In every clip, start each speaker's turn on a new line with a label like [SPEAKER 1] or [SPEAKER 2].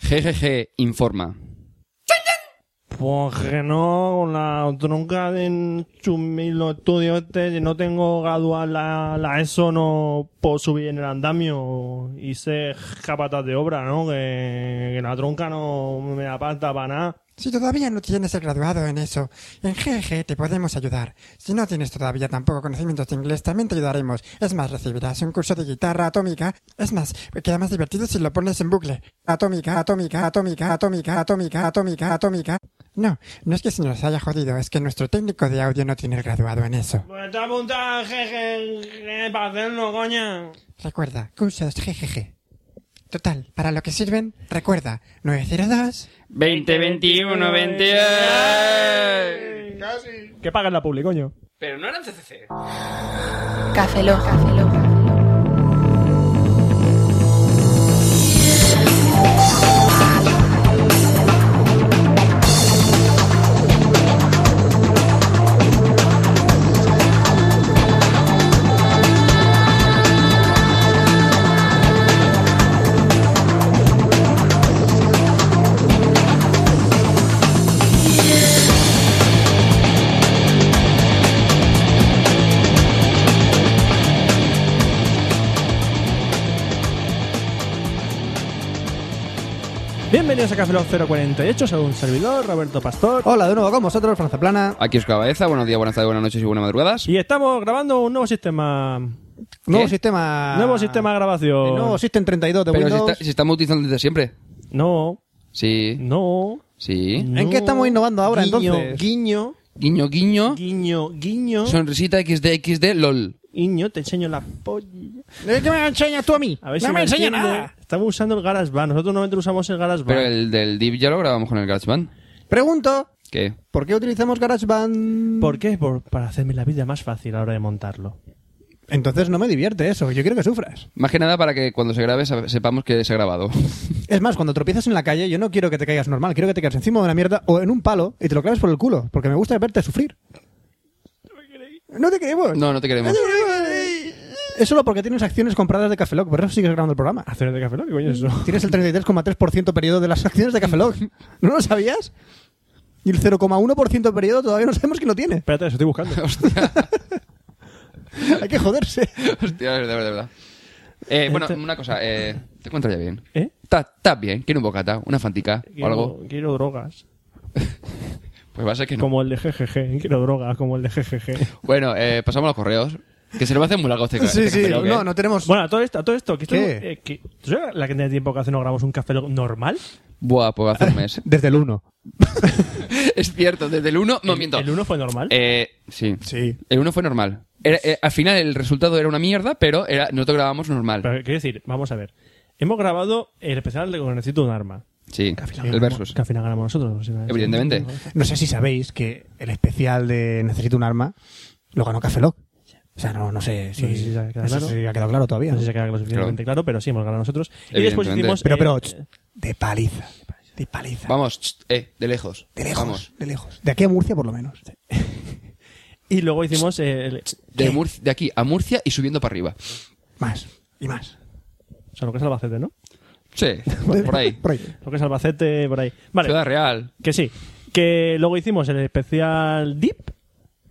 [SPEAKER 1] GGG informa.
[SPEAKER 2] Pues que no, con la tronca de chumir los estudios este, yo no tengo graduar la, la ESO, no puedo subir en el andamio. Hice capataz de obra, ¿no? Que, que la tronca no me aparta para nada.
[SPEAKER 3] Si todavía no tienes el graduado en eso, en GG te podemos ayudar. Si no tienes todavía tampoco conocimientos de inglés, también te ayudaremos. Es más, recibirás un curso de guitarra atómica. Es más, queda más divertido si lo pones en bucle. Atómica, atómica, atómica, atómica, atómica, atómica, atómica. No, no es que se nos haya jodido, es que nuestro técnico de audio no tiene el graduado en eso.
[SPEAKER 2] Pues está apuntado GG para hacerlo, coña.
[SPEAKER 3] Recuerda, cursos GGG. Total, para lo que sirven, recuerda, 902...
[SPEAKER 1] 20, 21, 20.
[SPEAKER 2] Que pagan la publi, coño.
[SPEAKER 4] Pero no eran CCC.
[SPEAKER 5] Café Lock. Café Lock.
[SPEAKER 2] Bienvenidos a Café Lock 048, soy un servidor, Roberto Pastor.
[SPEAKER 6] Hola de nuevo con vosotros, Franza Plana.
[SPEAKER 1] Aquí es Cabeza, buenos días, buenas tardes, buenas noches y buenas madrugadas.
[SPEAKER 2] Y estamos grabando un nuevo sistema.
[SPEAKER 6] Nuevo sistema.
[SPEAKER 2] Nuevo sistema de grabación.
[SPEAKER 6] Ah. El nuevo System 32 de
[SPEAKER 1] Pero si,
[SPEAKER 6] Windows.
[SPEAKER 1] está- si estamos utilizando desde siempre.
[SPEAKER 2] No,
[SPEAKER 1] Sí,
[SPEAKER 2] no.
[SPEAKER 1] sí.
[SPEAKER 6] ¿En qué estamos innovando ahora
[SPEAKER 2] Guiño,
[SPEAKER 6] entonces?
[SPEAKER 2] Guiño,
[SPEAKER 1] Guiño, guiño.
[SPEAKER 2] guiño, guiño.
[SPEAKER 1] Sonrisita XD, XD, lol.
[SPEAKER 2] Guiño, te enseño la polla.
[SPEAKER 6] ¿De ¿Qué me enseñas tú a mí?
[SPEAKER 2] A ver
[SPEAKER 6] no
[SPEAKER 2] si
[SPEAKER 6] me enseñas
[SPEAKER 2] entiende.
[SPEAKER 6] nada.
[SPEAKER 2] Estamos usando el GarageBand. Nosotros normalmente usamos el GarageBand.
[SPEAKER 1] Pero el del Div ya lo grabamos con el GarageBand.
[SPEAKER 6] Pregunto,
[SPEAKER 1] ¿Qué?
[SPEAKER 6] ¿por qué utilizamos GarageBand?
[SPEAKER 2] ¿Por qué? Por- para hacerme la vida más fácil a la hora de montarlo.
[SPEAKER 6] Entonces no me divierte eso, yo quiero que sufras.
[SPEAKER 1] Más que nada para que cuando se grabe sa- sepamos que se ha grabado.
[SPEAKER 6] Es más, cuando tropiezas en la calle, yo no quiero que te caigas normal, quiero que te caigas encima de una mierda o en un palo y te lo claves por el culo, porque me gusta verte sufrir. No te queremos.
[SPEAKER 1] No, no te queremos.
[SPEAKER 6] Es solo porque tienes acciones compradas de Cafeloc, por eso sigues grabando el programa.
[SPEAKER 2] ¿Acciones de café, ¿no? ¿Qué coño es eso?
[SPEAKER 6] Tienes el 33,3% periodo de las acciones de Cafeloc. ¿No lo sabías? Y el 0,1% periodo todavía no sabemos quién lo tiene.
[SPEAKER 2] Espérate, eso estoy buscando.
[SPEAKER 1] Hostia,
[SPEAKER 6] Hay que joderse.
[SPEAKER 1] hostia, de verdad, de verdad. Eh, bueno, una cosa, eh, te encuentro ya bien.
[SPEAKER 2] ¿Eh?
[SPEAKER 1] Estás bien, quiero un bocata, una fantica o
[SPEAKER 2] Quiero,
[SPEAKER 1] algo.
[SPEAKER 2] quiero drogas.
[SPEAKER 1] Pues va a ser que no.
[SPEAKER 2] Como el de GGG. ¿eh? Quiero drogas, como el de GGG.
[SPEAKER 1] Bueno, eh, pasamos a los correos. Que se nos va a hacer muy largo este este capítulo, ¿ok?
[SPEAKER 6] No, no tenemos.
[SPEAKER 2] Bueno, a todo esto, a todo esto. Que esto
[SPEAKER 6] ¿Qué?
[SPEAKER 2] eh, que- ¿Tú sabes la cantidad de tiempo que hace no grabamos un café normal?
[SPEAKER 1] Buah, pues hace un mes.
[SPEAKER 6] Desde el 1.
[SPEAKER 1] es cierto, desde el 1... No, miento.
[SPEAKER 2] ¿El uno fue normal?
[SPEAKER 1] Eh, sí.
[SPEAKER 6] Sí.
[SPEAKER 1] El 1 fue normal. Era- eh, al final el resultado era una mierda, pero era, nosotros grabamos normal.
[SPEAKER 2] Pero quiero decir, vamos a ver. Hemos grabado el especial de Cuando Necesito un Arma. Eh,
[SPEAKER 1] Sí, el versus.
[SPEAKER 2] Que al final ganamos nosotros.
[SPEAKER 1] Evidentemente.
[SPEAKER 6] No sé si sabéis que el especial de Necesito un arma lo ganó Cafeloc. O sea, no, no sé si,
[SPEAKER 2] No sé si se ha quedado
[SPEAKER 6] no sé
[SPEAKER 2] claro.
[SPEAKER 6] si ha quedado claro todavía.
[SPEAKER 2] No sé si se queda lo suficientemente claro, pero sí, hemos ganado nosotros. Y después
[SPEAKER 1] Evidentemente.
[SPEAKER 2] hicimos...
[SPEAKER 6] Pero,
[SPEAKER 2] eh,
[SPEAKER 6] pero, ch, de paliza. De paliza.
[SPEAKER 1] Vamos, ch, eh, de lejos.
[SPEAKER 6] De lejos.
[SPEAKER 1] Vamos.
[SPEAKER 6] De lejos. De aquí a Murcia, por lo menos.
[SPEAKER 2] y luego hicimos... eh, el-
[SPEAKER 1] De, Murci- de aquí a Murcia y subiendo para arriba.
[SPEAKER 6] Más. Y más.
[SPEAKER 2] o sea, lo que es Albacete, ¿no?
[SPEAKER 1] Sí, por ahí.
[SPEAKER 6] Por ahí.
[SPEAKER 2] Lo que es Albacete, por ahí. Vale,
[SPEAKER 1] Ciudad Real.
[SPEAKER 2] que sí. Que luego hicimos el especial DIP,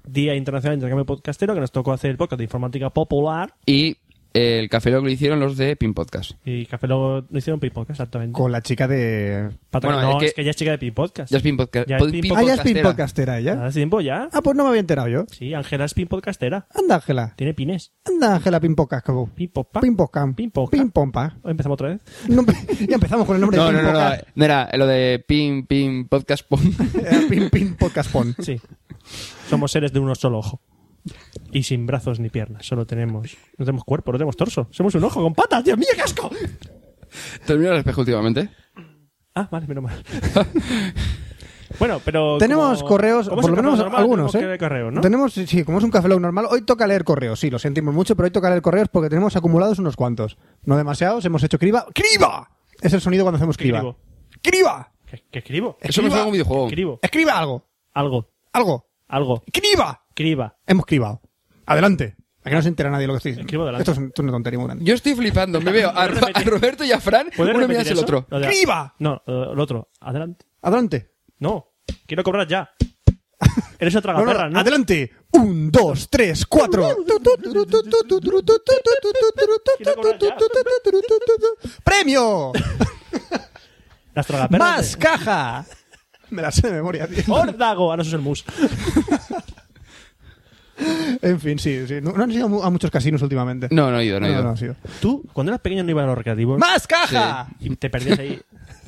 [SPEAKER 2] Día Internacional de Intercambio Podcastero, que nos tocó hacer el podcast de Informática Popular.
[SPEAKER 1] Y eh, el café lo que hicieron los de Pin Podcast.
[SPEAKER 2] Y Café luego lo hicieron Pin Podcast, exactamente.
[SPEAKER 6] Con la chica de.
[SPEAKER 2] Pata-
[SPEAKER 1] Bueno,
[SPEAKER 2] no,
[SPEAKER 1] es que-
[SPEAKER 2] es que ya es chica de Pin Podcast.
[SPEAKER 1] Ya es Pin Podcast.
[SPEAKER 2] Ya es
[SPEAKER 1] pod-
[SPEAKER 2] Pin
[SPEAKER 1] Pin
[SPEAKER 6] Ah, ya es Pin
[SPEAKER 1] Podcastera.
[SPEAKER 6] Podcastera ella.
[SPEAKER 2] Hace tiempo ya.
[SPEAKER 6] Ah, pues no me había enterado yo.
[SPEAKER 2] Sí, Ángela es Pin Podcastera.
[SPEAKER 6] Anda, Ángela.
[SPEAKER 2] Tiene pines.
[SPEAKER 6] Anda, Ángela Pin Podcast. como.
[SPEAKER 2] Pin Poppa.
[SPEAKER 6] Pin Podcast.
[SPEAKER 2] Pin Podcast.
[SPEAKER 6] Pin Pompa.
[SPEAKER 2] Empezamos otra vez.
[SPEAKER 6] No, ya empezamos con el nombre
[SPEAKER 1] No,
[SPEAKER 6] de
[SPEAKER 1] no,
[SPEAKER 6] Pin
[SPEAKER 1] no, no,
[SPEAKER 6] Podcast.
[SPEAKER 1] no era lo de Pin, Pin Podcast. pon.
[SPEAKER 6] Era Pin Pin Podcast Pon.
[SPEAKER 2] Sí. Somos seres de un solo ojo. Y sin brazos ni piernas. Solo tenemos. No tenemos cuerpo, no tenemos torso. Somos un ojo con patas. ¡Dios mío, qué asco!
[SPEAKER 1] Termino el espejo últimamente.
[SPEAKER 2] Ah, vale, menos mal. bueno, pero.
[SPEAKER 6] Tenemos
[SPEAKER 2] como-
[SPEAKER 6] correos,
[SPEAKER 2] como es
[SPEAKER 6] por
[SPEAKER 2] un
[SPEAKER 6] lo menos
[SPEAKER 2] café normal,
[SPEAKER 6] algunos,
[SPEAKER 2] tenemos
[SPEAKER 6] ¿eh?
[SPEAKER 2] que ver correos, ¿no?
[SPEAKER 6] Tenemos, sí, como es un café Lock normal, hoy toca leer correos, sí, lo sentimos mucho, pero hoy toca leer correos porque tenemos acumulados unos cuantos. No demasiados, hemos hecho criba. ¡Criba! Es el sonido cuando hacemos
[SPEAKER 2] ¿Qué
[SPEAKER 6] criba.
[SPEAKER 2] escribo?
[SPEAKER 6] ¡Criba!
[SPEAKER 2] ¿Qué, qué escribo?
[SPEAKER 1] Eso me suena a un videojuego.
[SPEAKER 2] Escribo.
[SPEAKER 6] ¡Escriba algo!
[SPEAKER 2] Algo.
[SPEAKER 6] ¡Algo!
[SPEAKER 2] Algo.
[SPEAKER 6] ¡Criba!
[SPEAKER 2] Criba.
[SPEAKER 6] Hemos cribado. Adelante. Aquí no se entera nadie de lo que estoy
[SPEAKER 2] Escribo
[SPEAKER 6] diciendo.
[SPEAKER 2] delante.
[SPEAKER 6] Esto es un- esto es una tontería muy grande.
[SPEAKER 1] Yo estoy flipando, me veo a, Ro- a Roberto y a Fran,
[SPEAKER 2] ¿Puedes
[SPEAKER 1] uno
[SPEAKER 2] repetir
[SPEAKER 1] miras el
[SPEAKER 2] eso?
[SPEAKER 1] otro.
[SPEAKER 2] Lo de-
[SPEAKER 6] ¡Viva!
[SPEAKER 2] No, eh, el otro. Adelante.
[SPEAKER 6] Adelante.
[SPEAKER 2] No. Quiero cobrar ya. Eres otra
[SPEAKER 6] No, no,
[SPEAKER 2] gatarra, ¿no?
[SPEAKER 6] Adelante. Un, dos, tres, cuatro. ¡Premio!
[SPEAKER 2] Las tragaperras.
[SPEAKER 6] ¡Más caja! Oh. Me la sé de memoria, tío.
[SPEAKER 2] ¡Órdago! Ah, no, eso es el mus.
[SPEAKER 6] En fin, sí, sí. No, no han ido mu- a muchos casinos últimamente.
[SPEAKER 1] No, no he ido, no he
[SPEAKER 6] No, no,
[SPEAKER 1] ido.
[SPEAKER 6] han sido.
[SPEAKER 2] Tú, cuando eras pequeño, no ibas a los recreativos.
[SPEAKER 6] ¡Más caja!
[SPEAKER 2] Y te perdías ahí.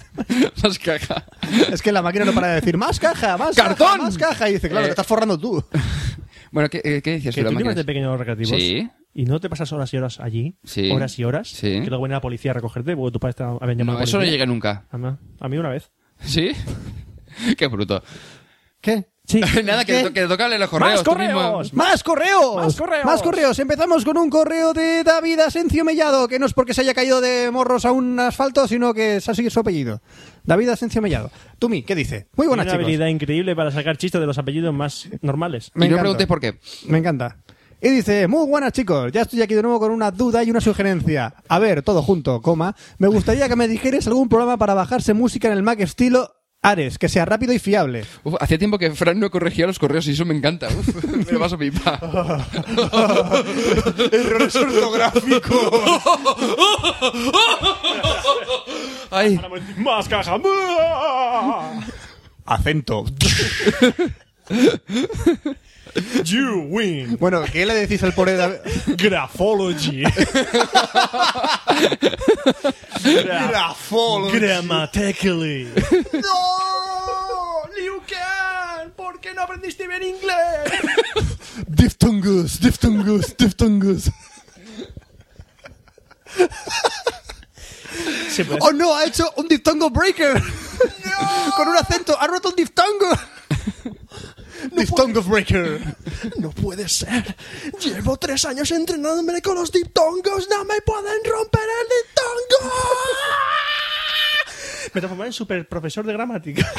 [SPEAKER 1] Más caja.
[SPEAKER 6] Es que la máquina no para de decir ¡Más caja! ¡Más
[SPEAKER 1] ¡Cartón!
[SPEAKER 6] caja! ¡Más caja! Y dice, claro,
[SPEAKER 1] Eh.
[SPEAKER 6] te estás forrando tú.
[SPEAKER 1] Bueno, ¿qué, eh, qué decías
[SPEAKER 2] Que
[SPEAKER 1] tú,
[SPEAKER 2] tú
[SPEAKER 1] las
[SPEAKER 2] te ibas de
[SPEAKER 1] máquinas?
[SPEAKER 2] pequeño a los recreativos.
[SPEAKER 1] Sí.
[SPEAKER 2] Y no te pasas horas y horas allí.
[SPEAKER 1] Sí.
[SPEAKER 2] Horas y horas.
[SPEAKER 1] Sí.
[SPEAKER 2] Que luego venía la policía a recogerte porque tu padre estaba, habían llamado
[SPEAKER 1] No, eso no llega nunca.
[SPEAKER 2] llega. Ah, A mí una vez.
[SPEAKER 1] ¿Sí? Qué bruto.
[SPEAKER 6] ¿Qué?
[SPEAKER 2] Sí.
[SPEAKER 1] Nada, que,
[SPEAKER 6] ¿Qué?
[SPEAKER 1] to- que tocarle los correos.
[SPEAKER 2] ¡Más
[SPEAKER 1] tú mismo.
[SPEAKER 2] correos!
[SPEAKER 6] ¡Más correos!
[SPEAKER 2] ¡Más correos!
[SPEAKER 6] ¡Más correos! Empezamos con un correo de David Asencio Mellado, que no es porque se haya caído de morros a un asfalto, sino que es así su apellido. David Asencio Mellado. Tumi, ¿qué dice? Muy
[SPEAKER 2] Tiene
[SPEAKER 6] buenas,
[SPEAKER 2] una
[SPEAKER 6] chicos.
[SPEAKER 2] habilidad increíble para sacar chistes de los apellidos más normales.
[SPEAKER 1] Y no
[SPEAKER 6] encanta.
[SPEAKER 1] preguntes por qué.
[SPEAKER 6] Me encanta. Y dice, muy buenas chicos, ya estoy aquí de nuevo con una duda y una sugerencia. A ver, todo junto, coma. Me gustaría que me dijeras algún programa para bajarse música en el Mac estilo Ares, que sea rápido y fiable.
[SPEAKER 1] Uf, hacía tiempo que Fran no corregía los correos y eso me encanta. Uf, me lo paso pipa.
[SPEAKER 6] Errores ortográficos.
[SPEAKER 1] Ay,
[SPEAKER 2] ¡Más caja!
[SPEAKER 6] Acento.
[SPEAKER 2] ¡You win!
[SPEAKER 6] Bueno, ¿qué le decís al pobre David?
[SPEAKER 2] Grafology. Grammatically.
[SPEAKER 6] ¡No! ¡Liu ¿Por qué no aprendiste bien inglés? diftongus, diftongus, diftongus.
[SPEAKER 2] Sí, pues.
[SPEAKER 6] ¡Oh no! ¡Ha hecho un diftongo breaker! Con un acento, ha roto un diftongo. diftongo breaker.
[SPEAKER 4] No puede ser. Llevo tres años entrenándome con los diptongos. No me pueden romper el diptongo.
[SPEAKER 2] Me transformaré en super profesor de gramática.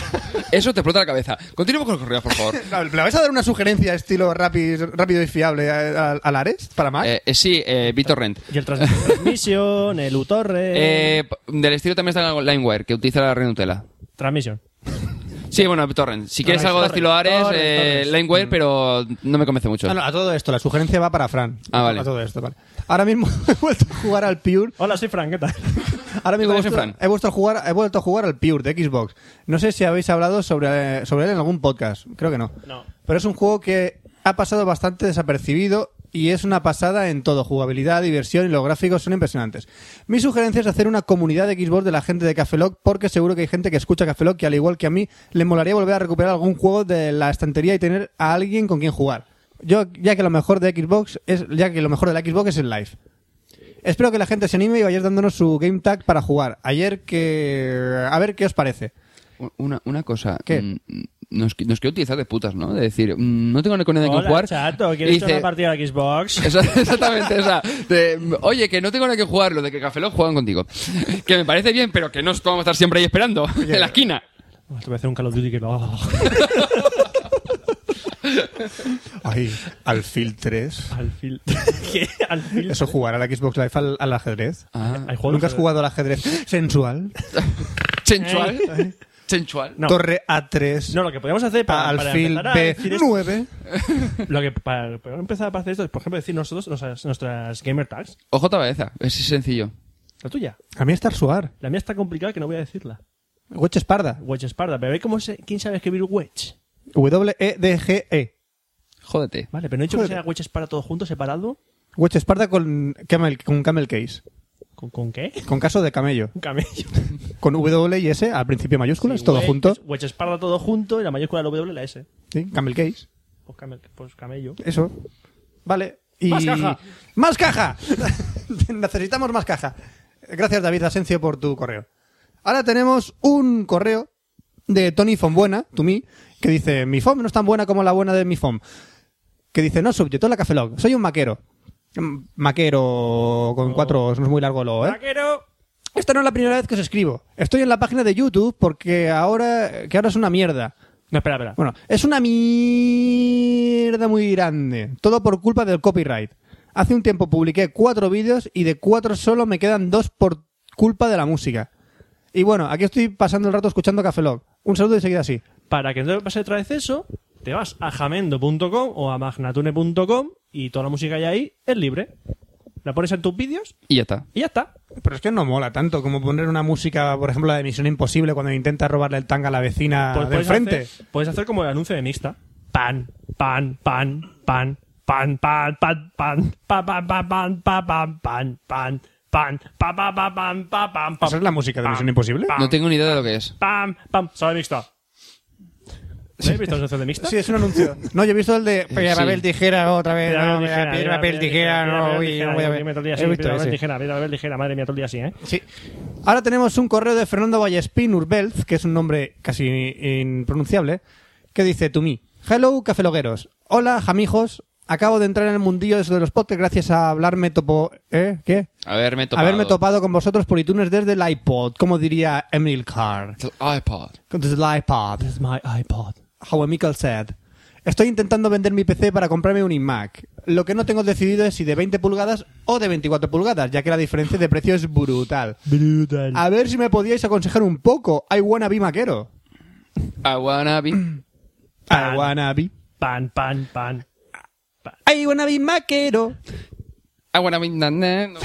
[SPEAKER 1] eso te explota la cabeza. Continuemos con los correos, por favor.
[SPEAKER 6] ¿Le vais a dar una sugerencia estilo rapi- rápido y fiable a- a- al Ares para Mac?
[SPEAKER 1] Eh, eh, sí, eh, Víctor Rent.
[SPEAKER 2] Y el transmission, el utorre.
[SPEAKER 1] Eh, p- del estilo también está LimeWire, que utiliza la red Nutella.
[SPEAKER 2] Transmission.
[SPEAKER 1] Sí, bueno, torrent. Si quieres
[SPEAKER 2] Torrent,
[SPEAKER 1] algo de estilo
[SPEAKER 2] torrent,
[SPEAKER 1] Ares,
[SPEAKER 2] torrent,
[SPEAKER 1] eh,
[SPEAKER 2] torrent.
[SPEAKER 1] LimeWire, pero no me convence mucho.
[SPEAKER 6] Ah, no, a todo esto, la sugerencia va para Fran.
[SPEAKER 1] Ah, vale.
[SPEAKER 6] A todo esto, vale. Ahora mismo he vuelto a jugar al Pure
[SPEAKER 2] Hola, soy Frank, ¿qué tal?
[SPEAKER 6] Ahora mismo he
[SPEAKER 1] ¿Qué tal,
[SPEAKER 6] vuelto,
[SPEAKER 1] Fran?
[SPEAKER 6] he vuelto a jugar, he vuelto a jugar al Pure de Xbox. No sé si habéis hablado sobre, eh, sobre él en algún podcast. Creo que no.
[SPEAKER 2] No.
[SPEAKER 6] Pero es un juego que ha pasado bastante desapercibido y es una pasada en todo. Jugabilidad, diversión y los gráficos son impresionantes. Mi sugerencia es hacer una comunidad de Xbox de la gente de Cafeloc porque seguro que hay gente que escucha Cafeloc que al igual que a mí le molaría volver a recuperar algún juego de la estantería y tener a alguien con quien jugar. Yo, ya que lo mejor de Xbox es, ya que lo mejor de la Xbox es el live. Espero que la gente se anime y vayáis dándonos su game tag para jugar. Ayer que... A ver qué os parece.
[SPEAKER 1] Una, una cosa.
[SPEAKER 6] ¿Qué?
[SPEAKER 1] Mm, Nos, nos quiero utilizar de putas, ¿no? De decir, mm, no tengo ni con nadie con
[SPEAKER 2] Hola,
[SPEAKER 1] jugar.
[SPEAKER 2] chato,
[SPEAKER 1] Y
[SPEAKER 2] ¿quieres
[SPEAKER 1] dice-
[SPEAKER 2] echar una partida de Xbox?
[SPEAKER 1] Esa- exactamente, o sea, de, mm, oye, que no tengo nada que jugar, lo de que Café Lock juegan contigo. Que me parece bien, pero que no vamos a estar siempre ahí esperando, en la esquina.
[SPEAKER 2] Oh, Te voy a hacer un Call of Duty que lo hago.
[SPEAKER 6] Ay, al Phil 3.
[SPEAKER 2] Al fil. ¿Qué? Al fil.
[SPEAKER 6] Eso jugar a la Xbox Live al, al ajedrez.
[SPEAKER 1] Ah,
[SPEAKER 2] Hay juegos
[SPEAKER 6] Nunca has
[SPEAKER 2] de-
[SPEAKER 6] jugado al ajedrez sensual.
[SPEAKER 1] sensual. Sensual.
[SPEAKER 2] No.
[SPEAKER 6] Torre A3.
[SPEAKER 2] No, lo que podríamos hacer para, para
[SPEAKER 6] Alfil
[SPEAKER 2] empezar a decir esto-
[SPEAKER 6] B9.
[SPEAKER 2] Lo que para, para empezar a hacer esto es, por ejemplo, decir nosotros nuestras, nuestras gamer tags.
[SPEAKER 1] Ojo Tabadeza, es sencillo.
[SPEAKER 2] La tuya.
[SPEAKER 6] A mí está Suar.
[SPEAKER 2] La mía está complicada que no voy a decirla.
[SPEAKER 6] Wedge Esparda.
[SPEAKER 2] Wedge Esparda. Pero ve cómo se, quién sabe escribir Wedge.
[SPEAKER 6] E W-E-D-G-E.
[SPEAKER 1] Jódete.
[SPEAKER 2] Vale, pero no he dicho
[SPEAKER 6] Joder.
[SPEAKER 2] que sea Wedge Esparda todo junto, separado.
[SPEAKER 6] Wedge Esparda con camel, con camel case.
[SPEAKER 2] ¿Con, con qué?
[SPEAKER 6] Con caso de camello.
[SPEAKER 2] Un camello.
[SPEAKER 6] Con W y S al principio mayúsculas, todo
[SPEAKER 2] Wedge-
[SPEAKER 6] junto.
[SPEAKER 2] Wedge Esparda todo junto y la mayúscula la W y la S.
[SPEAKER 6] Sí, camel case.
[SPEAKER 2] Pues, camel- pues camello.
[SPEAKER 6] Eso. Vale. Y...
[SPEAKER 2] Más caja.
[SPEAKER 6] ¡Más caja! Necesitamos más caja. Gracias, David Asencio, por tu correo. Ahora tenemos un correo de Tony Fonbuena, to me, que dice: Mi FOM no es tan buena como la buena de mi FOM. Que dice: No, subyecto la Cafelog. Soy un maquero. Mm, Maquero con cuatro, no es muy largo lo, ¿eh?
[SPEAKER 2] ¡Vaquero!
[SPEAKER 6] Esta no es la primera vez que os escribo. Estoy en la página de YouTube porque ahora, que ahora es una mierda.
[SPEAKER 2] No, espera, espera.
[SPEAKER 6] Bueno, es una mierda muy grande. Todo por culpa del copyright. Hace un tiempo publiqué cuatro vídeos y de cuatro solo me quedan dos por culpa de la música. Y bueno, aquí estoy pasando el rato escuchando Café Lock. Un saludo y seguida así.
[SPEAKER 2] Para que no te pase otra vez eso, te vas a jamendo.com o a magnatune.com y toda la música que hay ahí es libre. La pones en tus vídeos
[SPEAKER 1] Y ya está.
[SPEAKER 2] y ya está.
[SPEAKER 6] Pero es que no mola tanto como poner una música, por ejemplo, la de Misión Imposible cuando intenta robarle el tanga a la vecina
[SPEAKER 2] Pues
[SPEAKER 6] del frente.
[SPEAKER 2] Hacer, puedes hacer como el anuncio de mixta. Pan, pan, pan, pan, pan, pan, pan, pan, pan, pan, pan, pan, pan, pan, pan, pan, pan, pan, pan, pan, pan, pan, pan, pan.
[SPEAKER 6] ¿Esa es la música
[SPEAKER 2] Ah,
[SPEAKER 6] de Misión Imposible?
[SPEAKER 2] pam,
[SPEAKER 1] No tengo ni idea de lo que es.
[SPEAKER 2] Pam, pam, sale mixta. ¿Sí? ¿Has visto el anuncio de mixta?
[SPEAKER 6] Sí, es un anuncio. No, yo he visto el de piedra, papel, tijera otra vez.
[SPEAKER 2] Piedra,
[SPEAKER 6] No,
[SPEAKER 2] papel,
[SPEAKER 6] piedra,
[SPEAKER 2] tijera,
[SPEAKER 6] papel, tijera, no, uy, no voy a ver.
[SPEAKER 2] piedra, papel, tijera,
[SPEAKER 6] He
[SPEAKER 2] sí,
[SPEAKER 6] visto
[SPEAKER 2] piedra, papel,
[SPEAKER 6] ese.
[SPEAKER 2] tijera, piedra, papel, tijera, madre mía, todo el día así, ¿eh?
[SPEAKER 6] Sí. Ahora tenemos un correo de Fernando Vallespín Urbelz, que es un nombre casi impronunciable, que dice to me. Hello, cafelogueros. Hola, jamijos. Acabo de entrar en el mundillo de eso de los podcasts gracias a hablarme topo... ¿Eh? ¿Qué?
[SPEAKER 1] Haberme topado.
[SPEAKER 6] Haberme topado con vosotros por iTunes desde el iPod, como diría Emil Carr.
[SPEAKER 1] El iPod.
[SPEAKER 6] Desde el iPod.
[SPEAKER 2] It's my iPod.
[SPEAKER 6] How Michael said. Estoy intentando vender mi PC para comprarme un iMac. Lo que no tengo decidido es si de 20 pulgadas o de 24 pulgadas, ya que la diferencia de precio es brutal.
[SPEAKER 2] Brutal.
[SPEAKER 6] A ver si me podíais aconsejar un poco. I wanna be maquero.
[SPEAKER 1] I wanna be.
[SPEAKER 6] I wanna be.
[SPEAKER 2] Pan, pan, pan.
[SPEAKER 6] I wanna be maquero.
[SPEAKER 1] I wanna be. na, na, no,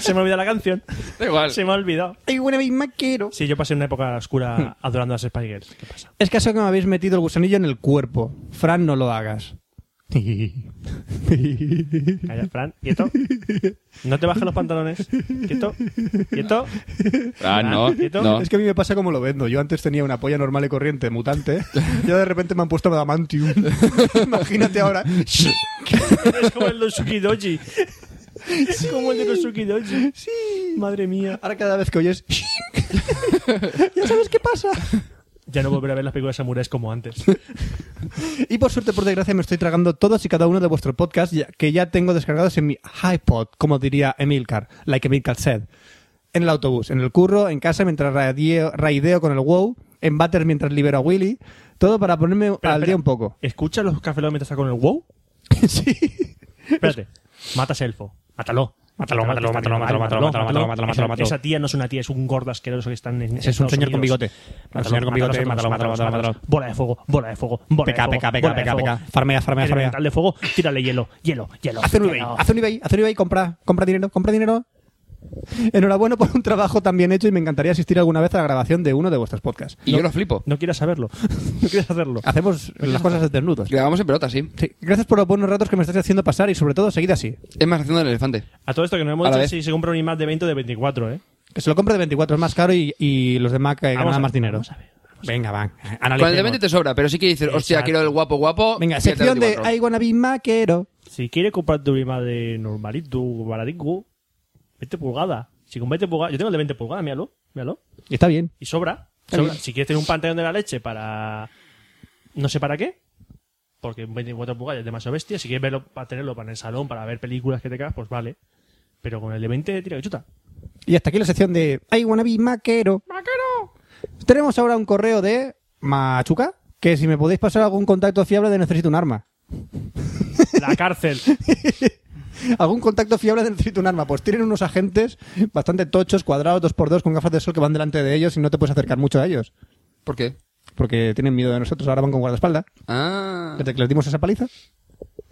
[SPEAKER 2] Se me ha olvidado la canción.
[SPEAKER 1] da igual.
[SPEAKER 2] Se me ha olvidado.
[SPEAKER 6] I wanna be maquero.
[SPEAKER 2] Sí, yo pasé una época oscura adorando a las Spice Girls. ¿Qué pasa?
[SPEAKER 6] Es caso que me habéis metido el gusanillo en el cuerpo. Fran, no lo hagas.
[SPEAKER 2] Calla, Fran. Quieto. No te bajes los pantalones. Quieto. Quieto.
[SPEAKER 1] Ah, no.
[SPEAKER 2] Quieto.
[SPEAKER 1] No.
[SPEAKER 6] Es que a mí me pasa como lo vendo. Yo antes tenía una polla normal y corriente, mutante. Yo de repente me han puesto adamantium. Imagínate ahora.
[SPEAKER 2] Es como el de los Sukidoji. Es como el de los Sukidoji. Sí. Madre mía.
[SPEAKER 6] Ahora cada vez que oyes... ya sabes qué pasa.
[SPEAKER 2] Ya no volveré a ver las películas samuráis como antes.
[SPEAKER 6] Y por suerte, por desgracia, me estoy tragando todos y cada uno de vuestros podcasts ya- que ya tengo descargados en mi iPod, como diría Emilcar, like Emilcar said. En el autobús, en el curro, en casa mientras raideo, raideo con el wow, en batters mientras libero a Willy, todo para ponerme
[SPEAKER 2] Espera,
[SPEAKER 6] al
[SPEAKER 2] espera.
[SPEAKER 6] día un poco.
[SPEAKER 2] ¿Escucha los cafelos mientras está con el wow?
[SPEAKER 6] sí.
[SPEAKER 2] Espérate. Matas elfo. Mátalo. Mátalo, mátalo, mátalo, mátalo, mátalo, mátalo, mátalo, mátalo, mátalo. Esa tía no es una tía, es un gordo asqueroso que está en.
[SPEAKER 6] Ese es un señor con bigote. Un señor con bigote, mátalo,
[SPEAKER 2] mátalo,
[SPEAKER 6] mátalo, mátalo.
[SPEAKER 2] Bola de fuego, bola de fuego, bola de
[SPEAKER 6] Peca,
[SPEAKER 2] fuego.
[SPEAKER 6] peca, peca,
[SPEAKER 2] bola de
[SPEAKER 6] peca,
[SPEAKER 2] fuego.
[SPEAKER 6] peca. Farmea, farmea, farmea.
[SPEAKER 2] Elemental de fuego, tírale hielo, hielo, hielo.
[SPEAKER 6] Haz un eBay,
[SPEAKER 2] hielo.
[SPEAKER 6] haz un eBay, haz un eBay, compra, compra dinero, compra dinero. Enhorabuena por un trabajo tan bien hecho y me encantaría asistir alguna vez a la grabación de uno de vuestros podcasts.
[SPEAKER 1] Y yo lo flipo.
[SPEAKER 2] No quieras saberlo. No quieras hacerlo.
[SPEAKER 6] Hacemos
[SPEAKER 2] Pues
[SPEAKER 6] las cosas desnudos.
[SPEAKER 1] Grabamos en pelota, sí.
[SPEAKER 6] Sí, gracias por los buenos ratos que me estáis haciendo pasar y sobre todo seguid así.
[SPEAKER 1] Es más, haciendo el elefante.
[SPEAKER 2] A todo esto que no hemos
[SPEAKER 1] A la
[SPEAKER 2] dicho
[SPEAKER 1] vez.
[SPEAKER 2] si se compra un iMac de 20 o de 24, ¿eh?
[SPEAKER 6] Que se lo compre de 24, es más caro y, y los de Mac eh,
[SPEAKER 2] Vamos a
[SPEAKER 6] ganan más
[SPEAKER 2] ver,
[SPEAKER 6] dinero.
[SPEAKER 2] vamos a ver,
[SPEAKER 6] Venga, van.
[SPEAKER 1] Con el de 20 te sobra, pero sí que dices, hostia,
[SPEAKER 2] Exacto.
[SPEAKER 1] quiero el guapo guapo.
[SPEAKER 6] Venga,
[SPEAKER 1] siete
[SPEAKER 6] sección de
[SPEAKER 1] 24.
[SPEAKER 6] I wanna be maquero.
[SPEAKER 2] Si quieres comprarte un iMac de normalito, baratico, 20 pulgadas. Si con 20 pulgadas... Yo tengo el de 20 pulgadas, míralo, míralo.
[SPEAKER 6] Y está bien.
[SPEAKER 2] Y sobra.
[SPEAKER 6] Está
[SPEAKER 2] sobra.
[SPEAKER 6] bien.
[SPEAKER 2] Si quieres tener un pantalón de la leche para... No sé para qué. Porque un 24 pulgadas es demasiado bestia. Si quieres verlo para tenerlo para en el salón, para ver películas que te cagas, pues vale. Pero con el de 20, tira que chuta.
[SPEAKER 6] Y hasta aquí la sección de I wanna be maquero. Tenemos ahora un correo de Machuca, que si me podéis pasar algún contacto fiable de necesito un arma.
[SPEAKER 2] La cárcel.
[SPEAKER 6] algún contacto fiable de necesito un arma. Pues tienen unos agentes bastante tochos, cuadrados, dos por dos, con gafas de sol que van delante de ellos y no te puedes acercar mucho a ellos.
[SPEAKER 1] ¿Por qué?
[SPEAKER 6] Porque tienen miedo de nosotros, ahora van con guardaespaldas.
[SPEAKER 1] Ah,
[SPEAKER 6] Desde que les dimos esa paliza.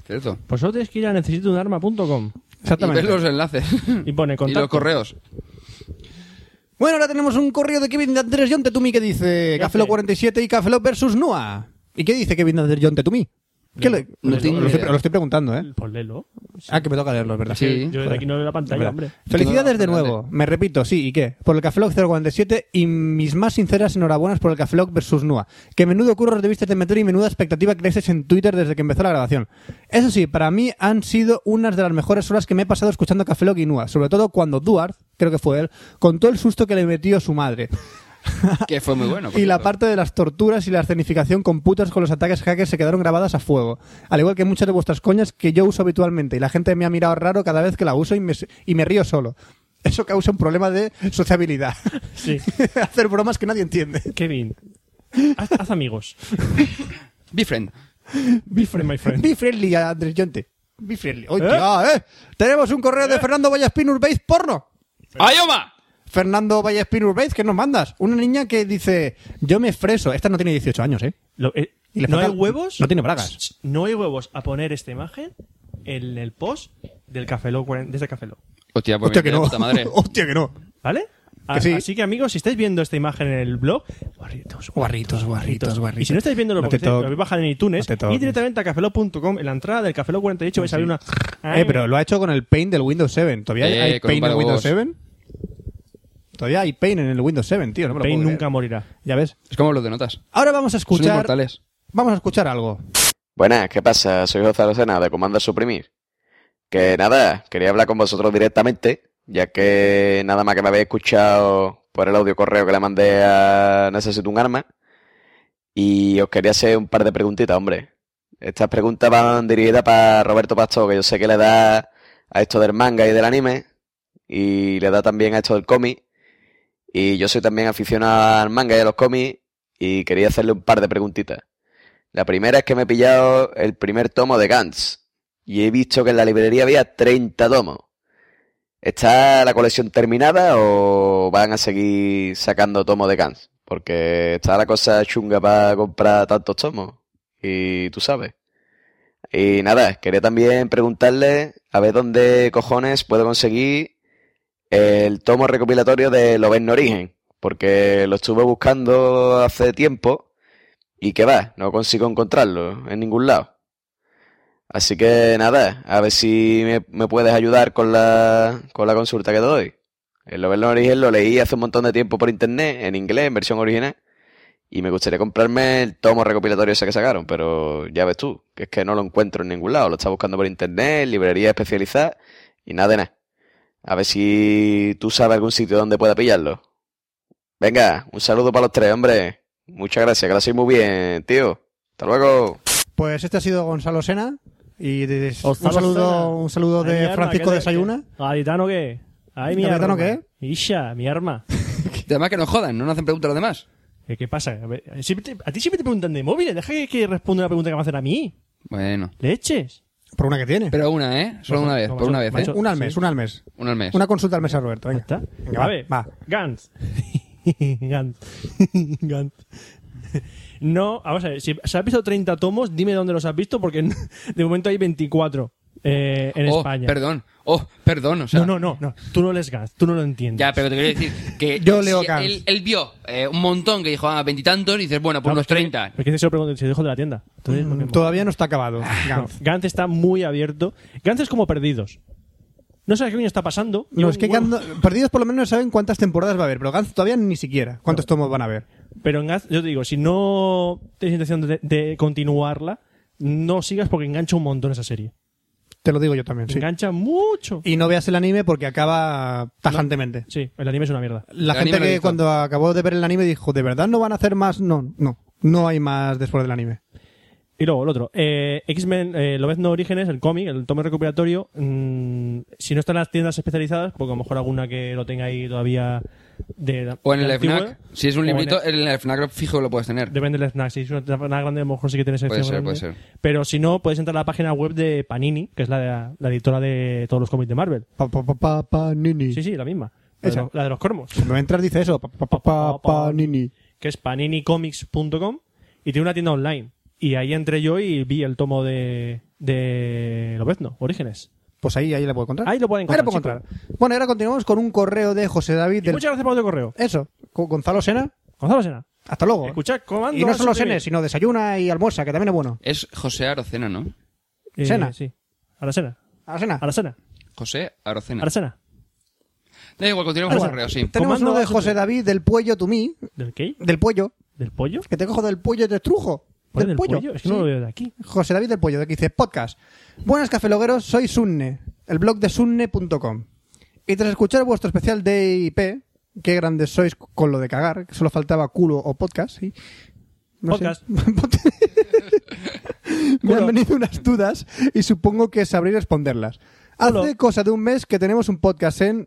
[SPEAKER 1] cierto.
[SPEAKER 2] Pues solo tienes que ir a necesitounarma.com
[SPEAKER 1] Y
[SPEAKER 6] Exactamente.
[SPEAKER 1] ves los enlaces.
[SPEAKER 2] y pone
[SPEAKER 1] Y
[SPEAKER 2] contacto.
[SPEAKER 1] los correos.
[SPEAKER 6] Bueno, ahora tenemos un correo de Kevin de Andrés John Tetumi que dice
[SPEAKER 2] ¿Qué
[SPEAKER 6] Cafelo
[SPEAKER 2] hace?
[SPEAKER 6] 47 y Cafelo versus Noah. ¿Y qué dice Kevin de Andrés John Tetumi? ¿Qué le-
[SPEAKER 1] no
[SPEAKER 6] lo,
[SPEAKER 1] tengo
[SPEAKER 6] lo estoy,
[SPEAKER 1] idea.
[SPEAKER 6] lo estoy preguntando, ¿eh?
[SPEAKER 2] Pues léelo.
[SPEAKER 6] Ah, que me toca leerlo, es ¿verdad?
[SPEAKER 1] Sí.
[SPEAKER 2] Yo desde
[SPEAKER 6] Joder.
[SPEAKER 2] aquí no veo la
[SPEAKER 6] Es
[SPEAKER 2] pantalla,
[SPEAKER 6] verdad.
[SPEAKER 2] hombre.
[SPEAKER 6] Felicidades de
[SPEAKER 1] Fernando.
[SPEAKER 6] nuevo, me repito, sí, ¿y qué? Por el Cafelog 047 y mis más sinceras enhorabuenas por el Cafelog versus Nua. Que menudo curros debiste de meter y menuda expectativa creasteis en Twitter desde que empezó la grabación. Eso sí, para mí han sido unas de las mejores horas que me he pasado escuchando Cafelog y Nua, sobre todo cuando Duarte, creo que fue él, contó el susto que le metió su madre.
[SPEAKER 1] Que fue muy bueno. por
[SPEAKER 6] Y la
[SPEAKER 1] cierto.
[SPEAKER 6] parte de las torturas y la escenificación con putas con los ataques hackers se quedaron grabadas a fuego. Al igual que muchas de vuestras coñas que yo uso habitualmente y la gente me ha mirado raro cada vez que la uso y me, y me río solo. Eso causa un problema de sociabilidad.
[SPEAKER 2] Sí.
[SPEAKER 6] Hacer bromas que nadie entiende.
[SPEAKER 2] Kevin, haz, haz amigos.
[SPEAKER 1] Befriend.
[SPEAKER 2] Be friend, my friend.
[SPEAKER 6] Be friendly, Andrés Yonte. Be friendly. ¡Ay, tía, eh! Tenemos un correo
[SPEAKER 2] ¿Eh?
[SPEAKER 6] de Fernando Vallaspín Urbeiz porno.
[SPEAKER 1] ¡Ayoma!
[SPEAKER 6] Fernando Vallaspín Urbeiz, ¿qué nos mandas? Una niña que dice, yo me freso. Esta no tiene 18 años, ¿eh?
[SPEAKER 2] Lo- eh,
[SPEAKER 6] Y le
[SPEAKER 2] ¿No hay
[SPEAKER 6] falta-
[SPEAKER 2] huevos?
[SPEAKER 6] no tiene
[SPEAKER 2] Ch,
[SPEAKER 6] bragas.
[SPEAKER 2] ch, No hay huevos a poner esta imagen en el post del Café Lock 40 de este Café Lock,
[SPEAKER 1] Hostia, pues
[SPEAKER 6] Hostia,
[SPEAKER 1] me
[SPEAKER 6] que
[SPEAKER 1] queda
[SPEAKER 6] no.
[SPEAKER 1] puta madre.
[SPEAKER 6] Hostia, que no.
[SPEAKER 2] ¿Vale? A-
[SPEAKER 6] Que sí.
[SPEAKER 2] Así que amigos, si estáis viendo esta imagen en el blog, guarritos,
[SPEAKER 6] Guarritos, guarritos, guarritos.
[SPEAKER 2] Y si no estáis viéndolo,
[SPEAKER 6] No
[SPEAKER 2] porque
[SPEAKER 6] te
[SPEAKER 2] estáis- lo
[SPEAKER 6] toques.
[SPEAKER 2] habéis bajado en iTunes,
[SPEAKER 6] No te toques.
[SPEAKER 2] y directamente a cafelog.com, en la entrada del Café Lock 48 vais a ver una...
[SPEAKER 6] Eh, pero lo ha hecho con el Paint del Windows 7. ¿Todavía hay-
[SPEAKER 1] Eh,
[SPEAKER 6] hay
[SPEAKER 1] con un
[SPEAKER 6] Paint
[SPEAKER 1] par
[SPEAKER 6] en
[SPEAKER 1] de
[SPEAKER 6] Windows
[SPEAKER 1] huevos.
[SPEAKER 6] 7? Todavía hay Paint en el Windows 7, tío. No me lo
[SPEAKER 2] Paint
[SPEAKER 6] puedo
[SPEAKER 2] pues nunca
[SPEAKER 6] creer.
[SPEAKER 2] morirá.
[SPEAKER 6] Ya ves.
[SPEAKER 1] Es como los de notas.
[SPEAKER 6] Ahora vamos
[SPEAKER 1] Son
[SPEAKER 6] a escuchar...
[SPEAKER 1] inmortales.
[SPEAKER 6] Vamos a escuchar algo.
[SPEAKER 7] Buenas, ¿qué pasa? Soy José Arocena de Comando Suprimir. Que nada, quería hablar con vosotros directamente, ya que nada más que me habéis escuchado por el audio correo que le mandé a Necesito un arma. Y os quería hacer un par de preguntitas, hombre. Estas preguntas van dirigidas para Roberto Pastor, que yo sé que le da a esto del manga y del anime, y le da también a esto del cómic. Y yo soy también aficionado al manga y a los cómics, y quería hacerle un par de preguntitas. La primera es que me he pillado el primer tomo de Gantz y he visto que en la librería había 30 tomos. ¿Está la colección terminada o van a seguir sacando tomos de Gantz? Porque está la cosa chunga para comprar tantos tomos y tú sabes. Y nada, quería también preguntarle a ver dónde cojones puedo conseguir el tomo recopilatorio de Lo ves en Origen, porque lo estuve buscando hace tiempo. Y que va, no consigo encontrarlo en ningún lado. Así que nada, a ver si me, me puedes ayudar con la, con la consulta que te doy. El Novel en Origen lo leí hace un montón de tiempo por internet, en inglés, en versión original. Y me gustaría comprarme el tomo recopilatorio ese que sacaron, pero ya ves tú, que es que no lo encuentro en ningún lado. Lo está buscando por internet, librería especializada y nada de nada. A ver si tú sabes algún sitio donde pueda pillarlo. Venga, un saludo para los tres, hombre. Muchas gracias, que la hacéis muy bien, tío. Hasta luego.
[SPEAKER 6] Pues este ha sido Gonzalo Sena. Y de- de- un
[SPEAKER 2] Gonzalo Sena.
[SPEAKER 6] saludo, un saludo
[SPEAKER 2] Ay, mi
[SPEAKER 6] de
[SPEAKER 2] arma,
[SPEAKER 6] Francisco
[SPEAKER 2] que-
[SPEAKER 6] de Sayuna.
[SPEAKER 2] que- ¿Gaditano qué? Ay, mi
[SPEAKER 6] ¿Gaditano
[SPEAKER 2] arma.
[SPEAKER 6] qué?
[SPEAKER 2] Isha, mi arma. Eh,
[SPEAKER 1] Además que no jodan, no nos hacen preguntas a los demás.
[SPEAKER 2] ¿Qué, qué pasa? A, ver, siempre te- a ti siempre te preguntan de móviles. Deja que, que responda la pregunta que me hacen a mí.
[SPEAKER 1] Bueno.
[SPEAKER 2] Leches.
[SPEAKER 6] Por una que tiene.
[SPEAKER 1] Pero una, ¿eh? Solo una vez,
[SPEAKER 2] Macho,
[SPEAKER 1] por una vez,
[SPEAKER 2] macho.
[SPEAKER 1] ¿eh?
[SPEAKER 6] una al mes,
[SPEAKER 2] sí.
[SPEAKER 6] una al mes.
[SPEAKER 1] Una al mes.
[SPEAKER 6] Una consulta al mes a
[SPEAKER 2] Ya
[SPEAKER 6] Roberto, venga.
[SPEAKER 2] está.
[SPEAKER 6] Venga,
[SPEAKER 2] a
[SPEAKER 6] va,
[SPEAKER 2] ver,
[SPEAKER 6] va.
[SPEAKER 2] Gantz. Gantz. Gantz. No, vamos a ver. Si, si has visto 30 tomos, dime dónde los has visto, porque de momento hay 24 eh, en
[SPEAKER 1] oh,
[SPEAKER 2] España.
[SPEAKER 1] perdón. Oh, perdón, o sea.
[SPEAKER 2] no, no, no, no. Tú no les Gantz, tú no lo entiendes.
[SPEAKER 1] Ya, pero te quiero decir que
[SPEAKER 6] Yo leo
[SPEAKER 1] si
[SPEAKER 6] Gans.
[SPEAKER 1] él, él vio eh, un montón que dijo, ah, veintitantos, y dices, bueno, pues
[SPEAKER 2] No,
[SPEAKER 1] unos
[SPEAKER 2] es que-
[SPEAKER 1] treinta.
[SPEAKER 2] Es que se lo pregunto, se lo dijo de la tienda. Entonces, lo que-
[SPEAKER 6] Todavía no está acabado.
[SPEAKER 2] No,
[SPEAKER 6] Gantz.
[SPEAKER 2] Gantz está muy abierto. Gantz es como perdidos. No sabes qué niño está pasando.
[SPEAKER 6] No, es que
[SPEAKER 2] Bueno,
[SPEAKER 6] Gantz- perdidos por lo menos no saben cuántas temporadas va a haber, pero Gantz todavía ni siquiera. ¿Cuántos tomos van a haber?
[SPEAKER 2] Pero en Gantz, yo te digo, si no tienes intención de, de continuarla, no sigas porque engancha un montón esa serie.
[SPEAKER 6] Te lo digo yo también, sí.
[SPEAKER 2] Engancha mucho.
[SPEAKER 6] Y no veas el anime porque acaba tajantemente.
[SPEAKER 2] Sí, el anime es una mierda.
[SPEAKER 6] La
[SPEAKER 1] El
[SPEAKER 6] gente
[SPEAKER 1] anime lo he
[SPEAKER 6] que
[SPEAKER 1] visto.
[SPEAKER 6] cuando acabó de ver el anime dijo, ¿de verdad no van a hacer más? No, no. No hay más después del anime.
[SPEAKER 2] Y luego el otro. Eh, X-Men, eh, Lobez no Orígenes, el cómic, el tomo recuperatorio. mm, si no están las tiendas especializadas, porque a lo mejor alguna que lo tenga ahí todavía de.
[SPEAKER 1] O en el
[SPEAKER 2] de antigua,
[SPEAKER 1] FNAC. Si es un
[SPEAKER 2] o en
[SPEAKER 1] librito, en el FNAC fijo que lo puedes tener.
[SPEAKER 2] Depende del snack. Si es una tienda grande, a lo mejor sí que tienes
[SPEAKER 1] Puede
[SPEAKER 2] sección
[SPEAKER 1] ser, puede
[SPEAKER 2] grande.
[SPEAKER 1] ser.
[SPEAKER 2] Pero si no, puedes entrar a la página web de Panini, que es la, la editora de todos los cómics de Marvel.
[SPEAKER 6] Pa, pa, pa, pa, pa, nini.
[SPEAKER 2] Sí, sí, la misma. La, de
[SPEAKER 6] Esa.
[SPEAKER 2] los- la de los cormos.
[SPEAKER 6] Cuando entras dice eso, pa, pa, pa, pa, pa, nini.
[SPEAKER 2] Que es paninicomics.com y tiene una tienda online. Y ahí entré yo y vi el tomo de, de Lobezno, Orígenes.
[SPEAKER 6] Pues ahí, ahí la puedo encontrar.
[SPEAKER 2] Ahí lo pueden encontrar,
[SPEAKER 6] Ahí la puedo encontrar. Bueno, y ahora continuamos con un correo de José David
[SPEAKER 2] Y
[SPEAKER 6] del...
[SPEAKER 2] Muchas gracias por tu correo.
[SPEAKER 6] Eso, con Gonzalo Sena.
[SPEAKER 2] Gonzalo Sena.
[SPEAKER 6] Hasta luego.
[SPEAKER 2] Escuchad, comando.
[SPEAKER 6] Oh. y no solo
[SPEAKER 2] Suprimir.
[SPEAKER 6] Sene, sino desayuna y almuerza, que también es bueno.
[SPEAKER 1] Es José Arocena, ¿no?
[SPEAKER 2] Eh,
[SPEAKER 6] Sena.
[SPEAKER 2] Sí. A la Sena.
[SPEAKER 6] ¿A la Sena?
[SPEAKER 2] A la Sena.
[SPEAKER 1] José Arocena.
[SPEAKER 2] A la Sena.
[SPEAKER 1] Da igual, continuamos con el correo, sí.
[SPEAKER 6] Tenemos
[SPEAKER 2] Comando
[SPEAKER 6] uno de
[SPEAKER 2] H T.
[SPEAKER 6] José David del Puello Tumí,
[SPEAKER 2] ¿Del qué?
[SPEAKER 6] del Puello,
[SPEAKER 2] ¿Del pollo?
[SPEAKER 6] que te cojo del Puello y te estrujo.
[SPEAKER 2] ¿Pues
[SPEAKER 6] Del, Puello.
[SPEAKER 2] Es que no
[SPEAKER 6] Sí. ¿Eh?
[SPEAKER 2] lo veo de aquí.
[SPEAKER 6] José David del Pollo, de que dice podcast. Buenas cafelogueros, soy Sunne, el blog de sunne.com. Y tras escuchar vuestro especial de IP, qué grandes sois con lo de cagar, que solo faltaba culo o podcast, sí. No sé.
[SPEAKER 2] Podcast.
[SPEAKER 6] Me han
[SPEAKER 2] Culo.
[SPEAKER 6] venido unas dudas y supongo que sabré responderlas. Hace
[SPEAKER 2] Culo.
[SPEAKER 6] cosa de un mes que tenemos un podcast en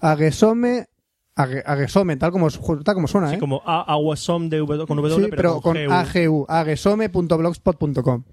[SPEAKER 6] Aguesome, Ague- Aguesome, tal como, su- tal como suena,
[SPEAKER 2] Así
[SPEAKER 6] ¿eh?
[SPEAKER 2] como a, aguasom de w, con W,
[SPEAKER 6] Sí, pero con
[SPEAKER 2] G, U.
[SPEAKER 6] AGU, aguesome.blogspot.com.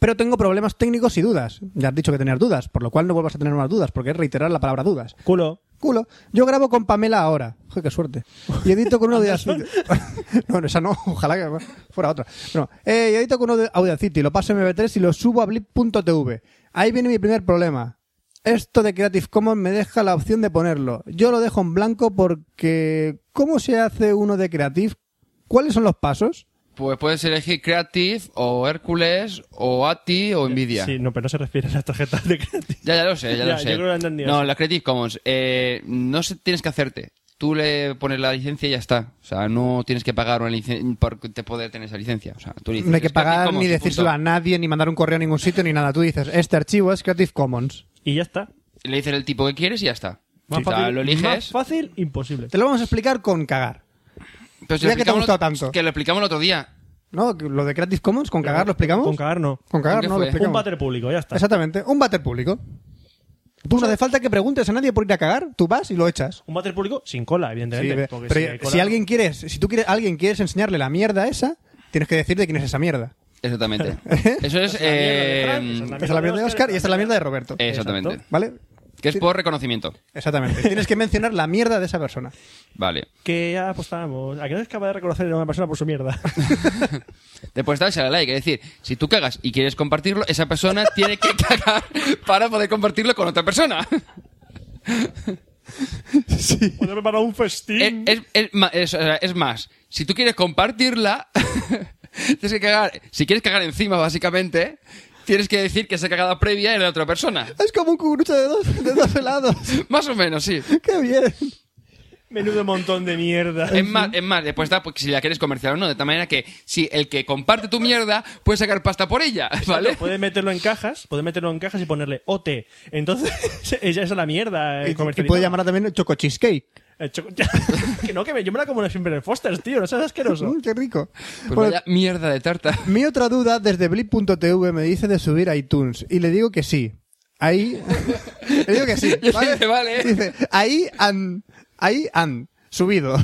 [SPEAKER 6] Pero tengo problemas técnicos y dudas. Ya has dicho que tenías dudas, por lo cual no vuelvas a tener más dudas, porque es reiterar la palabra dudas.
[SPEAKER 2] Culo.
[SPEAKER 6] Culo. Yo grabo con Pamela ahora. Joder, qué suerte. Y edito con una Audacity. no, no, esa no. Ojalá que fuera otra. No. Eh, y edito con una Audacity, lo paso a MV3 y lo subo a blip.tv. Ahí viene mi primer problema. Esto de Creative Commons me deja la opción de ponerlo. Yo lo dejo en blanco porque... ¿Cómo se hace uno de Creative? ¿Cuáles son los pasos?
[SPEAKER 1] Pues puedes elegir Creative o Hércules o ATI o Nvidia.
[SPEAKER 2] Sí, no, pero no se refiere a las tarjetas de crédito.
[SPEAKER 1] Ya, ya lo sé, ya,
[SPEAKER 2] Ya,
[SPEAKER 1] lo sé.
[SPEAKER 2] yo creo que lo he entendido.
[SPEAKER 1] no, la Creative Commons, eh, no se, tienes que hacerte. Tú le pones la licencia y ya está. O sea, no tienes que pagar una licencia por te poder tener esa licencia. O sea, tú dices,
[SPEAKER 6] No hay que
[SPEAKER 1] "Es Creative
[SPEAKER 6] pagar
[SPEAKER 1] Commons",
[SPEAKER 6] ni
[SPEAKER 1] y
[SPEAKER 6] decírselo a
[SPEAKER 1] punto.
[SPEAKER 6] nadie, ni mandar un correo a ningún sitio, ni nada. Tú dices, este archivo es Creative Commons.
[SPEAKER 2] Y ya está.
[SPEAKER 1] Le dices el tipo que quieres y ya está.
[SPEAKER 2] Más
[SPEAKER 1] O sea,
[SPEAKER 2] fácil,
[SPEAKER 1] lo
[SPEAKER 2] más
[SPEAKER 1] eliges.
[SPEAKER 2] fácil, imposible.
[SPEAKER 6] Te lo vamos a explicar con cagar.
[SPEAKER 1] Pero si
[SPEAKER 6] Mira
[SPEAKER 1] lo
[SPEAKER 6] que te ha
[SPEAKER 1] explicamos
[SPEAKER 6] gustado
[SPEAKER 1] otro-
[SPEAKER 6] tanto.
[SPEAKER 1] Que lo explicamos el otro día.
[SPEAKER 6] ¿No? Lo de Creative Commons, con cagar, ¿lo explicamos?
[SPEAKER 2] Con cagar no.
[SPEAKER 6] Con cagar,
[SPEAKER 1] ¿Con qué
[SPEAKER 6] no, lo
[SPEAKER 1] fue?
[SPEAKER 6] explicamos.
[SPEAKER 2] Un váter público, ya está.
[SPEAKER 6] Exactamente, un váter público. Tú no hace falta que preguntes a nadie por ir a cagar, tú vas y lo echas.
[SPEAKER 2] Un váter público sin cola,
[SPEAKER 6] Sí,
[SPEAKER 2] evidentemente.
[SPEAKER 6] ve-
[SPEAKER 2] porque
[SPEAKER 6] pero
[SPEAKER 2] si hay
[SPEAKER 6] si,
[SPEAKER 2] cola-
[SPEAKER 6] alguien quieres, si tú quieres, alguien quieres enseñarle la mierda esa, tienes que decir de quién es esa mierda.
[SPEAKER 1] Exactamente. Eso es.
[SPEAKER 2] la mierda de
[SPEAKER 1] eh,
[SPEAKER 2] Frank, esa es la
[SPEAKER 6] Esa es la mierda de Oscar y esta es la mierda de Roberto.
[SPEAKER 1] Exactamente.
[SPEAKER 2] Exacto.
[SPEAKER 6] ¿Vale?
[SPEAKER 1] Que es por reconocimiento.
[SPEAKER 6] Exactamente. Tienes que mencionar la mierda de esa persona.
[SPEAKER 1] Vale.
[SPEAKER 2] Que ya apostamos. ¿A que no es capaz de reconocer a una persona por su mierda?
[SPEAKER 1] Después darse la like. Es decir, si tú cagas y quieres compartirlo, esa persona tiene que cagar para poder compartirlo con otra persona.
[SPEAKER 2] Puedo preparar un
[SPEAKER 1] Es,
[SPEAKER 2] festín.
[SPEAKER 1] es- es ma- es- o sea, es más, si tú quieres compartirla, tienes que cagar. Si quieres cagar encima, básicamente, tienes que decir que esa cagada previa era de otra persona.
[SPEAKER 6] Es como un cucurucho de dos, de dos helados.
[SPEAKER 1] Más o menos, sí.
[SPEAKER 6] ¡Qué bien!
[SPEAKER 2] Eh, Menudo montón de mierda.
[SPEAKER 1] Es más, es más, después está pues, si la quieres comercial o no, de tal manera que si el que comparte tu mierda puede sacar pasta por ella, ¿vale?
[SPEAKER 2] Puedes meterlo en cajas, puedes meterlo en cajas y ponerle OT. Entonces, ella es la mierda. eh,
[SPEAKER 6] Y, y
[SPEAKER 2] comercializada.
[SPEAKER 6] puede llamarla también Choco Cheesecake.
[SPEAKER 2] El choco- que no, que me, yo me la como siempre en el Foster's, tío. No seas asqueroso.
[SPEAKER 6] Mm, ¡Qué rico!
[SPEAKER 1] Pues
[SPEAKER 6] Bueno,
[SPEAKER 1] vaya mierda de tarta.
[SPEAKER 6] Mi otra duda desde blip.tv me dice de subir a iTunes y le digo que sí. Ahí. le digo que sí.
[SPEAKER 1] Y él dice, vale.
[SPEAKER 6] Dice, ahí han. Ahí han subido.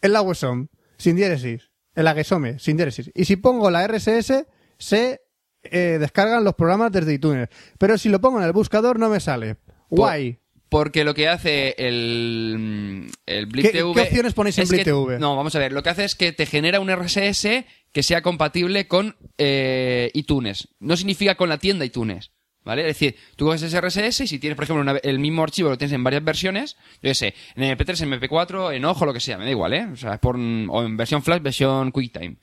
[SPEAKER 6] En la WSOM. Sin diéresis. En la GESOME. Sin diéresis. Y si pongo la RSS, se eh, descargan los programas desde iTunes. Pero si lo pongo en el buscador, no me sale. Guay.
[SPEAKER 1] Porque lo que hace el, mm, el Blip
[SPEAKER 6] ¿Qué-
[SPEAKER 1] TV
[SPEAKER 6] qué opciones ponéis en
[SPEAKER 1] es que-
[SPEAKER 6] Blip TV?
[SPEAKER 1] No, vamos a ver. Lo que hace es que te genera un RSS que sea compatible con eh, iTunes. No significa con la tienda iTunes. ¿Vale? Es decir, tú coges ese RSS y si tienes, por ejemplo, una- el mismo archivo, lo tienes en varias versiones, yo qué sé, en MP3, en MP4, en Ojo, lo que sea, me da igual, ¿eh? O sea, es por, un- o en versión Flash, versión QuickTime.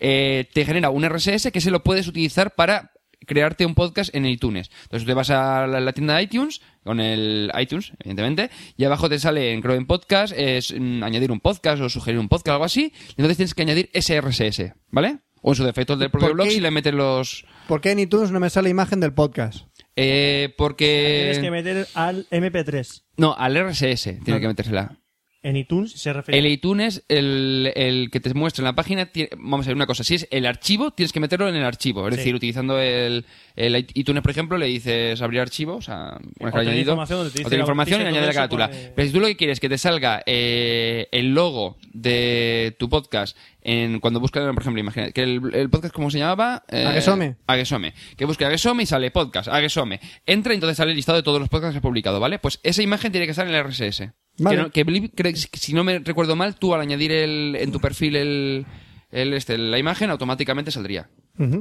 [SPEAKER 1] Eh, te genera un RSS que se lo puedes utilizar para crearte un podcast en iTunes. Entonces te vas a la, la tienda de iTunes, con el iTunes, evidentemente, y abajo te sale en creo en podcast, es mm, añadir un podcast o sugerir un podcast, algo así, y entonces tienes que añadir ese RSS, ¿vale? O en su defecto el del propio
[SPEAKER 6] ¿Por
[SPEAKER 1] blog
[SPEAKER 6] qué?
[SPEAKER 1] si le metes los...
[SPEAKER 6] ¿Por qué en iTunes no me sale imagen del podcast?
[SPEAKER 1] Eh,
[SPEAKER 2] Tienes que
[SPEAKER 1] porque...
[SPEAKER 2] meter al MP3.
[SPEAKER 1] No, al RSS tiene que metérsela.
[SPEAKER 2] En iTunes se refiere.
[SPEAKER 1] El iTunes, el, el que te muestra en la página, ti- vamos a ver una cosa, si es el archivo, tienes que meterlo en el archivo. Es
[SPEAKER 2] Sí.
[SPEAKER 1] decir, utilizando el, el iTunes, por ejemplo, le dices abrir archivo, o sea, una
[SPEAKER 2] O
[SPEAKER 1] vez
[SPEAKER 2] tener
[SPEAKER 1] añadido,
[SPEAKER 2] información donde te dice
[SPEAKER 1] o tener
[SPEAKER 2] la
[SPEAKER 1] información y
[SPEAKER 2] noticia y
[SPEAKER 1] añade la
[SPEAKER 2] todo eso, pues, eh,
[SPEAKER 1] carátula.
[SPEAKER 2] pone-
[SPEAKER 1] Pero si tú lo que quieres es que te salga eh, el logo de tu podcast en cuando buscas, por ejemplo, imagínate, que el, el podcast, ¿cómo se llamaba? Eh,
[SPEAKER 6] Aguesome.
[SPEAKER 1] Aguesome. Que busque Aguesome y sale podcast, Aguesome. Entra y entonces sale el listado de todos los podcasts que has publicado, ¿vale? Pues esa imagen tiene que estar en el RSS.
[SPEAKER 6] Vale.
[SPEAKER 1] Que no- que Blip, creo que si no me recuerdo mal, tú al añadir el, en tu perfil el, el este, la imagen, automáticamente saldría.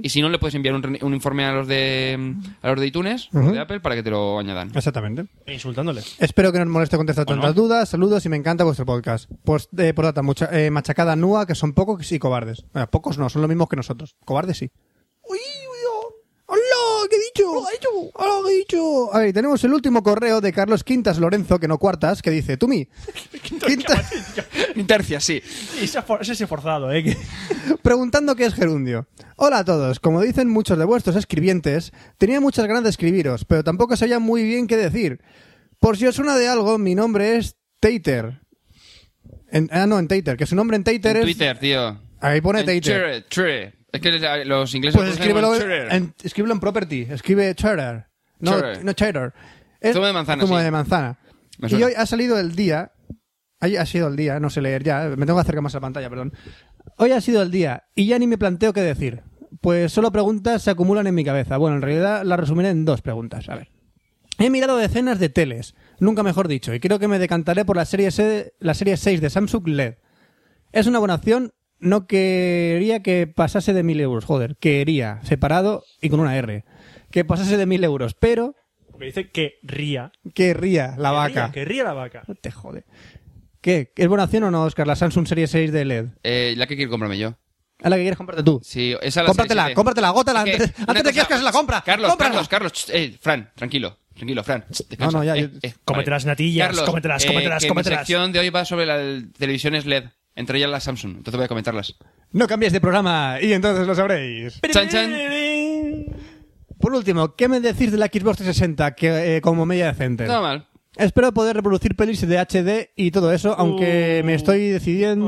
[SPEAKER 1] Y si no, le puedes enviar un, re- un informe a los de a los de iTunes, a los de Apple, para que te lo añadan.
[SPEAKER 6] Exactamente.
[SPEAKER 2] Insultándole.
[SPEAKER 6] Espero que no os moleste contestar
[SPEAKER 1] ¿O no?
[SPEAKER 6] tantas dudas. Saludos y me encanta vuestro podcast. Pues, eh, por data, mucha- eh, machacada nua, que son pocos y cobardes. Bueno, pocos no, son los mismos que nosotros. Cobardes sí. ¡Uy, oh. ¡Hola! ¿Qué he dicho? ¡Hola, he dicho! ¡Hola, he dicho! A ver, y tenemos el último correo de Carlos Quintas Lorenzo, que no cuartas, que dice, Tumi, Quintas,
[SPEAKER 1] Tercia, sí.
[SPEAKER 2] Y se ha for- ese sí forzado, ¿eh? que-
[SPEAKER 6] preguntando qué es gerundio. Hola a todos. Como dicen muchos de vuestros escribientes, tenía muchas ganas de escribiros, pero tampoco sabía muy bien qué decir. Por si os suena de algo, mi nombre es Tater. En- ah, no, en Tater, que su nombre en
[SPEAKER 1] En
[SPEAKER 6] Tater es...
[SPEAKER 1] Twitter, tío.
[SPEAKER 6] Ahí pone
[SPEAKER 1] En
[SPEAKER 6] Tater.
[SPEAKER 1] Twitter, Twitter. Es que los ingleses...
[SPEAKER 6] Pues
[SPEAKER 1] lo
[SPEAKER 6] escríbelo
[SPEAKER 1] usan como en
[SPEAKER 6] en, escríbelo en property, escribe Tater. No,
[SPEAKER 1] Tater.
[SPEAKER 6] no Tater. Es
[SPEAKER 1] Zumo de manzana,
[SPEAKER 6] Zumo
[SPEAKER 1] sí.
[SPEAKER 6] de manzana.
[SPEAKER 1] Me
[SPEAKER 6] Y
[SPEAKER 1] suena.
[SPEAKER 6] hoy ha salido el día... Hoy ha sido el día, no sé leer ya, me tengo que acercar más a la pantalla, perdón. Hoy ha sido el día y ya ni me planteo qué decir. Pues solo preguntas se acumulan en mi cabeza. Bueno, en realidad las resumiré en dos preguntas. A ver. He mirado decenas de teles, nunca mejor dicho, y creo que me decantaré por la serie, se- la serie 6 de Samsung LED. Es una buena opción, no quería que pasase de 1000 euros, joder, quería, separado y con una R, que pasase de 1000 euros, pero
[SPEAKER 2] Porque dice que ría.
[SPEAKER 6] querría la
[SPEAKER 2] Que
[SPEAKER 6] vaca.
[SPEAKER 2] ría, Que ría la vaca.
[SPEAKER 6] No te jode. ¿Qué? ¿Es buena opción o no, Oscar? La Samsung Serie 6 de E LED.
[SPEAKER 1] Eh, la que quiero comprarme yo.
[SPEAKER 6] A la que quieres comprarte tú.
[SPEAKER 1] Sí, esa la
[SPEAKER 6] cómpratela,
[SPEAKER 1] 6S.
[SPEAKER 6] cómpratela, agótala.
[SPEAKER 1] Es que,
[SPEAKER 6] Antes,
[SPEAKER 1] una
[SPEAKER 6] antes de que
[SPEAKER 1] cosa-
[SPEAKER 6] Oscar se la compra.
[SPEAKER 1] Carlos,
[SPEAKER 6] cómprala.
[SPEAKER 1] Carlos, Carlos, ch, eh, Fran, tranquilo, tranquilo, Fran. ch, descansa.
[SPEAKER 6] No, no, ya,
[SPEAKER 1] Eh,
[SPEAKER 6] yo-
[SPEAKER 1] eh,
[SPEAKER 2] Cómete las natillas,
[SPEAKER 1] Carlos,
[SPEAKER 2] cómetelas,
[SPEAKER 1] eh,
[SPEAKER 2] cómetelas,
[SPEAKER 1] que Mi
[SPEAKER 2] cómetelas.
[SPEAKER 1] sección de hoy va sobre las televisiones LED, entre ellas las Samsung, entonces voy a comentarlas.
[SPEAKER 6] No cambies de programa y entonces lo sabréis.
[SPEAKER 1] Chan, chan.
[SPEAKER 6] Por último, ¿qué me decís de la Xbox 360 que, eh, como media decente?
[SPEAKER 1] Nada mal.
[SPEAKER 6] Espero poder reproducir pelis de HD y todo eso, aunque me estoy decidiendo...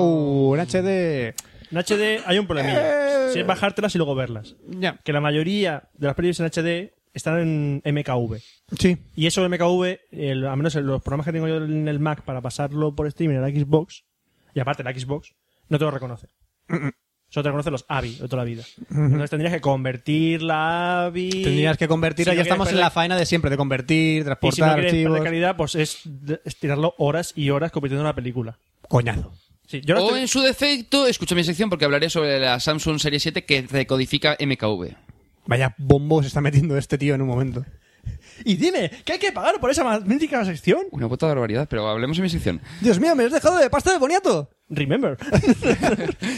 [SPEAKER 6] Uh, en HD...
[SPEAKER 2] En HD hay un
[SPEAKER 6] Eh.
[SPEAKER 2] problemilla. Si es bajártelas y luego verlas.
[SPEAKER 6] Ya.
[SPEAKER 2] Que la mayoría de las películas en HD están en MKV.
[SPEAKER 6] Sí.
[SPEAKER 2] Y eso de MKV, el- al menos en los programas que tengo yo en el Mac para pasarlo por streaming en la Xbox, y aparte la Xbox, no te lo reconoce. Solo te reconoce los AVI de toda la vida. Entonces tendrías que convertir la AVI.
[SPEAKER 6] Tendrías que convertir,
[SPEAKER 2] Si no
[SPEAKER 6] ya
[SPEAKER 2] quieres
[SPEAKER 6] estamos en
[SPEAKER 2] perder-
[SPEAKER 6] la faena de siempre, de convertir,
[SPEAKER 2] Y si no
[SPEAKER 6] transportar
[SPEAKER 2] quieres
[SPEAKER 6] archivos...
[SPEAKER 2] perder calidad, pues es, es tirarlo horas y horas compitiendo una película.
[SPEAKER 6] Coñazo.
[SPEAKER 2] Sí, yo no
[SPEAKER 1] O
[SPEAKER 2] estoy-
[SPEAKER 1] en su defecto, escucha mi sección porque hablaré sobre la Samsung Serie 7 que decodifica MKV.
[SPEAKER 6] Vaya bombo se está metiendo este tío en un momento.
[SPEAKER 2] Y dime, ¿qué hay que pagar por esa ma- mítica sección?
[SPEAKER 1] Una puta barbaridad, pero hablemos de mi sección.
[SPEAKER 6] Dios mío, me has dejado de pasta de boniato.
[SPEAKER 2] Remember.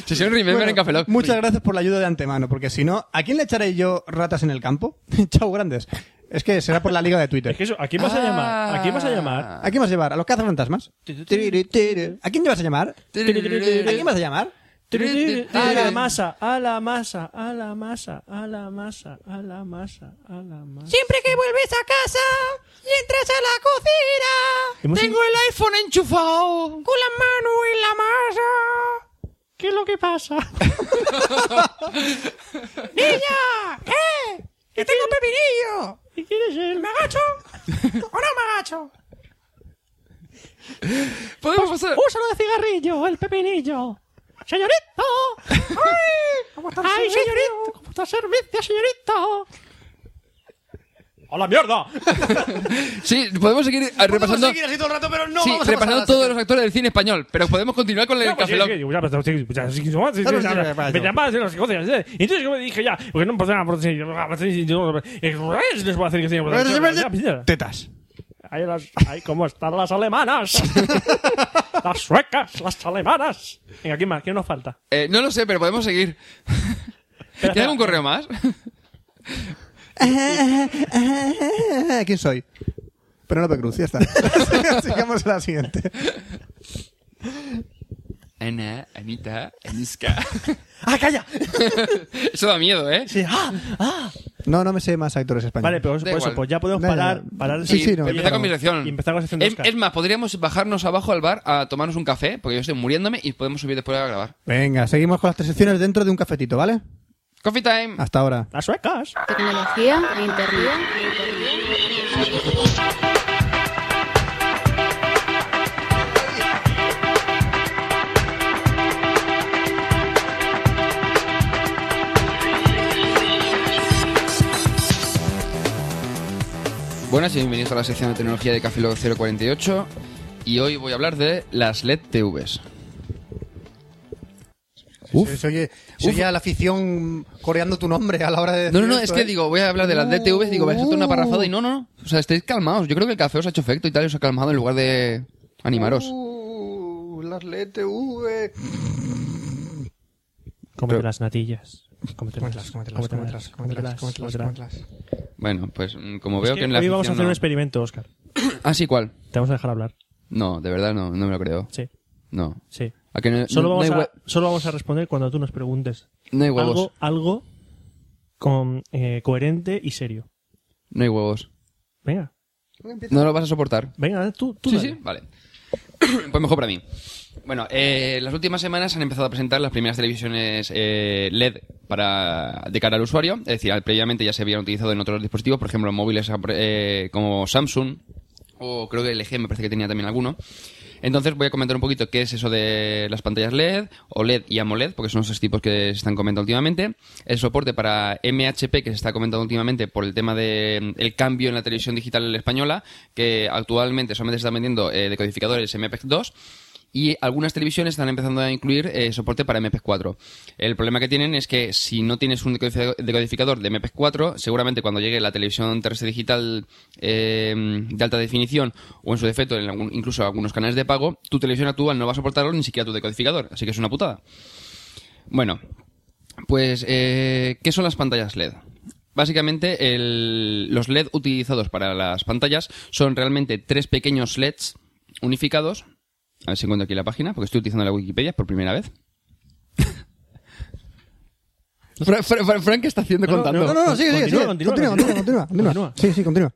[SPEAKER 1] Sesión Remember
[SPEAKER 6] Bueno,
[SPEAKER 1] en Café Lock.
[SPEAKER 6] Muchas gracias por la ayuda de antemano, porque si no, ¿a quién le echaré yo ratas en el campo? Chao, grandes. Es que será por la liga de Twitter.
[SPEAKER 2] es que eso, ¿a quién vas a llamar? ¿A quién vas a
[SPEAKER 8] Ah.
[SPEAKER 2] llamar?
[SPEAKER 6] ¿A quién vas a llevar? ¿A los cazafantasmas? ¿A quién vas a llamar? ¿A quién vas a llamar?
[SPEAKER 2] A la masa, a la masa, a la masa, a la masa, a la masa, a la masa.
[SPEAKER 8] Siempre que vuelves a casa y entras a la cocina
[SPEAKER 2] Hemos in-
[SPEAKER 1] el iPhone enchufado.
[SPEAKER 8] con la mano en la masa.
[SPEAKER 2] ¿Qué es lo que pasa?
[SPEAKER 8] ¡Niña! ¡Eh! ¡Que tengo pepinillo!
[SPEAKER 2] ¿Y quién es él?
[SPEAKER 8] ¿Me agacho? ¿O no me agacho?
[SPEAKER 1] Podemos pasar.
[SPEAKER 8] ¡Úsalo de cigarrillo, el pepinillo! ¡Señorito! ¡Ay! ¡Ay, señorito! ¿Cómo está el servicio, señorito?
[SPEAKER 2] ¡A la mierda!
[SPEAKER 1] Sí, podemos seguir eh, repasando.
[SPEAKER 6] todo el rato, pero no
[SPEAKER 1] sí, repasando todos los actores del cine español, pero podemos continuar con el
[SPEAKER 2] No, pues
[SPEAKER 1] Café
[SPEAKER 2] sí,
[SPEAKER 1] Lock.
[SPEAKER 2] sí, ya, pues, sí, ya, sí, sí, sí, sí, sí,
[SPEAKER 6] Claro,
[SPEAKER 2] sí, sí,
[SPEAKER 6] sí, sí, para
[SPEAKER 2] Me
[SPEAKER 6] eso.
[SPEAKER 2] llamaban de las cosas. ¿eh? Entonces yo me dije ya, porque no pasa nada por decir, eh, pues, les voy a hacer que se- Ya, pues, ya. pues,
[SPEAKER 6] Tetas.
[SPEAKER 2] Ahí las, ahí cómo están las alemanas. las suecas, las alemanas. Venga, ¿quién más? ¿Quién nos falta?
[SPEAKER 1] Eh, no lo sé, pero podemos seguir. ¿Queda algún correo más?
[SPEAKER 6] ¿Quién soy? Penélope Cruz, ya está. Sigamos a la siguiente.
[SPEAKER 1] Ana, Anita, Aniska.
[SPEAKER 2] ¡Ah, calla!
[SPEAKER 1] Eso da miedo, ¿eh?
[SPEAKER 2] Sí, ¡ah! ¡ah!
[SPEAKER 6] No, no me sé más actores
[SPEAKER 2] Vale,
[SPEAKER 6] españoles.
[SPEAKER 2] pero por
[SPEAKER 1] Da
[SPEAKER 2] eso,
[SPEAKER 1] igual.
[SPEAKER 2] pues ya podemos
[SPEAKER 6] Da
[SPEAKER 2] parar.
[SPEAKER 6] igual.
[SPEAKER 2] parar
[SPEAKER 6] Sí,
[SPEAKER 1] Y
[SPEAKER 6] sí, no,
[SPEAKER 1] empezar
[SPEAKER 6] claro.
[SPEAKER 1] con mi sección. Em,
[SPEAKER 2] Y empezar con la sección de
[SPEAKER 1] es,
[SPEAKER 2] Oscar.
[SPEAKER 1] es más, podríamos bajarnos abajo al bar a tomarnos un café, porque yo estoy muriéndome, y podemos subir después a grabar.
[SPEAKER 6] Venga, seguimos con las tres secciones dentro de un cafetito, ¿vale?
[SPEAKER 1] Coffee time.
[SPEAKER 6] Hasta ahora.
[SPEAKER 2] Las suecas.
[SPEAKER 5] Tecnología e internet.
[SPEAKER 1] Buenas y bienvenidos a la sección de tecnología de Café Lock 048. Y hoy voy a hablar de las E LED TVs.
[SPEAKER 6] Uf. Se oye, se oye a la afición coreando tu nombre a la hora de decir
[SPEAKER 1] No, no, no, es
[SPEAKER 6] esto,
[SPEAKER 1] que
[SPEAKER 6] ¿eh?
[SPEAKER 1] digo, voy a hablar de las LED TVs, digo, voy a hacerte una
[SPEAKER 6] Uh.
[SPEAKER 1] parrafada y no, no, no. O sea, estáis calmados. Yo creo que el café os ha hecho efecto y tal, y os ha calmado en lugar de animaros.
[SPEAKER 6] Uh, las LTV.
[SPEAKER 2] Cómete las natillas. Cómete
[SPEAKER 6] Cómetelas, cómetelas, cómetelas, cómetelas, cómetelas, cómetelas.
[SPEAKER 1] Bueno, pues mm, como
[SPEAKER 2] Es
[SPEAKER 1] veo que,
[SPEAKER 2] que
[SPEAKER 1] en la
[SPEAKER 2] hoy vamos a
[SPEAKER 1] afición
[SPEAKER 2] hacer un
[SPEAKER 1] no-
[SPEAKER 2] experimento, Oscar.
[SPEAKER 1] Ah, sí, ¿cuál?
[SPEAKER 2] Te vamos a dejar hablar.
[SPEAKER 1] No, de verdad no, no me lo creo.
[SPEAKER 2] Sí,
[SPEAKER 1] No.
[SPEAKER 2] sí.
[SPEAKER 1] ¿A que no, no-
[SPEAKER 2] Solo
[SPEAKER 1] no
[SPEAKER 2] vamos,
[SPEAKER 1] hay,
[SPEAKER 2] a,
[SPEAKER 1] hue-
[SPEAKER 2] solo vamos a responder cuando tú nos preguntes
[SPEAKER 1] no hay huevos.
[SPEAKER 2] algo, algo con, eh, coherente y serio.
[SPEAKER 1] No hay huevos.
[SPEAKER 2] Venga,
[SPEAKER 1] No lo vas a soportar.
[SPEAKER 2] venga, tú, tú
[SPEAKER 1] sí,
[SPEAKER 2] dale.
[SPEAKER 1] sí, vale. pues mejor para mí. Bueno, eh, las últimas semanas han empezado a presentar las primeras televisiones eh, LED para de cara al usuario. Es decir, al- previamente ya se habían utilizado en otros dispositivos, por ejemplo, en móviles eh, como Samsung o creo que LG me parece que tenía también alguno. Entonces voy a comentar un poquito qué es eso de las pantallas LED, OLED y AMOLED, porque son esos tipos que se están comentando últimamente. El soporte para MHP, que se está comentando últimamente por el tema del el cambio en la televisión digital española, que actualmente solamente se están vendiendo eh, decodificadores MPEG-2. Y algunas televisiones están empezando a incluir eh, soporte para MP4. El problema que tienen es que si no tienes un decodifica- decodificador de MP4, seguramente cuando llegue la televisión terrestre digital eh, de alta definición o en su defecto en algún- incluso algunos canales de pago, tu televisión actual no va a soportarlo ni siquiera tu decodificador. Así que es una putada. Bueno, pues, eh, ¿qué son las pantallas LED? Básicamente, el- los LED utilizados para las pantallas son realmente tres pequeños LEDs unificados. A ver si encuentro aquí la página, porque estoy utilizando la Wikipedia por primera vez. Fra- Fra- Fra- Frank, ¿qué está haciendo contando?
[SPEAKER 6] No, no, no, sigue, sigue, sigue.
[SPEAKER 2] Continúa,
[SPEAKER 6] Continúa,
[SPEAKER 2] continúa,
[SPEAKER 6] continúa, continúa,
[SPEAKER 2] continúa.
[SPEAKER 6] continúa,
[SPEAKER 2] Continúa.
[SPEAKER 6] Sí, sí, continúa.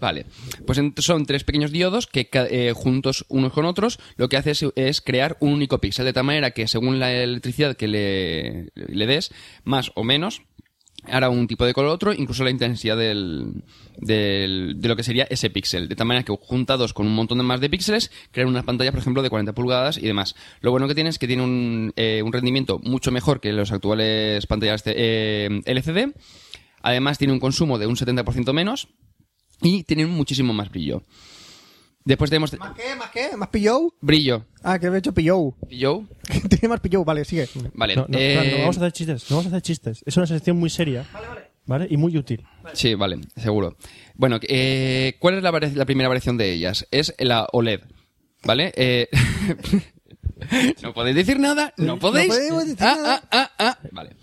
[SPEAKER 1] Vale, pues ent- son tres pequeños diodos que ca- eh, juntos unos con otros lo que hace es, es crear un único píxel, de tal manera que según la electricidad que le, le des, más o menos, hará un tipo de color otro, incluso la intensidad del, del- de lo que sería ese píxel. De tal manera que juntados con un montón de más de píxeles, crean unas pantallas, por ejemplo, de 40 pulgadas y demás. Lo bueno que tiene es que tiene un, eh, un rendimiento mucho mejor que los actuales pantallas eh, LCD. Además tiene un consumo de un 70% menos, y tienen muchísimo más brillo. Después tenemos
[SPEAKER 6] ¿Más qué? ¿Más qué? ¿Más pillou?
[SPEAKER 1] brillo.
[SPEAKER 6] Ah, que he hecho pillou.
[SPEAKER 1] Yo,
[SPEAKER 6] Tiene más pillou, vale, sigue.
[SPEAKER 1] vale.
[SPEAKER 2] No, no,
[SPEAKER 1] eh,
[SPEAKER 2] Fran, no vamos a hacer chistes, no vamos a hacer chistes. Es una sección muy seria. Vale, vale. Y muy útil.
[SPEAKER 1] Sí, vale, seguro. Bueno, eh, ¿cuál es la, vari- la primera variación de ellas? Es la OLED, ¿vale? Eh, no podéis decir nada, no podéis.
[SPEAKER 6] podemos decir
[SPEAKER 1] Ah,
[SPEAKER 6] nada. Mm.
[SPEAKER 1] ah, ah, ah. Vale.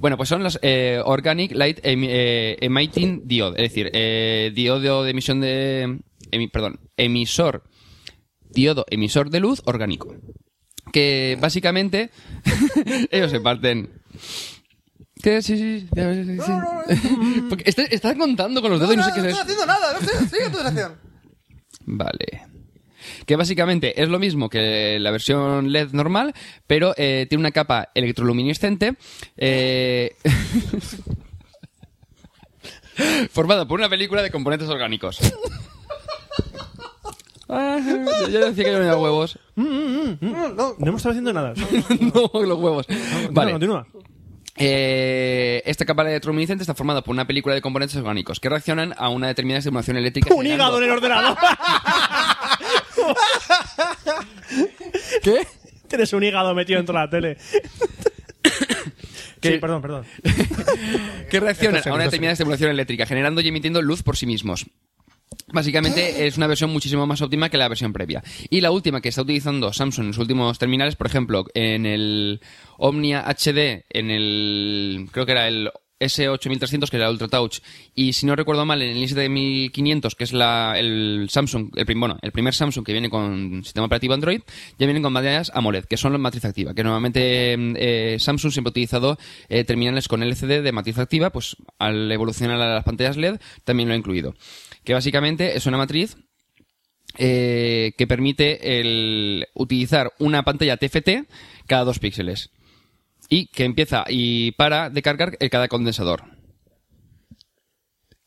[SPEAKER 1] Bueno, pues son las eh, Organic Light Emi- eh, Emitting Diode, es decir, eh, diodo de emisión de... emi- perdón, emisor. Diodo emisor de luz orgánico. Que básicamente ellos se parten... Que sí, sí, ya, sí, sí. Porque este, está- estás contando con los dedos y no sé qué es.
[SPEAKER 6] haciendo nada, no sé, sigue tu relación.
[SPEAKER 1] Vale. Que básicamente es lo mismo que la versión LED normal, pero eh, tiene una capa electroluminiscente eh, formada por una película de componentes orgánicos. Ah, yo- yo decía que yo no era huevos.
[SPEAKER 2] No hemos estado haciendo nada.
[SPEAKER 1] No, los huevos. Vale.
[SPEAKER 2] Continúa.
[SPEAKER 1] Eh, esta capa electroluminiscente está formada por una película de componentes orgánicos que reaccionan a una determinada estimulación eléctrica.
[SPEAKER 2] Un
[SPEAKER 1] generando-
[SPEAKER 2] hígado en el ordenador.
[SPEAKER 1] ¿Qué?
[SPEAKER 2] Tienes un hígado metido dentro de la tele.
[SPEAKER 1] Que-
[SPEAKER 2] Sí, perdón, perdón.
[SPEAKER 1] que reaccionan a una
[SPEAKER 2] esto
[SPEAKER 1] determinada estimulación eléctrica, generando y emitiendo luz por sí mismos. Básicamente es una versión muchísimo más óptima que la versión previa. Y la última que está utilizando Samsung en sus últimos terminales, por ejemplo, en el Omnia HD, en el. creo que era el S8300, que era el Ultra Touch, y si no recuerdo mal, en el i7500, que es la, el Samsung, el, prim- bueno, el primer Samsung que viene con sistema operativo Android, ya vienen con pantallas AMOLED, que son matriz activa, que normalmente mm, eh, Samsung siempre ha utilizado eh, terminales con LCD de matriz activa, pues al evolucionar a las pantallas LED también lo ha incluido. Que básicamente es una matriz eh, que permite el utilizar una pantalla TFT cada dos píxeles y que empieza y para de cargar eh, cada condensador.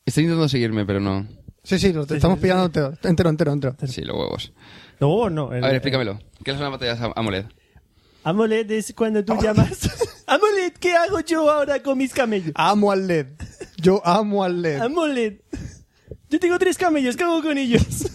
[SPEAKER 1] Estoy intentando seguirme, pero no.
[SPEAKER 6] Sí, sí, lo te- estamos pillando entero, entero, entero. entero.
[SPEAKER 1] Sí, los huevos.
[SPEAKER 2] Los huevos no. eh,
[SPEAKER 1] A ver, explícamelo.
[SPEAKER 6] eh,
[SPEAKER 1] ¿Qué son las pantallas A- AMOLED?
[SPEAKER 2] Amolet es cuando
[SPEAKER 1] Ah.
[SPEAKER 2] tú llamas. Amolet, ¿qué hago yo ahora con mis camellos?
[SPEAKER 6] Amo al LED. Yo amo al LED.
[SPEAKER 2] Amolet, yo tengo tres camellos, ¿qué hago con ellos?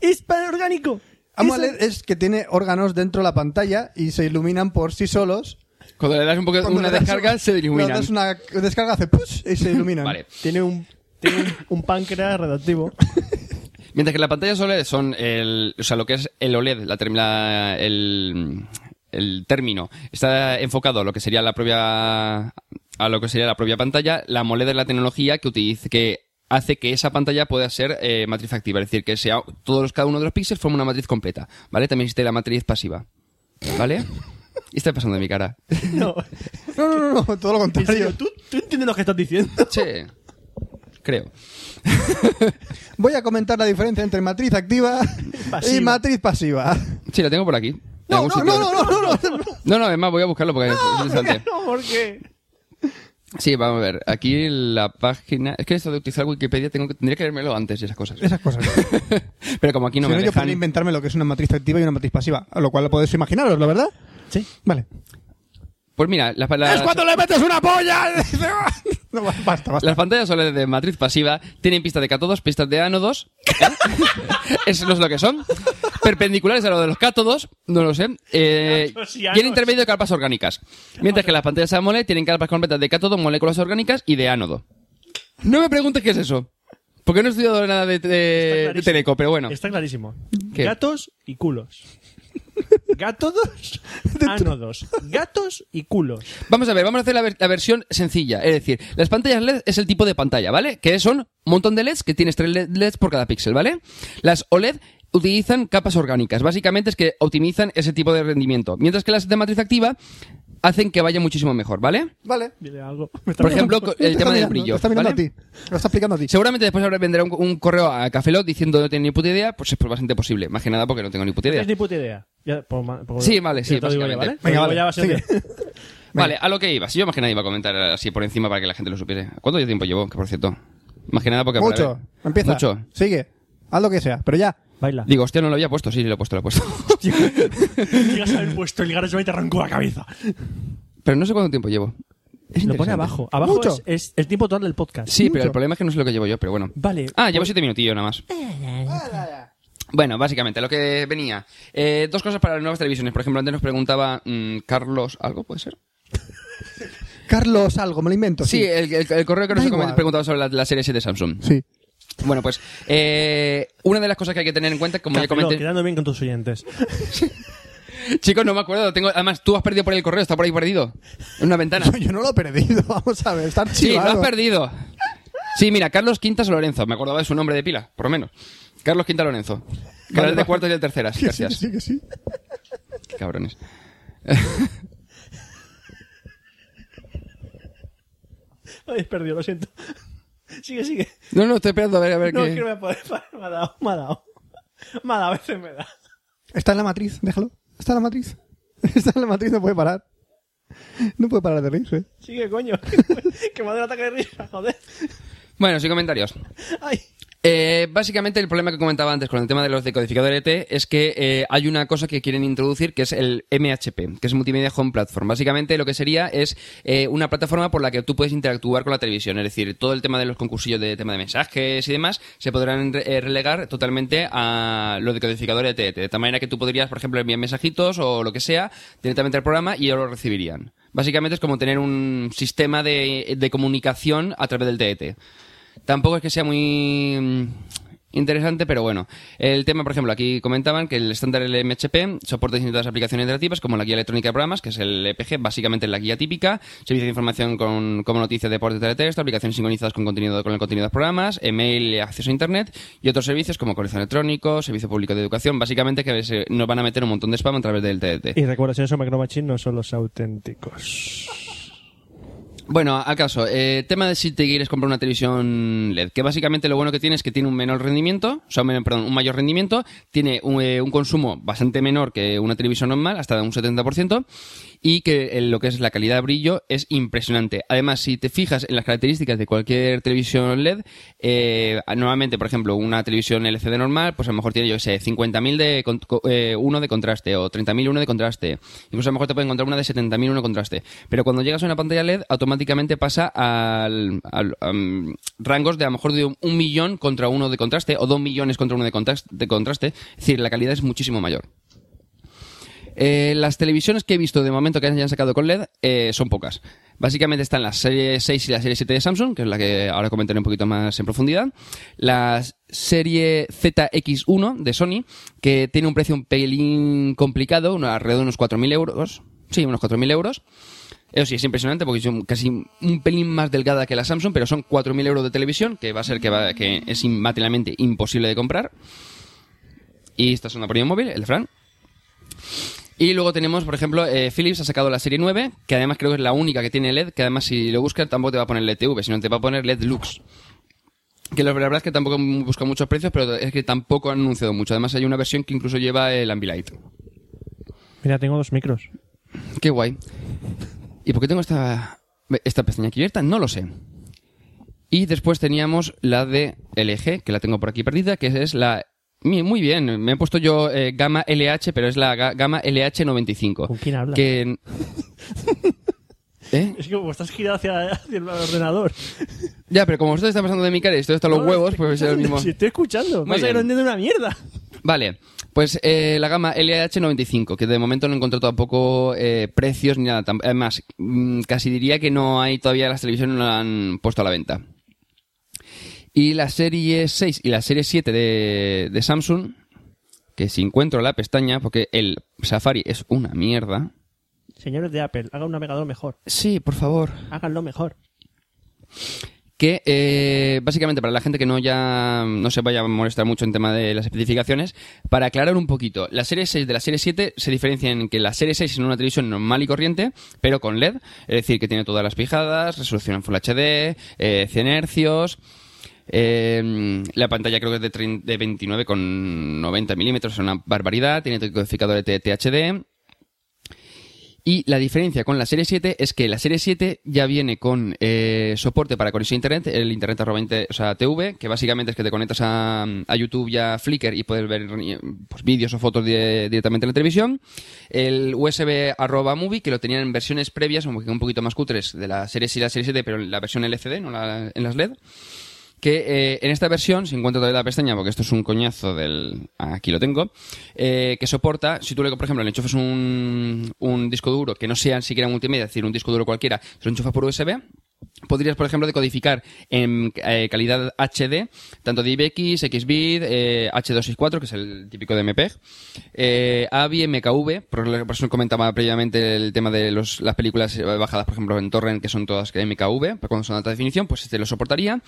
[SPEAKER 2] es para orgánico.
[SPEAKER 6] Amo al
[SPEAKER 2] Eso-
[SPEAKER 6] LED es que tiene órganos dentro de la pantalla y se iluminan por sí solos.
[SPEAKER 1] Cuando le das un poco
[SPEAKER 6] Cuando
[SPEAKER 1] una
[SPEAKER 6] le das-
[SPEAKER 1] descarga, se
[SPEAKER 6] cuando
[SPEAKER 1] iluminan.
[SPEAKER 6] das una descarga, hace push y se iluminan.
[SPEAKER 1] Vale.
[SPEAKER 2] Tiene un, tiene un, un páncreas radioactivo.
[SPEAKER 1] Mientras que las pantallas OLED E son el, o sea, lo que es el OLED, la, term- la- el, el término, está enfocado a lo que sería la propia, a lo que sería la propia pantalla. La AMOLED E es la tecnología que utiliza, que hace que esa pantalla pueda ser eh, matriz activa, es decir, que sea todos los- cada uno de los píxeles forma una matriz completa, ¿vale? También existe la matriz pasiva, ¿vale? ¿Qué está pasando en mi cara?
[SPEAKER 2] No,
[SPEAKER 6] No, no, no, no, todo lo
[SPEAKER 2] en
[SPEAKER 6] contrario.
[SPEAKER 2] serio, ¿tú, tú entiendes lo que estás diciendo.
[SPEAKER 1] Che, creo.
[SPEAKER 6] Voy a comentar la diferencia entre matriz activa y
[SPEAKER 2] Pasiva.
[SPEAKER 6] matriz pasiva.
[SPEAKER 1] Sí, la tengo por aquí. En
[SPEAKER 6] No,
[SPEAKER 1] algún
[SPEAKER 6] no,
[SPEAKER 1] sitio.
[SPEAKER 6] no, no, no, no, no.
[SPEAKER 1] No, no, es más, voy a buscarlo porque es interesante.
[SPEAKER 2] No, ¿por qué?
[SPEAKER 1] Sí, vamos a ver. Aquí la página. Es que esto de utilizar Wikipedia tengo que... tendría que leérmelo antes y esas cosas.
[SPEAKER 6] Esas cosas.
[SPEAKER 1] Pero como aquí no
[SPEAKER 6] si
[SPEAKER 1] me
[SPEAKER 6] no, yo
[SPEAKER 1] dejan.
[SPEAKER 6] podría inventarme lo que es una matriz activa y una matriz pasiva. Lo cual lo podéis imaginaros, ¿la verdad?
[SPEAKER 2] Sí.
[SPEAKER 6] Vale.
[SPEAKER 1] Pues mira, las, las-
[SPEAKER 6] Ah, ¡Es cuando le metes una polla! "Ah". no, basta, basta.
[SPEAKER 1] las pantallas OLED de matriz pasiva tienen pistas de cátodos, pistas de ánodos. ¿eh? Eso no es lo que son. Perpendiculares a lo de los cátodos, no lo sé. Eh,
[SPEAKER 2] Cátodos y
[SPEAKER 1] y en
[SPEAKER 2] ánodos.
[SPEAKER 1] intermedio carpas orgánicas. Mientras que las pantallas AMOLED tienen carpas completas de cátodo, moléculas orgánicas y de ánodo. No me preguntes qué es eso. Porque no he estudiado nada de, de-
[SPEAKER 2] Está
[SPEAKER 1] Eh, de
[SPEAKER 2] clarísimo.
[SPEAKER 1] teleco, pero bueno.
[SPEAKER 2] Está clarísimo.
[SPEAKER 1] ¿Qué?
[SPEAKER 2] Gatos y culos. Gatos, ánodos. Gatos y culos.
[SPEAKER 1] Vamos a ver, vamos a hacer la, ver- la versión sencilla. Es decir, las pantallas LED es el tipo de pantalla, ¿vale? Que son un montón de LEDs que tienes tres LED LEDs por cada píxel, ¿vale? Las OLED utilizan capas orgánicas. Básicamente es que optimizan ese tipo de rendimiento. Mientras que las de matriz activa hacen que vaya muchísimo mejor, ¿vale?
[SPEAKER 6] Vale.
[SPEAKER 2] Dile algo.
[SPEAKER 1] Por ejemplo, co-
[SPEAKER 6] Te
[SPEAKER 1] el
[SPEAKER 6] está
[SPEAKER 1] tema del
[SPEAKER 6] mirando,
[SPEAKER 1] brillo.
[SPEAKER 6] Te está mirando
[SPEAKER 1] ¿vale?
[SPEAKER 6] a ti. Lo está explicando a ti.
[SPEAKER 1] Seguramente después habrá- vendrá un, un correo a Cafelot diciendo no tengo ni puta idea, pues es bastante posible. Más que nada porque no tengo ni puta
[SPEAKER 2] No
[SPEAKER 1] idea.
[SPEAKER 2] tienes ni puta idea. Ya, por ma- por-
[SPEAKER 1] Sí, vale,
[SPEAKER 2] yo
[SPEAKER 1] sí,
[SPEAKER 2] te lo digo ya,
[SPEAKER 1] básicamente.
[SPEAKER 2] ¿vale? Venga,
[SPEAKER 6] vale,
[SPEAKER 2] ya va a ser
[SPEAKER 6] sigue.
[SPEAKER 2] bien.
[SPEAKER 1] Vale, a lo que ibas. Yo más que nada iba a comentar así por encima para que la gente lo supiese. ¿Cuánto tiempo llevó? Que por cierto. Más que nada porque...
[SPEAKER 6] Mucho. Empieza.
[SPEAKER 1] Mucho.
[SPEAKER 6] Sigue. Haz lo que sea, pero ya.
[SPEAKER 2] Baila.
[SPEAKER 1] Digo, hostia, no lo había puesto. Sí, sí, lo he puesto, lo he puesto.
[SPEAKER 2] Llegas al puesto, el garaje y te arrancó la cabeza.
[SPEAKER 1] pero no sé cuánto tiempo llevo. Es
[SPEAKER 2] Lo
[SPEAKER 1] interesante.
[SPEAKER 2] pone abajo. Abajo
[SPEAKER 6] Mucho.
[SPEAKER 2] es, es el tiempo total del podcast.
[SPEAKER 1] Sí, pero el
[SPEAKER 6] Mucho.
[SPEAKER 1] problema es que no sé lo que llevo yo, pero bueno.
[SPEAKER 2] Vale.
[SPEAKER 1] Ah, llevo siete minutillos nada más. Bueno, básicamente, lo que venía. Eh, dos cosas para las nuevas televisiones. Por ejemplo, antes nos preguntaba mm, Carlos algo, ¿puede ser?
[SPEAKER 6] Carlos, algo, me lo invento.
[SPEAKER 1] Sí, el, el- el correo que nos
[SPEAKER 6] Pues Da
[SPEAKER 1] comentó
[SPEAKER 6] igual.
[SPEAKER 1] preguntaba sobre la, la serie S de Samsung.
[SPEAKER 6] Sí.
[SPEAKER 1] Bueno, pues eh, una de las cosas que hay que tener en cuenta, como ya
[SPEAKER 2] Café Lock,
[SPEAKER 1] comenté...
[SPEAKER 2] quedando bien con tus oyentes.
[SPEAKER 1] Chicos, no me acuerdo. Tengo, además, tú has perdido por ahí el correo, está por ahí perdido. En una ventana.
[SPEAKER 6] Yo no lo he perdido, vamos a ver, está
[SPEAKER 1] Sí, lo
[SPEAKER 6] archivado.
[SPEAKER 1] has perdido. Sí, mira, Carlos Quintas Lorenzo. Me acordaba de su nombre de pila, por lo menos. Carlos Quintas Lorenzo. Canal de
[SPEAKER 6] vale.
[SPEAKER 1] cuartos y de terceras.
[SPEAKER 6] Que sí, que
[SPEAKER 1] Gracias.
[SPEAKER 6] sí, que sí.
[SPEAKER 1] Qué cabrones.
[SPEAKER 2] Ay, perdido, lo siento. Sigue, sigue.
[SPEAKER 1] No, no, estoy esperando a ver, a ver
[SPEAKER 2] No,
[SPEAKER 1] qué.
[SPEAKER 2] es que no voy a poder parar. Me ha dado, me ha dado. Me ha dado, a veces me da.
[SPEAKER 6] Está en la matriz, déjalo. Está en la matriz. Está en la matriz, no puede parar. No puede parar de reírse.
[SPEAKER 2] Sigue, coño. que me ha dado un ataque de risa, joder.
[SPEAKER 1] Bueno, sin comentarios.
[SPEAKER 2] Ay.
[SPEAKER 1] Eh, básicamente el problema que comentaba antes con el tema de los decodificadores ET es que eh, hay una cosa que quieren introducir que es el MHP, que es Multimedia Home Platform. Básicamente lo que sería es eh, una plataforma por la que tú puedes interactuar con la televisión, es decir, todo el tema de los concursillos de tema de mensajes y demás se podrán re- eh, relegar totalmente a los decodificadores ET, de tal manera que tú podrías, por ejemplo, enviar mensajitos o lo que sea directamente al programa y ellos lo recibirían. Básicamente es como tener un sistema de, de comunicación a través del E TET. Tampoco es que sea muy mm, interesante, pero bueno. El tema, por ejemplo, aquí comentaban que el estándar LMHP soporta distintas aplicaciones interactivas como la guía electrónica de programas, que es el EPG, básicamente es la guía típica, servicio de información con, como noticias, deporte, teletexto, aplicaciones sincronizadas con, contenido, con el contenido de los programas, email, acceso a internet y otros servicios como colección electrónico, servicio público de educación, básicamente que se- nos van a meter un montón de spam a través del TDT.
[SPEAKER 2] Y recuerda, si no son macromachines, no son los auténticos.
[SPEAKER 1] Bueno, al caso, eh, tema de si te quieres comprar una televisión LED, que básicamente lo bueno que tiene es que tiene un menor rendimiento, o sea, un, menor- perdón, un mayor rendimiento, tiene un, eh, un consumo bastante menor que una televisión normal, hasta un 70%, y que eh, lo que es la calidad de brillo es impresionante. Además, si te fijas en las características de cualquier televisión LED, eh, normalmente, por ejemplo, una televisión LCD normal, pues a lo mejor tiene, yo qué sé, 50.000 de con- co- eh, uno de contraste o 30.000 uno de contraste. Incluso a lo mejor te puede encontrar una de 70.000 uno de contraste. Pero cuando llegas a una pantalla LED, automáticamente pasa al, al- am, rangos de a lo mejor de un, un millón contra uno de contraste o dos millones contra uno de contraste, de contraste. Es decir, la calidad es muchísimo mayor. Eh, las televisiones que he visto de momento que hayan sacado con LED eh, son pocas. Básicamente están las serie 6 y la serie 7 de Samsung, que es la que ahora comentaré un poquito más en profundidad. La serie ZX1 de Sony, que tiene un precio un pelín complicado, uno- alrededor de unos 4.000 euros. Sí, unos 4.000 euros. Eso sí, es impresionante porque es un- casi un pelín más delgada que la Samsung, pero son 4.000 euros de televisión, que va a ser que, va- que es in- materialmente imposible de comprar. Y esta es una por móvil, el de Fran. Y luego tenemos, por ejemplo, eh, Philips ha sacado la serie 9, que además creo que es la única que tiene LED, que además si lo buscas tampoco te va a poner LED TV, sino te va a poner LED Lux. Que la verdad es que tampoco busca muchos precios, pero es que tampoco han anunciado mucho. Además hay una versión que incluso lleva el Ambilight.
[SPEAKER 2] Mira, tengo dos micros.
[SPEAKER 1] Qué guay. ¿Y por qué tengo esta esta pestaña aquí abierta, no lo sé. Y después teníamos la de LG, que la tengo por aquí perdida, que es la... mi- Muy bien, me he puesto yo eh, gama LH, pero es la ga- gama LH95.
[SPEAKER 2] ¿Con quién hablas?
[SPEAKER 1] Que... ¿Eh?
[SPEAKER 2] Es que como estás girado hacia, hacia el ordenador.
[SPEAKER 1] Ya, pero como vosotros están pasando de mi cara y estoy hasta los
[SPEAKER 2] No,
[SPEAKER 1] huevos,
[SPEAKER 2] te-
[SPEAKER 1] pues es el mismo...
[SPEAKER 2] Si estoy escuchando,
[SPEAKER 1] Muy
[SPEAKER 2] más que
[SPEAKER 1] bien.
[SPEAKER 2] no entiendo una mierda.
[SPEAKER 1] Vale, pues eh, la gama LH95, que de momento no encontré tampoco eh, precios ni nada. tam- Además, mm, casi diría que no hay todavía las televisiones no la han puesto a la venta. Y la serie 6 y la serie 7 de, de Samsung, que si encuentro la pestaña, porque el Safari es una mierda.
[SPEAKER 2] Señores de Apple, hagan un navegador mejor.
[SPEAKER 1] Sí, por favor.
[SPEAKER 2] Háganlo mejor.
[SPEAKER 1] que eh, básicamente para la gente que no ya mm, no se vaya a molestar mucho en tema de las especificaciones, para aclarar un poquito, la serie 6 de la serie 7 se diferencia en que la serie 6 es una televisión normal y corriente, pero con LED, es decir, que tiene todas las pijadas, resolución en Full HD, eh, 100 hercios, eh, la pantalla creo que es de, 30 de 29,90 milímetros, es una barbaridad, tiene decodificador de THD, y la diferencia con la serie 7 es que la serie 7 ya viene con eh, soporte para conexión a internet, el internet arroba inter- o sea, TV, que básicamente es que te conectas a, a YouTube y a Flickr y puedes ver eh, pues, vídeos o fotos di- directamente en la televisión. El USB arroba movie, que lo tenían en versiones previas, aunque un poquito más cutres, de la serie 6 y la serie 7, pero en la versión LCD, no la- en las E LED que eh, en esta versión, si encuentro todavía la pestaña, porque esto es un coñazo del... Aquí lo tengo, eh, que soporta, si tú, le, por ejemplo, le enchufas un, un disco duro que no sea ni siquiera multimedia, es decir, un disco duro cualquiera, se lo enchufas por USB, podrías, por ejemplo, decodificar en eh, calidad HD, tanto DivX, XBID, eh, H264, que es el típico de MPEG, eh, AVI, MKV, por lo por eso comentaba previamente el tema de los- las películas eh, bajadas, por ejemplo, en torrent, que son todas que MKV, pero cuando son de alta definición, pues este lo soportaría.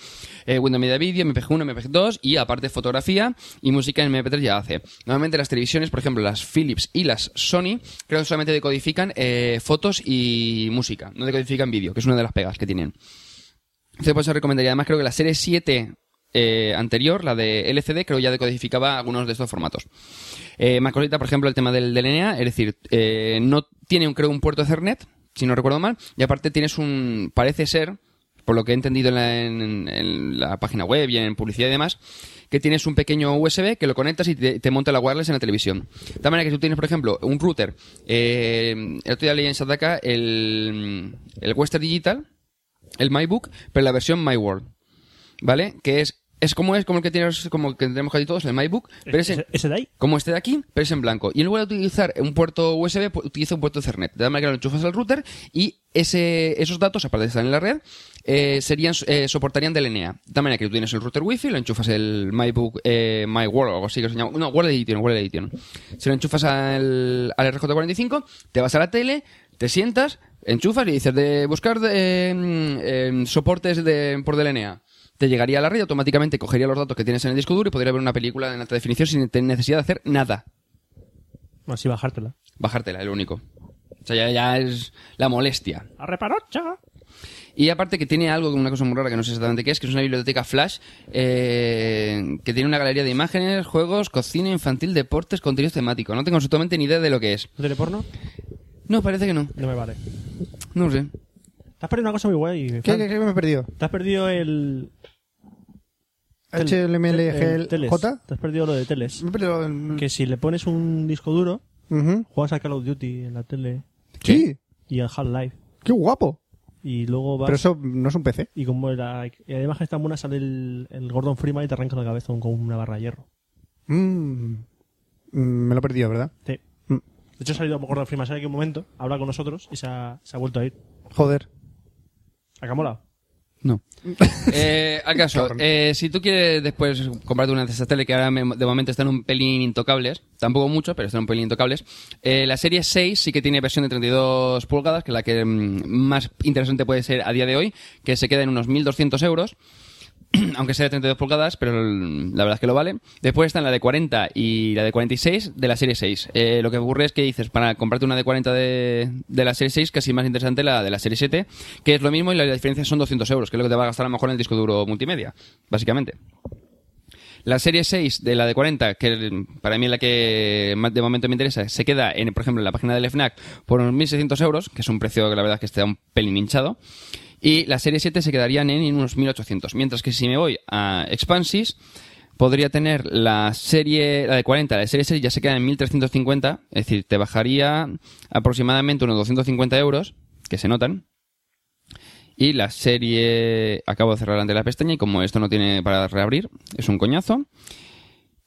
[SPEAKER 1] Eh, Windows Media Video, MPG1, MPG2 y aparte fotografía y música en MP3 ya hace. Normalmente las televisiones, por ejemplo, las Philips y las Sony, creo que solamente decodifican eh, fotos y música, no decodifican vídeo, que es una de las pegas que tienen. Entonces, por eso recomendaría además, creo que la serie 7 eh, anterior, la de LCD, creo ya decodificaba algunos de estos formatos. Eh, más cosita, por ejemplo, el tema del DNA, es decir, eh, no tiene, un, creo, un puerto Ethernet, si no recuerdo mal, y aparte tienes un, parece ser, por lo que he entendido en la, en- en la página web y en publicidad y demás, que tienes un pequeño USB que lo conectas y te, te monta la wireless en la televisión. De tal manera que si tú tienes, por ejemplo, un router, eh, el otro día leí en Sadaka el, el Western Digital, el MyBook, pero la versión MyWorld, ¿vale? Que es, es como es, como el que tienes, como el que tenemos casi todos, el MyBook, pero ese,
[SPEAKER 2] ¿Ese, ese de ahí?
[SPEAKER 1] como este de aquí, pero es en blanco. Y en lugar de utilizar un puerto USB, pu- utiliza un puerto Ethernet. De tal manera que lo enchufas al router y ese, esos datos, aparte de estar en la red, eh, serían, eh, soportarían DLNA. De tal manera que tú tienes el router Wi-Fi, lo enchufas el MyBook, eh, MyWorld o algo así que se llama. No, World Edition, World Edition. Se lo enchufas al, al RJ45, te vas a la tele, te sientas, enchufas y dices de buscar eh, mm, eh, soportes de, por DLNA te llegaría a la red y automáticamente cogería los datos que tienes en el disco duro y podría ver una película en alta definición sin tener necesidad de hacer nada.
[SPEAKER 2] Así bajártela.
[SPEAKER 1] Bajártela, es lo único. O sea, ya, ya es la molestia.
[SPEAKER 2] ¡A reparocha!
[SPEAKER 1] Y aparte que tiene algo, una cosa muy rara que no sé exactamente qué es, que es una biblioteca flash eh, que tiene una galería de imágenes, juegos, cocina infantil, deportes, contenidos temáticos. No tengo absolutamente ni idea de lo que es.
[SPEAKER 2] ¿No tiene porno?
[SPEAKER 1] No, parece que no.
[SPEAKER 2] No me vale.
[SPEAKER 1] No sé.
[SPEAKER 2] Te has perdido una cosa muy guay.
[SPEAKER 6] ¿Qué,
[SPEAKER 2] Fran.
[SPEAKER 6] qué, qué me he perdido?
[SPEAKER 2] Te has perdido el... tel- el teles.
[SPEAKER 6] ¿HLMLGLJ?
[SPEAKER 2] Te has perdido lo de teles.
[SPEAKER 6] Me he perdido el-
[SPEAKER 2] Que si le pones un disco duro,
[SPEAKER 6] Ujú.
[SPEAKER 2] juegas a Call of Duty en la tele
[SPEAKER 6] Sí,
[SPEAKER 2] y al Half-Life.
[SPEAKER 6] qué guapo.
[SPEAKER 2] Y luego vas...
[SPEAKER 6] Pero eso no es un PC.
[SPEAKER 2] Y como la, y la imagen tan buena sale el, el Gordon Freeman y te arranca la cabeza con, con una barra de hierro.
[SPEAKER 6] Mm. Mm, Me lo he perdido, ¿verdad?
[SPEAKER 2] Sí.
[SPEAKER 6] Mm.
[SPEAKER 2] De hecho, ha salido Gordon Freeman, sale aquí un momento, habla con nosotros y se ha, se ha vuelto a ir.
[SPEAKER 6] Joder.
[SPEAKER 2] ¿A Camola?
[SPEAKER 1] No. Eh, al caso, eh, si tú quieres después comprarte una de esas tele que ahora me- de momento están un pelín intocables, tampoco mucho, pero están un pelín intocables, eh, la serie 6 sí que tiene versión de 32 pulgadas, que es la que mm, más interesante puede ser a día de hoy, que se queda en unos 1.200 euros. Aunque sea de 32 pulgadas, pero el- la verdad es que lo vale. Después están la de 40 y la de 46 de la serie 6. Eh, lo que ocurre es que dices, para comprarte una de 40 de, de la serie 6, casi más interesante la de la serie 7, que es lo mismo y la diferencia son 200 euros, que es lo que te va a gastar a lo mejor en el disco duro multimedia, básicamente. La serie 6 de la de 40, que para mí es la que más de momento me interesa, se queda, en, por ejemplo, en la página del FNAC por unos 1.600 euros, que es un precio que la verdad es que está un pelín hinchado. Y la serie 7 se quedarían en unos 1.800. Mientras que si me voy a Expansis, podría tener la serie, la de 40, la de serie 6 ya se queda en 1.350, es decir, te bajaría aproximadamente unos 250 euros, que se notan. Y la serie acabo de cerrar ante la pestaña y como esto no tiene para reabrir, es un coñazo.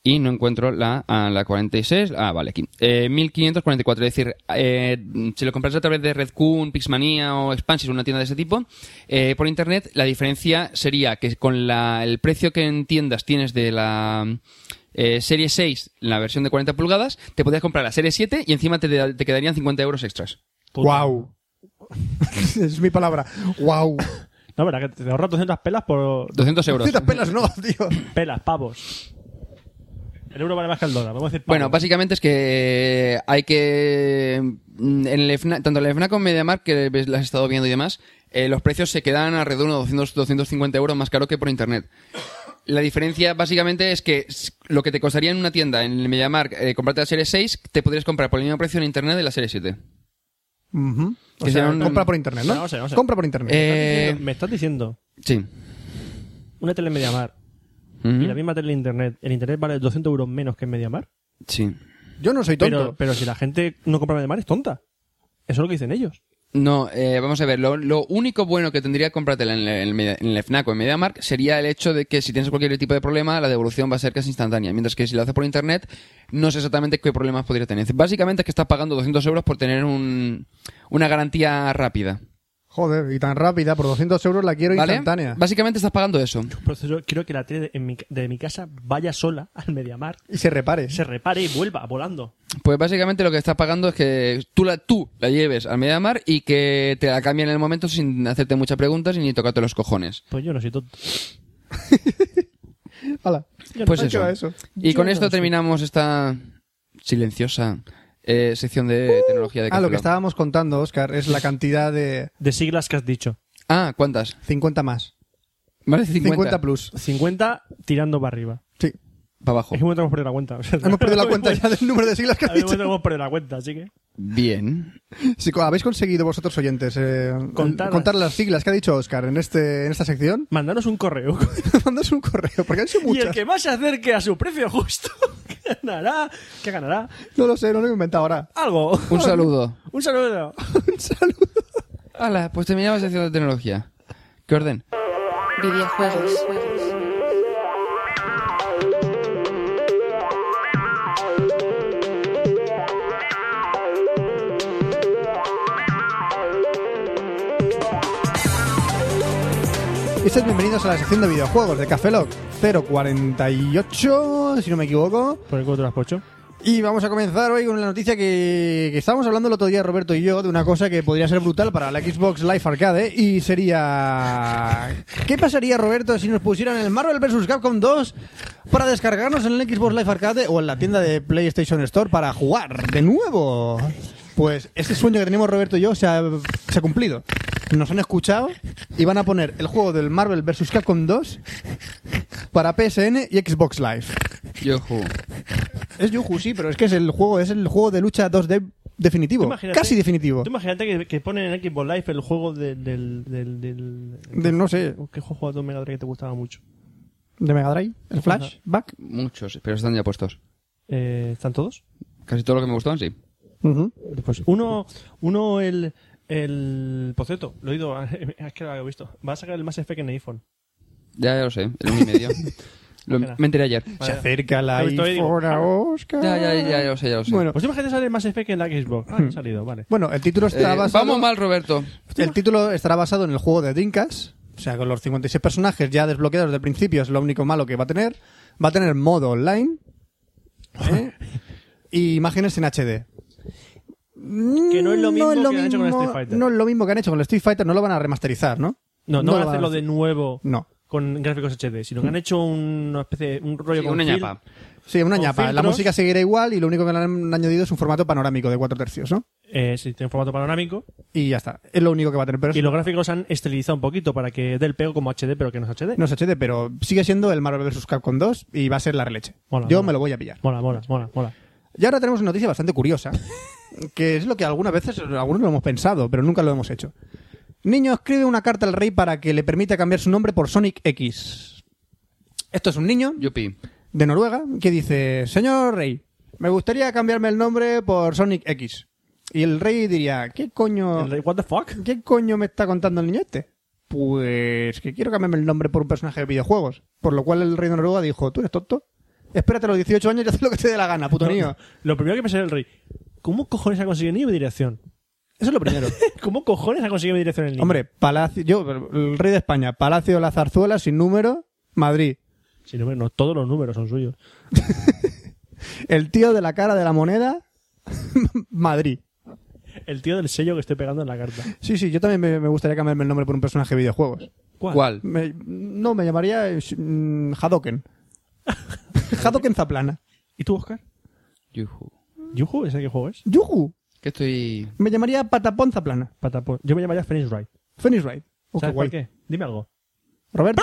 [SPEAKER 1] Y no encuentro la, ah, la 46. Ah, vale, aquí. Eh, 1544. Es decir, eh, si lo compras a través de Redcoon, Pixmania o Expansis, una tienda de ese tipo, eh, por internet, la diferencia sería que con la, el precio que en tiendas tienes de la eh, serie 6, la versión de 40 pulgadas, te podías comprar la serie 7 y encima te, te quedarían 50 euros extras.
[SPEAKER 6] ¡Guau! es mi palabra. ¡Guau!
[SPEAKER 2] No, verdad que te ahorras 200 pelas por...
[SPEAKER 1] 200 euros.
[SPEAKER 6] Citas pelas no, tío.
[SPEAKER 2] Pelas, pavos. El euro vale más que el dólar, vamos a decir pavos.
[SPEAKER 1] Bueno, básicamente es que hay que. mm, En el FNA tanto en el FNAC como en Mediamar, que ves- las he estado viendo y demás, eh, los precios se quedan alrededor de unos 200, 250 euros más caro que por internet. La diferencia básicamente es que s- lo que te costaría en una tienda, en el Mediamar, eh, comprarte la serie 6, te podrías comprar por el mismo precio en internet de la serie 7.
[SPEAKER 6] Ujú. O
[SPEAKER 1] Que
[SPEAKER 6] sea,
[SPEAKER 1] sea un-
[SPEAKER 6] compra por internet, ¿no?
[SPEAKER 2] No, no sé, no sé.
[SPEAKER 6] Compra por internet.
[SPEAKER 1] Eh,
[SPEAKER 2] Me estás diciendo,
[SPEAKER 1] sí.
[SPEAKER 2] una tele en Mediamar
[SPEAKER 1] Ujú.
[SPEAKER 2] y
[SPEAKER 6] ¿Mm?
[SPEAKER 2] la misma tele en Internet, el Internet vale 200 euros menos que en Mediamar.
[SPEAKER 1] Sí.
[SPEAKER 6] Yo no soy
[SPEAKER 2] Pero,
[SPEAKER 6] tonto.
[SPEAKER 2] pero si la gente no compra en Mediamar es tonta. Eso es lo que dicen ellos.
[SPEAKER 1] No, eh, vamos a ver, lo, lo único bueno que tendría comprártela en el, en el Media- en el FNAC o en MediaMark sería el hecho de que si tienes cualquier tipo de problema, la devolución va a ser casi instantánea, mientras que si lo haces por internet, no sé exactamente qué problemas podría tener. Básicamente es que estás pagando 200 euros por tener un, una garantía rápida.
[SPEAKER 6] Joder, y tan rápida, por 200 euros la quiero
[SPEAKER 1] ¿vale?
[SPEAKER 6] instantánea.
[SPEAKER 1] Básicamente estás pagando eso.
[SPEAKER 2] Por eso yo quiero que la tele de, en mi ca- de mi casa vaya sola al Mediamar,
[SPEAKER 6] Y se repare.
[SPEAKER 2] se repare y vuelva volando.
[SPEAKER 1] Pues básicamente lo que estás pagando es que tú la, tú la lleves al MediaMark y que te la cambien en el momento sin hacerte muchas preguntas y ni tocarte los cojones.
[SPEAKER 2] Pues yo no soy tonto.
[SPEAKER 6] Hala.
[SPEAKER 2] Yo no
[SPEAKER 1] Pues
[SPEAKER 2] soy
[SPEAKER 1] eso.
[SPEAKER 6] Yo eso.
[SPEAKER 1] Y con
[SPEAKER 2] Yo
[SPEAKER 1] esto
[SPEAKER 2] no sé.
[SPEAKER 1] terminamos esta silenciosa eh, sección de tecnología de
[SPEAKER 6] Ah, lo
[SPEAKER 1] Café
[SPEAKER 6] que
[SPEAKER 1] Lock.
[SPEAKER 6] estábamos contando, Oscar, es la cantidad de
[SPEAKER 2] De siglas que has dicho.
[SPEAKER 1] Ah, ¿cuántas?
[SPEAKER 6] 50 más.
[SPEAKER 1] Más de
[SPEAKER 6] 50,
[SPEAKER 1] 50.
[SPEAKER 6] plus.
[SPEAKER 2] 50 tirando para arriba.
[SPEAKER 6] Sí.
[SPEAKER 1] Para abajo.
[SPEAKER 2] Es que hemos perdido la cuenta. o sea,
[SPEAKER 6] Hemos perdido la cuenta ya del número de siglas que has
[SPEAKER 2] A mí me
[SPEAKER 6] dicho.
[SPEAKER 2] hemos perdido la cuenta, así que.
[SPEAKER 1] Bien.
[SPEAKER 6] Si co- habéis conseguido vosotros oyentes eh,
[SPEAKER 2] Contarlas.
[SPEAKER 6] contar las siglas que ha dicho Oscar en, este, en esta sección,
[SPEAKER 2] Mandanos un correo.
[SPEAKER 6] mandas un correo, porque han sido
[SPEAKER 2] y el
[SPEAKER 6] muchas.
[SPEAKER 2] que más se acerque a su precio justo ganará. ¿Qué ganará?
[SPEAKER 6] No lo sé, no lo he inventado ahora.
[SPEAKER 2] Algo.
[SPEAKER 1] Un saludo.
[SPEAKER 2] Un saludo.
[SPEAKER 6] Un saludo.
[SPEAKER 1] Hala, pues terminamos la sección de tecnología. ¿Qué orden?
[SPEAKER 5] videojuegos,
[SPEAKER 6] Y sed Este bienvenidos a la sección de videojuegos de Café Lock 048, si no me equivoco.
[SPEAKER 2] ¿Por el culo te lo has pocho?
[SPEAKER 6] Y vamos a comenzar hoy con la noticia que, que estábamos hablando el otro día, Roberto y yo, de una cosa que podría ser brutal para la Xbox Live Arcade. ¿eh? Y sería. ¿Qué pasaría, Roberto, si nos pusieran el Marvel vs. Capcom 2 para descargarnos en el Xbox Live Arcade o en la tienda de PlayStation Store para jugar de nuevo? Pues ese sueño que tenemos Roberto y yo se ha, se ha cumplido. Nos han escuchado y van a poner el juego del Marvel vs. Capcom 2 para PSN y Xbox Live.
[SPEAKER 1] Yo juego.
[SPEAKER 6] Es Yuju, sí, pero es que es el juego, es el juego de lucha 2D
[SPEAKER 2] Tú
[SPEAKER 6] definitivo.
[SPEAKER 2] imagínate-
[SPEAKER 6] Casi definitivo.
[SPEAKER 2] Tú imagínate que, que ponen en Xbox Live el juego de- del, del, del,
[SPEAKER 6] De, no sé,
[SPEAKER 2] ¿Qué juego de Mega Drive que te gustaba mucho?
[SPEAKER 6] de Mega Drive,
[SPEAKER 2] Pues
[SPEAKER 6] el Flash, Back.
[SPEAKER 1] Muchos, pero están ya puestos.
[SPEAKER 2] Eh, ¿Están todos?
[SPEAKER 1] Casi todo lo que me gustaban, sí.
[SPEAKER 6] Ujú.
[SPEAKER 2] Pues uno, uno el, el... Por cierto, lo he oído, es que lo había visto. Va a sacar el Mass Effect en el iPhone.
[SPEAKER 1] Ya, ya lo sé. El uno y medio. Lo- me enteré ayer.
[SPEAKER 6] Se acerca la
[SPEAKER 2] Ahora estoy-
[SPEAKER 6] iPhone, Oscar.
[SPEAKER 1] Ya, ya, ya, ya lo sé, ya lo sé.
[SPEAKER 6] Bueno,
[SPEAKER 2] Pues imagínate sale el Mass Effect en la Xbox. Ah, no ha salido, vale.
[SPEAKER 6] bueno, el título
[SPEAKER 1] Eh,
[SPEAKER 6] está basado...
[SPEAKER 1] vamos mal, Roberto.
[SPEAKER 6] El título estará basado en el juego de Dreamcast, o sea, con los 56 personajes ya desbloqueados del principio, es lo único malo que va a tener. Va a tener modo online ¿eh? y imágenes en HD.
[SPEAKER 2] Que no es lo mismo
[SPEAKER 6] es
[SPEAKER 2] que han hecho con el
[SPEAKER 6] mismo-
[SPEAKER 2] Street Fighter.
[SPEAKER 6] No es lo mismo que han hecho con el Street Fighter, no lo van a remasterizar, ¿no?
[SPEAKER 2] No, no,
[SPEAKER 6] No
[SPEAKER 2] van
[SPEAKER 6] va
[SPEAKER 2] a Hmm.
[SPEAKER 6] a
[SPEAKER 2] hacerlo de nuevo
[SPEAKER 6] No.
[SPEAKER 2] con gráficos HD, sino que han hecho una especie, un rollo
[SPEAKER 1] Sí,
[SPEAKER 2] con
[SPEAKER 1] una
[SPEAKER 2] Phil,
[SPEAKER 1] ñapa.
[SPEAKER 6] Sí, una
[SPEAKER 2] Con
[SPEAKER 6] ñapa. La
[SPEAKER 2] filtros.
[SPEAKER 6] música seguirá igual y lo único que le han añadido es un formato panorámico de cuatro tercios, ¿no?
[SPEAKER 2] Eh, sí, tiene formato panorámico.
[SPEAKER 6] Y ya está. Es lo único que va a tener. Pero
[SPEAKER 2] Y los gráficos han estilizado un poquito para que dé el pego como HD, pero que no es HD.
[SPEAKER 6] no es HD, pero sigue siendo el Marvel vs. Capcom 2 y va a ser la releche.
[SPEAKER 2] Mola,
[SPEAKER 6] Yo
[SPEAKER 2] mola.
[SPEAKER 6] me lo voy a pillar.
[SPEAKER 2] Mola, mola, mola, mola.
[SPEAKER 6] Y ahora tenemos una noticia bastante curiosa, que es lo que algunas veces, algunos lo hemos pensado, pero nunca lo hemos hecho. Niño escribe una carta al rey para que le permita cambiar su nombre por Sonic X. Esto es un niño
[SPEAKER 1] Yupi.
[SPEAKER 6] de Noruega que dice, señor rey, me gustaría cambiarme el nombre por Sonic X. Y el rey diría, ¿qué coño,
[SPEAKER 2] El de- What the fuck?
[SPEAKER 6] ¿qué coño me está contando el niño este? Pues que quiero cambiarme el nombre por un personaje de videojuegos. Por lo cual el rey de Noruega dijo, ¿tú eres tonto? Espérate a los 18 años y haz lo que te dé la gana, puto
[SPEAKER 2] No,
[SPEAKER 6] niño.
[SPEAKER 2] no. Lo primero que pensé era el rey. ¿Cómo cojones ha conseguido el niño mi dirección?
[SPEAKER 6] Eso es lo primero.
[SPEAKER 2] ¿Cómo cojones ha conseguido mi dirección el niño?
[SPEAKER 6] Hombre, Palacio, yo, el rey de España, Palacio de la Zarzuela, sin número, Madrid.
[SPEAKER 2] Si no, no, todos los números son suyos.
[SPEAKER 6] El tío de la cara de la moneda, Madrid.
[SPEAKER 2] El tío del sello que estoy pegando en la carta.
[SPEAKER 6] Sí, sí, yo también me, me gustaría cambiarme el nombre por un personaje de videojuegos.
[SPEAKER 1] ¿Cuál?
[SPEAKER 6] Me- no, me llamaría eh, mm, Hadoken. Hadoken Zaplana.
[SPEAKER 2] ¿Y tú, Oscar?
[SPEAKER 1] Yujú.
[SPEAKER 2] ¿Yuhu? ¿Ese qué juego es?
[SPEAKER 6] Yuhu.
[SPEAKER 1] Que estoy...
[SPEAKER 6] Me llamaría Patapón Zaplana.
[SPEAKER 2] Patapón. Yo me llamaría Phoenix Wright.
[SPEAKER 6] Phoenix Wright. Oh, qué
[SPEAKER 2] ¿Sabes
[SPEAKER 6] guay.
[SPEAKER 2] por qué? Dime algo.
[SPEAKER 6] Roberto.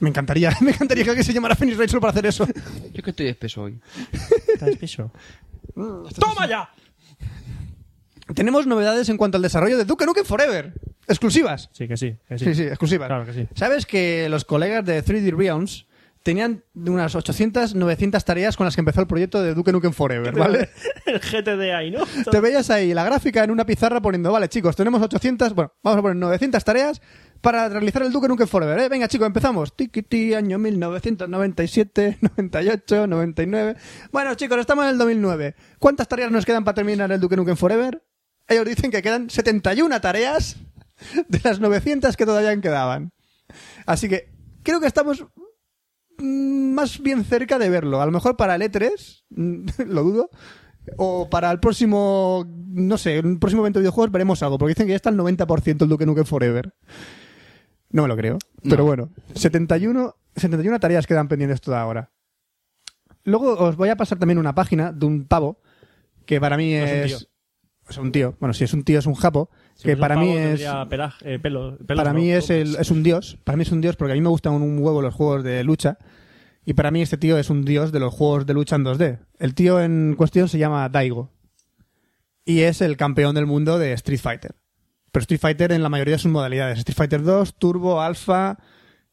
[SPEAKER 6] Me encantaría, me encantaría que alguien se llamara Phoenix Wright solo para hacer eso.
[SPEAKER 1] Yo que estoy espeso hoy.
[SPEAKER 2] ¿Estás piso? ¡Toma ya!
[SPEAKER 6] Tenemos novedades en cuanto al desarrollo de Duke Nukem Forever. Exclusivas.
[SPEAKER 2] Sí, que sí. Que sí.
[SPEAKER 6] Sí, sí, exclusivas.
[SPEAKER 2] Claro que sí.
[SPEAKER 6] ¿Sabes que los colegas de 3D Realms tenían unas 800, 900 tareas con las que empezó el proyecto de Duke Nukem Forever, ¿vale?
[SPEAKER 2] El GTD ahí, ¿no?
[SPEAKER 6] Te veías ahí la gráfica en una pizarra poniendo, vale, chicos, tenemos 800, bueno, vamos a poner 900 tareas para realizar el Duke Nukem Forever, ¿eh? Venga, chicos, empezamos. Tiquiti, año 1997, 98, 99. Bueno, chicos, estamos en el 2009. ¿Cuántas tareas nos quedan para terminar el Duke Nukem Forever? Ellos dicen que quedan 71 tareas de las 900 que todavía quedaban. Así que creo que estamos mm, más bien cerca de verlo. A lo mejor para el E3, mm, lo dudo. O para el próximo, no sé, el próximo evento de videojuegos veremos algo. Porque dicen que ya está el 90% el Duke Nukem Forever. No me lo creo. Pero bueno, 71, 71 tareas quedan pendientes toda ahora. Luego os voy a pasar también una página de un pavo que para mí
[SPEAKER 2] No es un
[SPEAKER 6] es...
[SPEAKER 2] tío.
[SPEAKER 6] o sea, un tío. Bueno, si es un tío, es un japo.
[SPEAKER 2] Si
[SPEAKER 6] que
[SPEAKER 2] fuese un
[SPEAKER 6] para
[SPEAKER 2] pavo,
[SPEAKER 6] mí es...
[SPEAKER 2] tendría pelaje- eh, pelo- pelos,
[SPEAKER 6] Para
[SPEAKER 2] ¿no?
[SPEAKER 6] mí es, el- es un dios. Para mí es un dios porque a mí me gustan un huevo los juegos de lucha. Y para mí este tío es un dios de los juegos de lucha en 2D. El tío en cuestión se llama Daigo. Y es el campeón del mundo de Street Fighter. Pero Street Fighter en la mayoría de sus modalidades. Street Fighter 2, Turbo, Alpha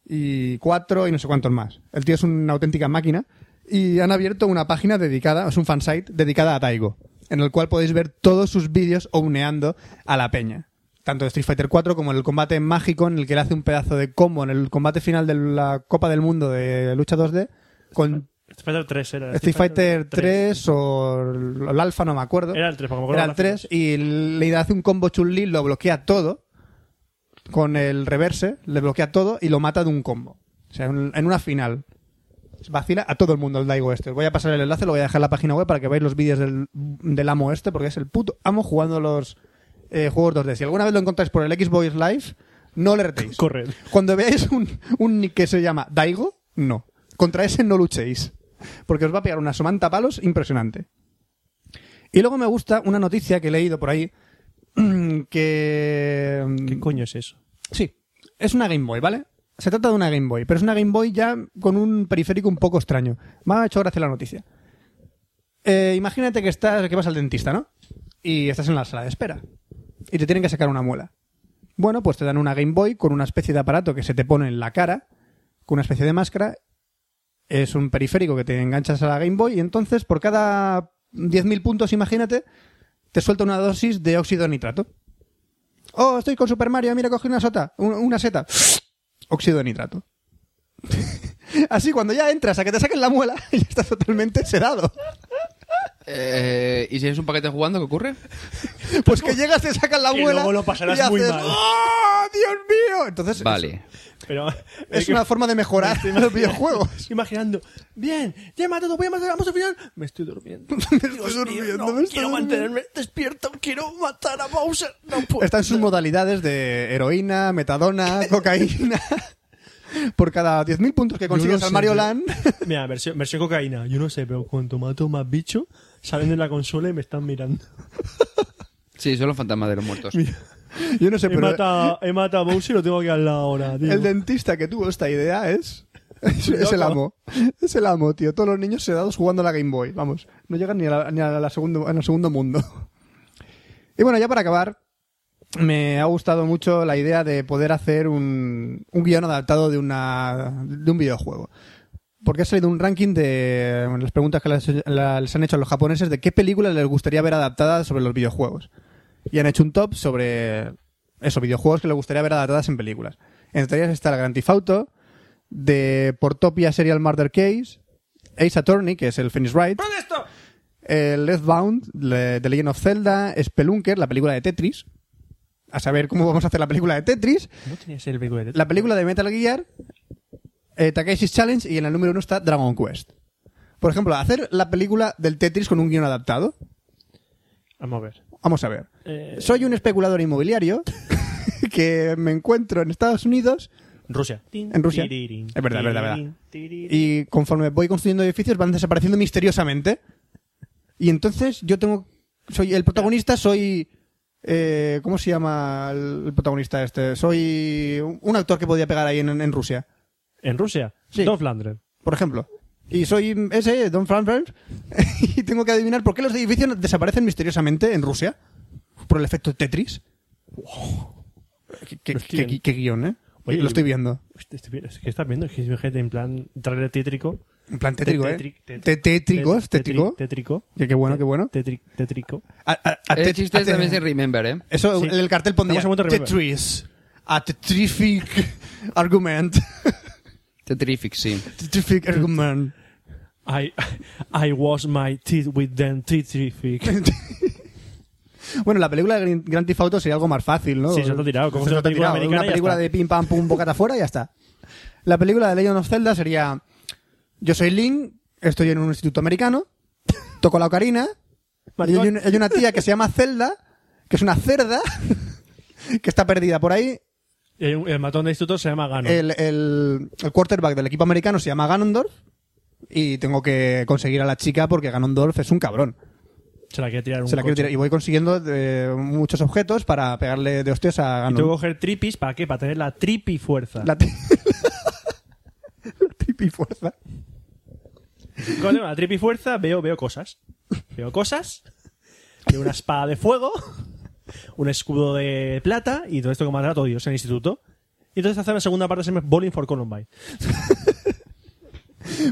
[SPEAKER 6] y 4 y no sé cuántos más. El tío es una auténtica máquina. Y han abierto una página dedicada, es un fansite dedicada a Daigo. En el cual podéis ver todos sus vídeos uneando a la peña tanto de Street Fighter 4 como en el combate mágico en el que le hace un pedazo de combo en el combate final de la Copa del Mundo de lucha 2D con
[SPEAKER 2] Street Fighter 3 era.
[SPEAKER 6] Street Fighter 3 o el Alpha, no me acuerdo.
[SPEAKER 2] Era el 3, porque me acuerdo.
[SPEAKER 6] Era el 3 y le hace un combo Chun-Li, lo bloquea todo con el reverse, le bloquea todo y lo mata de un combo. O sea, en en una final. Vacila a todo el mundo el Daigo este. Os voy a pasar el enlace, lo voy a dejar en la página web para que veáis los vídeos del, del amo este, porque es el puto amo jugando los eh, juegos 2D. Si alguna vez lo encontráis por el Xbox Live, no le retéis.
[SPEAKER 2] Corre.
[SPEAKER 6] Cuando veáis un, un nick que se llama Daigo, no. Contra ese no luchéis. Porque os va a pegar una somanta a palos impresionante. Y luego me gusta una noticia que he leído por ahí. mm, Que.
[SPEAKER 2] ¿Qué coño es eso?
[SPEAKER 6] Sí, es una Game Boy, ¿vale? Se trata de una Game Boy, pero es una Game Boy ya con un periférico un poco extraño. Me ha hecho gracia la noticia. Eh, imagínate que estás, que vas al dentista, ¿no? Y estás en la sala de espera. Y te tienen que sacar una muela. Bueno, pues te dan una Game Boy con una especie de aparato que se te pone en la cara, con una especie de máscara. Es un periférico que te enganchas a la Game Boy y entonces por cada 10.000 puntos, imagínate, te suelta una dosis de óxido de nitrato. Oh, estoy con Super Mario, mira, cogí una sota, un- una seta. Óxido de nitrato. Así cuando ya entras a que te saquen la muela, ya estás totalmente sedado.
[SPEAKER 1] Eh, ¿Y si es un paquete jugando, qué ocurre?
[SPEAKER 6] Pues que llegas, te sacan la
[SPEAKER 2] Que
[SPEAKER 6] muela.
[SPEAKER 2] luego lo pasarás
[SPEAKER 6] y haces,
[SPEAKER 2] muy mal.
[SPEAKER 6] ¡Oh, Dios mío! Entonces,
[SPEAKER 1] Vale.
[SPEAKER 2] Pero.
[SPEAKER 6] es, es una forma de mejorar los videojuegos.
[SPEAKER 2] Imaginando, bien, ya me ha dado, voy a matar, vamos al final. Me estoy durmiendo.
[SPEAKER 6] Me estoy durmiendo, me estoy
[SPEAKER 4] Quiero
[SPEAKER 6] durmiendo.
[SPEAKER 4] mantenerme despierto, quiero matar a Bowser. No puedo.
[SPEAKER 6] Están sus modalidades de heroína, metadona, cocaína. por cada 10.000 puntos que consigues
[SPEAKER 2] no
[SPEAKER 6] al
[SPEAKER 2] sé,
[SPEAKER 6] Mario
[SPEAKER 2] tío.
[SPEAKER 6] Land.
[SPEAKER 2] Mira, versión, versión cocaína. Yo no sé, pero cuanto mato más bicho, salen de la consola y me están mirando.
[SPEAKER 1] Sí, son los fantasmas de los muertos.
[SPEAKER 6] Yo no sé,
[SPEAKER 2] He
[SPEAKER 6] pero
[SPEAKER 2] matado, he matado a Bowser y lo tengo aquí al lado ahora, tío.
[SPEAKER 6] el dentista que tuvo esta idea es... Es, es el amo. Es el amo, tío. Todos los niños sedados jugando a la Game Boy. Vamos, no llegan ni, a la- ni a la segundo, al segundo mundo. Y bueno, ya para acabar, me ha gustado mucho la idea de poder hacer un, un guión adaptado de, una, de un videojuego. Porque ha salido un ranking de bueno, las preguntas que les, la- les han hecho a los japoneses de qué películas les gustaría ver adaptadas sobre los videojuegos. Y han hecho un top sobre esos videojuegos que les gustaría ver adaptadas en películas. Entre ellas está el Grand Theft Auto, de Portopia Serial Murder Case, Ace Attorney, que es el Phoenix Wright, el Earthbound, le- The Legend of Zelda, Spelunker, la película de Tetris. A saber cómo vamos a hacer la película de Tetris.
[SPEAKER 2] ¿No tenía ser el película de
[SPEAKER 6] La película de Metal Gear, eh, Takeshi's Challenge y en el número uno está Dragon Quest. Por ejemplo, hacer la película del Tetris con un guión adaptado.
[SPEAKER 2] Vamos a ver.
[SPEAKER 6] Vamos a ver.
[SPEAKER 2] Eh,
[SPEAKER 6] Soy un especulador inmobiliario que me encuentro en Estados Unidos
[SPEAKER 2] Rusia.
[SPEAKER 6] En Rusia. Es verdad, es verdad, es verdad. y conforme voy construyendo edificios van desapareciendo misteriosamente. Y entonces yo tengo... Soy el protagonista, soy... eh, ¿Cómo se llama el el protagonista este? Soy un- un actor que podía pegar ahí en, en Rusia,
[SPEAKER 2] ¿En Rusia?
[SPEAKER 6] Sí.
[SPEAKER 2] Don Flandre.
[SPEAKER 6] por ejemplo. Y soy ese, Don Franfeld, y tengo que adivinar por qué los edificios desaparecen misteriosamente en Rusia. Por el efecto Tetris. ¿Qué, qué-
[SPEAKER 2] Hostia.
[SPEAKER 6] qué- qué guión, eh?
[SPEAKER 2] Oye,
[SPEAKER 6] Lo estoy viendo.
[SPEAKER 2] Este- este- Es que estás viendo, es que es gente en plan trailer tétrico.
[SPEAKER 6] En plan tétrico,
[SPEAKER 2] Tetri-
[SPEAKER 6] ¿eh?
[SPEAKER 2] tetri-
[SPEAKER 6] Te- Tétrico,
[SPEAKER 2] Tetri-
[SPEAKER 6] es tétrico.
[SPEAKER 2] Tétrico.
[SPEAKER 6] Qué qué bueno, qué bueno.
[SPEAKER 2] Tetri- Tétrico.
[SPEAKER 6] A- a- a
[SPEAKER 1] El
[SPEAKER 6] tet-
[SPEAKER 1] chiste
[SPEAKER 6] a tet-
[SPEAKER 1] también es de Remember, ¿eh?
[SPEAKER 6] Eso,
[SPEAKER 2] Sí.
[SPEAKER 6] el cartel pondría
[SPEAKER 2] Estamos en momento de
[SPEAKER 6] Tetris. A tetrific argument.
[SPEAKER 1] Tetrific, sí.
[SPEAKER 6] Tetrific argument.
[SPEAKER 2] I, I wash my teeth with them tetrific.
[SPEAKER 6] Bueno, la película de Gran- Grand Theft Auto sería algo más fácil, ¿no?
[SPEAKER 2] Sí, se lo han tirado, como es una
[SPEAKER 6] lo han
[SPEAKER 2] película
[SPEAKER 6] tirado.
[SPEAKER 2] americana,
[SPEAKER 6] Una
[SPEAKER 2] ya
[SPEAKER 6] película
[SPEAKER 2] está.
[SPEAKER 6] de pim pam pum bocata afuera y ya está. La película de Legend of Zelda sería Yo soy Link, estoy en un instituto americano, toco la ocarina, y hay, un- hay una tía que se llama Zelda, que es una cerda, que está perdida por ahí,
[SPEAKER 2] Y hay un- El matón de instituto se llama Gano.
[SPEAKER 6] el, el- el quarterback del equipo americano se llama Ganondorf y tengo que conseguir a la chica porque Ganondorf es un cabrón.
[SPEAKER 2] se la quiere tirar un
[SPEAKER 6] Se la quiero
[SPEAKER 2] coche.
[SPEAKER 6] tirar. Y voy consiguiendo eh, muchos objetos para pegarle de hostias a
[SPEAKER 2] Y tengo que
[SPEAKER 6] Ganondorf.
[SPEAKER 2] coger tripis, ¿para qué? Para tener la tripi fuerza.
[SPEAKER 6] La, tri- la tripifuerza.
[SPEAKER 2] Con la tripi fuerza veo, veo cosas. Veo cosas. Veo una espada de fuego. Un escudo de plata. Y todo esto que matar a todo Dios en el instituto. Y entonces hace una segunda parte se llama Bowling for Columbine.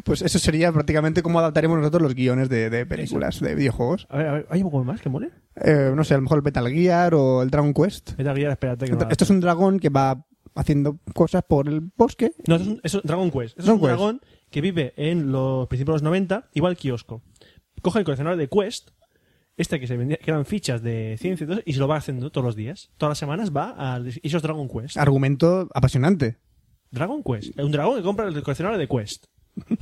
[SPEAKER 6] Pues eso sería prácticamente cómo adaptaremos nosotros los guiones de, de películas, de videojuegos.
[SPEAKER 2] A ver, a ver, ¿hay un poco más que mole?
[SPEAKER 6] Eh, no sé, a lo mejor el Metal Gear o el Dragon Quest.
[SPEAKER 2] Metal Gear, espérate que no. la-
[SPEAKER 6] Esto es un dragón que va haciendo cosas por el bosque.
[SPEAKER 2] No, eso es, un- eso es Dragon Quest. Eso es
[SPEAKER 6] Dragon
[SPEAKER 2] un
[SPEAKER 6] Quest.
[SPEAKER 2] dragón que vive en los principios de los 90, igual kiosco. Coge el coleccionador de Quest, este que se vendía, que eran fichas de ciencia y todo, y se lo va haciendo todos los días. Todas las semanas va a esos Dragon Quest.
[SPEAKER 6] Argumento apasionante.
[SPEAKER 2] Dragon Quest. Un dragón que compra el coleccionador de Quest.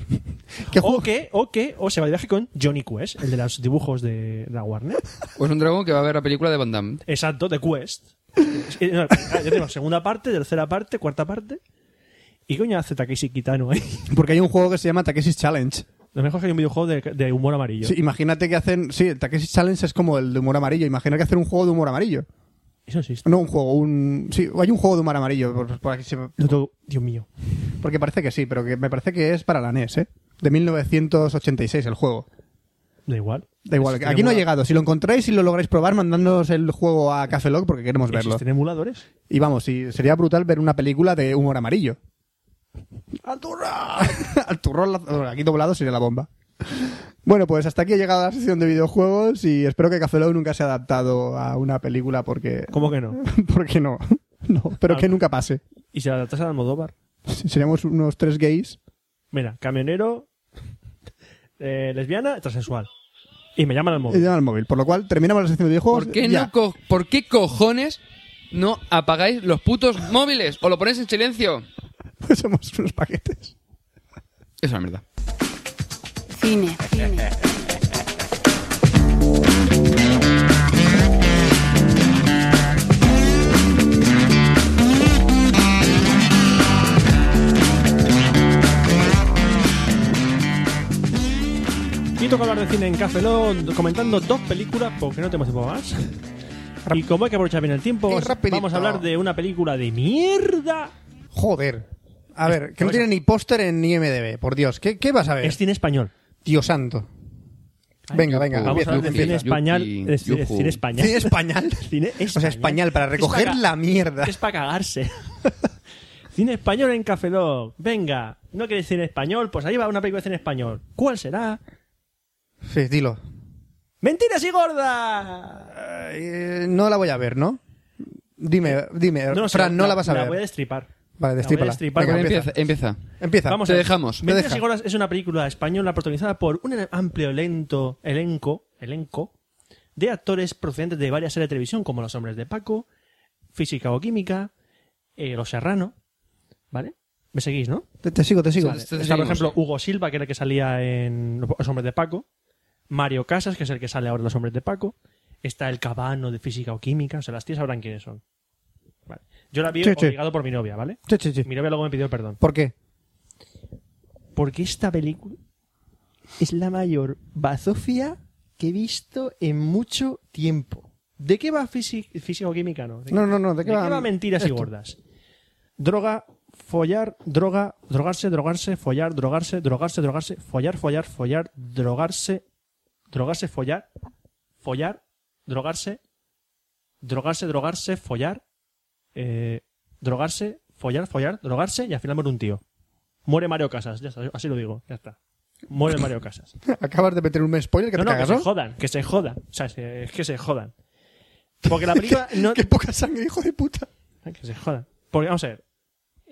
[SPEAKER 6] ¿Qué juego?
[SPEAKER 2] O que, o que, o se va de viaje con Johnny Quest, el de los dibujos de la Warner.
[SPEAKER 1] O es un dragón que va a ver la película de Van Damme.
[SPEAKER 2] Exacto, de Quest. Es que, no, ya tenemos segunda parte, tercera parte, cuarta parte. ¿Y qué coño hace Takeshi Kitano ahí?
[SPEAKER 6] Porque hay un juego que se llama Takeshi's Challenge.
[SPEAKER 2] Lo mejor es que hay un videojuego de, de humor amarillo.
[SPEAKER 6] Sí, imagínate que hacen. Sí, el Takeshi Challenge es como el de humor amarillo. Imagina que hacen un juego de humor amarillo.
[SPEAKER 2] Eso existe.
[SPEAKER 6] No, un juego, un. Sí, hay un juego de humor amarillo. por- por aquí se-
[SPEAKER 2] Lo tengo- Dios mío.
[SPEAKER 6] porque parece que sí, pero que me parece que es para la NES, ¿eh? De 1986 el juego.
[SPEAKER 2] Da igual.
[SPEAKER 6] Da igual,
[SPEAKER 2] ¿Existen
[SPEAKER 6] aquí no ha
[SPEAKER 2] emula-
[SPEAKER 6] llegado. Si lo encontráis y lo lográis probar, mandándonos el juego a Café Lock porque queremos verlo.
[SPEAKER 2] ¿Existen emuladores?
[SPEAKER 6] Y vamos, y sería brutal ver una película de humor amarillo. ¡Al turrón! Al turrón, la- aquí doblado sería la bomba. Bueno, pues hasta aquí ha llegado la sesión de videojuegos y espero que Café Lock nunca se ha adaptado a una película porque...
[SPEAKER 2] ¿Cómo que no?
[SPEAKER 6] Porque no. No, pero que nunca pase.
[SPEAKER 2] ¿Y si la adaptas a Almodóvar?
[SPEAKER 6] Seríamos unos tres gays.
[SPEAKER 2] Mira, camionero, eh, lesbiana, transexual. Y me llaman al
[SPEAKER 6] Y
[SPEAKER 2] móvil.
[SPEAKER 6] llaman al móvil. Por lo cual, terminamos la sesión de videojuegos.
[SPEAKER 1] ¿Por qué,
[SPEAKER 6] ya.
[SPEAKER 1] no co- ¿Por qué cojones no apagáis los putos móviles? ¿O lo ponéis en silencio?
[SPEAKER 6] Pues somos unos paquetes.
[SPEAKER 1] Eso es la verdad.
[SPEAKER 5] Cine.
[SPEAKER 2] de cine en Café Lock, comentando dos películas porque no tenemos tiempo más. Y como hay que aprovechar bien el tiempo,
[SPEAKER 6] Y rapidito.
[SPEAKER 2] vamos a hablar de una película de mierda.
[SPEAKER 6] Joder. A ver, que no tiene ni póster en ni IMDB, por Dios. ¿Qué, qué vas a ver?
[SPEAKER 2] Es cine español.
[SPEAKER 6] Dios santo. Venga, venga,
[SPEAKER 2] Vamos a
[SPEAKER 6] empieza,
[SPEAKER 2] hablar de cine
[SPEAKER 6] empieza.
[SPEAKER 2] español.
[SPEAKER 1] Yupi,
[SPEAKER 2] de cine-
[SPEAKER 1] yujú.
[SPEAKER 2] Cine español.
[SPEAKER 6] ¿Cine español?
[SPEAKER 2] Cine
[SPEAKER 6] O sea, español, para recoger
[SPEAKER 2] Es para-
[SPEAKER 6] la mierda.
[SPEAKER 2] Es para cagarse. cine español en Café Lock. Venga, ¿no queréis cine español? Pues ahí va una película de cine español. ¿Cuál será?
[SPEAKER 6] Sí, dilo.
[SPEAKER 2] ¡Mentiras y gorda!
[SPEAKER 6] Eh, no la voy a ver, ¿no? Dime, dime,
[SPEAKER 2] lo sé,
[SPEAKER 6] Fran, no la, vas a
[SPEAKER 2] La voy a
[SPEAKER 6] ver.
[SPEAKER 2] destripar. La
[SPEAKER 6] Vale,
[SPEAKER 2] voy a
[SPEAKER 6] destrípala.
[SPEAKER 2] destripar.
[SPEAKER 6] Venga,
[SPEAKER 2] Porque
[SPEAKER 6] empieza.
[SPEAKER 1] Empieza, empieza.
[SPEAKER 6] Empieza.
[SPEAKER 2] Vamos
[SPEAKER 1] Te
[SPEAKER 2] a ver.
[SPEAKER 1] dejamos.
[SPEAKER 6] Me
[SPEAKER 2] Mentiras
[SPEAKER 6] deja.
[SPEAKER 2] y gordas es una película española protagonizada por un amplio lento elenco, elenco de actores procedentes de varias series de televisión como Los Hombres de Paco, Física o Química, eh, Los Serrano, ¿vale? ¿Me seguís, no?
[SPEAKER 6] Te, te sigo, te sigo.
[SPEAKER 1] Vale. Entonces
[SPEAKER 2] Está, por
[SPEAKER 1] seguimos.
[SPEAKER 2] ejemplo, Hugo Silva, que era el que salía en Los Hombres de Paco. Mario Casas, que es el que sale ahora en Los Hombres de Paco. Está el cabano de física o química. O sea, las tías sabrán quiénes son. Vale. Yo la vi
[SPEAKER 6] Sí, sí.
[SPEAKER 2] obligado por mi novia, ¿vale?
[SPEAKER 6] Sí, sí, sí.
[SPEAKER 2] Mi novia luego me pidió perdón.
[SPEAKER 6] ¿Por qué?
[SPEAKER 2] Porque esta película es la mayor bazofia que he visto en mucho tiempo. ¿De qué va físi- física o química? No, ¿De qué-
[SPEAKER 6] No, no, no, ¿de qué va?
[SPEAKER 2] mentiras y
[SPEAKER 6] esto?
[SPEAKER 2] gordas? Droga, follar, droga, drogarse, drogarse, follar, drogarse, drogarse, drogarse, follar, follar, follar, drogarse, drogarse, follar, follar, drogarse, drogarse, drogarse, follar, eh, drogarse, follar, follar, drogarse y al final muere un tío. Muere Mario Casas, ya está, así lo digo, ya está. Muere Mario Casas
[SPEAKER 6] Acabas de meter un spoiler que
[SPEAKER 2] no,
[SPEAKER 6] te
[SPEAKER 2] no,
[SPEAKER 6] cagas,
[SPEAKER 2] que
[SPEAKER 6] ¿no?
[SPEAKER 2] se jodan, que se jodan. O sea, se- es que se jodan. Porque la película no...
[SPEAKER 6] Qué poca sangre, hijo de puta.
[SPEAKER 2] Que se jodan. Porque, vamos a ver.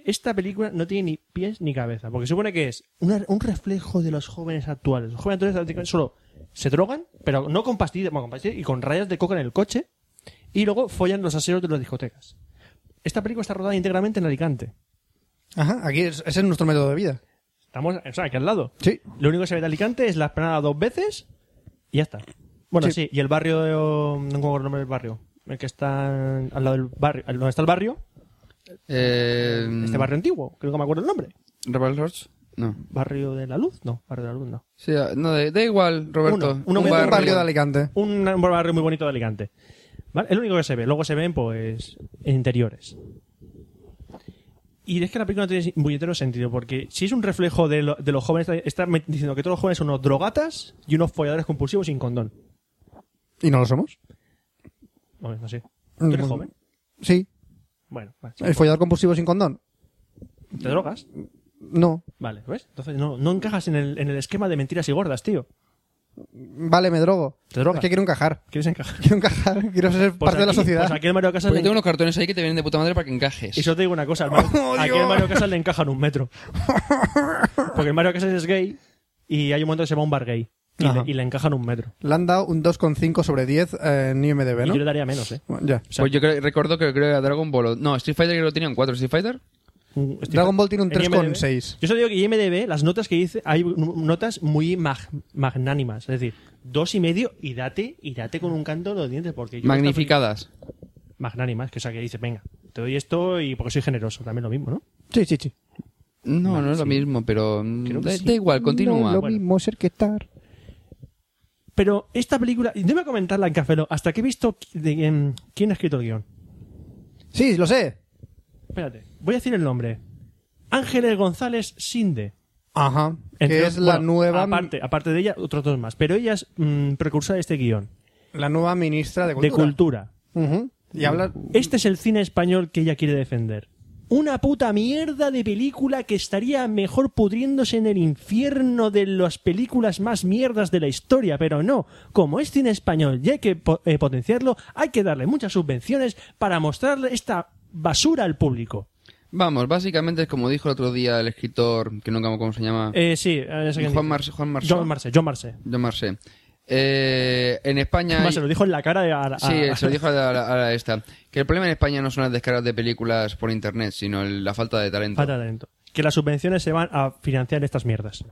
[SPEAKER 2] Esta película no tiene ni pies ni cabeza. Porque supone que es una- un reflejo de los jóvenes actuales. Los jóvenes actuales prácticamente solo se drogan, pero no con pastillas, bueno, con pastillas y con rayas de coca en el coche. Y luego follan los aseos de las discotecas. Esta película está rodada íntegramente en Alicante.
[SPEAKER 6] Ajá, aquí es, ese es nuestro método de vida.
[SPEAKER 2] Estamos, o sea, aquí al lado.
[SPEAKER 6] Sí.
[SPEAKER 2] Lo único que se ve de Alicante es la esplanada dos veces y ya está. Bueno, sí,
[SPEAKER 6] Sí.
[SPEAKER 2] y el barrio, no me acuerdo el nombre del barrio, el que está al lado del barrio, al- donde está el barrio,
[SPEAKER 1] Eh,
[SPEAKER 2] este barrio antiguo, creo que me acuerdo el nombre.
[SPEAKER 1] Robert Roach. No.
[SPEAKER 2] Barrio de la Luz, no, barrio de la Luz no.
[SPEAKER 1] Sí, ah, no, da- da igual, Roberto.
[SPEAKER 2] Uno,
[SPEAKER 1] Un
[SPEAKER 2] uno,
[SPEAKER 6] Un
[SPEAKER 1] barrio.
[SPEAKER 6] barrio, de Alicante.
[SPEAKER 2] Un, un barrio muy bonito de Alicante. ¿Vale? Es lo único que se ve, luego se ven pues interiores. Y es que la película no tiene un puñetero sentido, porque si es un reflejo de, lo- de los jóvenes, está, está met- diciendo que todos los jóvenes son unos drogatas y unos folladores compulsivos sin condón.
[SPEAKER 6] ¿Y no lo somos?
[SPEAKER 2] Bueno, no sé. ¿Tú eres
[SPEAKER 6] Mm.
[SPEAKER 2] joven?
[SPEAKER 6] Sí.
[SPEAKER 2] Bueno, vale, sí.
[SPEAKER 6] ¿El follador compulsivo sin condón?
[SPEAKER 2] ¿te drogas?
[SPEAKER 6] No.
[SPEAKER 2] Vale, ¿ves? Entonces no, no encajas en el, en el esquema de mentiras y gordas, tío.
[SPEAKER 6] Vale, me drogo.
[SPEAKER 2] Te drogas.
[SPEAKER 6] Es que quiero encajar.
[SPEAKER 2] ¿Quieres encajar?
[SPEAKER 6] Quiero encajar. Quiero ser
[SPEAKER 2] Pues
[SPEAKER 6] parte de la
[SPEAKER 2] aquí-
[SPEAKER 6] sociedad.
[SPEAKER 2] Pues aquí el Mario Casas
[SPEAKER 1] Porque
[SPEAKER 2] le
[SPEAKER 1] tengo
[SPEAKER 2] enca-
[SPEAKER 1] unos cartones ahí que te vienen de puta madre para que encajes.
[SPEAKER 2] Y yo te digo una cosa, al Mario-
[SPEAKER 6] ¡Oh,
[SPEAKER 2] aquí
[SPEAKER 6] Dios!
[SPEAKER 2] el Mario Casas le encajan un metro. Porque el Mario Casas es gay y hay un momento que se va a un bar gay. Y
[SPEAKER 6] Ajá.
[SPEAKER 2] le, y le encajan un metro.
[SPEAKER 6] Le han dado un 2,5 sobre 10 eh, en IMDB,
[SPEAKER 2] Y
[SPEAKER 6] ¿no?
[SPEAKER 2] yo le daría menos, ¿eh?
[SPEAKER 6] Bueno, ya.
[SPEAKER 1] pues yo creo, recuerdo que creo que a Dragon Ball. No, Street Fighter creo que lo tenían cuatro. ¿Street Fighter?
[SPEAKER 2] Un- estoy-
[SPEAKER 6] Dragon Ball tiene un
[SPEAKER 2] en IMDb.
[SPEAKER 6] 3,6.
[SPEAKER 2] Yo solo digo que IMDB, las notas que dice, hay un- notas muy mag- magnánimas. Es decir, dos y medio y date, y date con un canto de los dientes. Porque yo
[SPEAKER 1] Magnificadas.
[SPEAKER 2] magnánimas, que o sea que dices, venga, te doy esto y porque soy generoso, también lo mismo, ¿no?
[SPEAKER 6] Sí, sí, sí.
[SPEAKER 1] No, no es lo
[SPEAKER 2] sí.
[SPEAKER 1] mismo, pero. mm,
[SPEAKER 2] Creo que
[SPEAKER 1] Da,
[SPEAKER 2] sí.
[SPEAKER 1] da igual, continúa.
[SPEAKER 6] No lo
[SPEAKER 2] Bueno.
[SPEAKER 6] mismo ser que estar.
[SPEAKER 2] Pero esta película, y no iba a comentarla en Café Lock, hasta que he visto qui- de- em, quién ha escrito el guión.
[SPEAKER 6] Sí, lo sé.
[SPEAKER 2] Espérate, voy a decir el nombre. Ángeles González Sinde.
[SPEAKER 6] Ajá.
[SPEAKER 2] Entre
[SPEAKER 6] que
[SPEAKER 2] ot-
[SPEAKER 6] es la
[SPEAKER 2] bueno,
[SPEAKER 6] nueva
[SPEAKER 2] Aparte, aparte de ella, otros dos más. Pero ella es mm, precursora de este guión,
[SPEAKER 6] la nueva ministra de
[SPEAKER 2] de
[SPEAKER 6] cultura.
[SPEAKER 2] cultura.
[SPEAKER 6] Ujú. Y habla
[SPEAKER 2] Este es el cine español que ella quiere defender. Una puta mierda de película que estaría mejor pudriéndose en el infierno de las películas más mierdas de la historia, pero no, como es cine español y hay que po- eh, potenciarlo, hay que darle muchas subvenciones para mostrarle esta basura al público.
[SPEAKER 1] Vamos, básicamente es como dijo el otro día el escritor, que no me acuerdo cómo se llama.
[SPEAKER 2] Eh, sí, eh, no sé quién
[SPEAKER 1] Juan
[SPEAKER 2] dice.
[SPEAKER 1] Marce- Juan Marce.
[SPEAKER 2] John Marce, John Marce.
[SPEAKER 1] Yo no sé. Eh, en España.
[SPEAKER 2] Además,
[SPEAKER 1] hay-
[SPEAKER 2] se lo dijo en la cara de- a, a-
[SPEAKER 1] Sí, se lo dijo a, la- a la esta. Que el problema en España no son las descargas de películas por internet, sino el- la falta de talento.
[SPEAKER 2] Falta de talento. Que las subvenciones se van a financiar estas mierdas.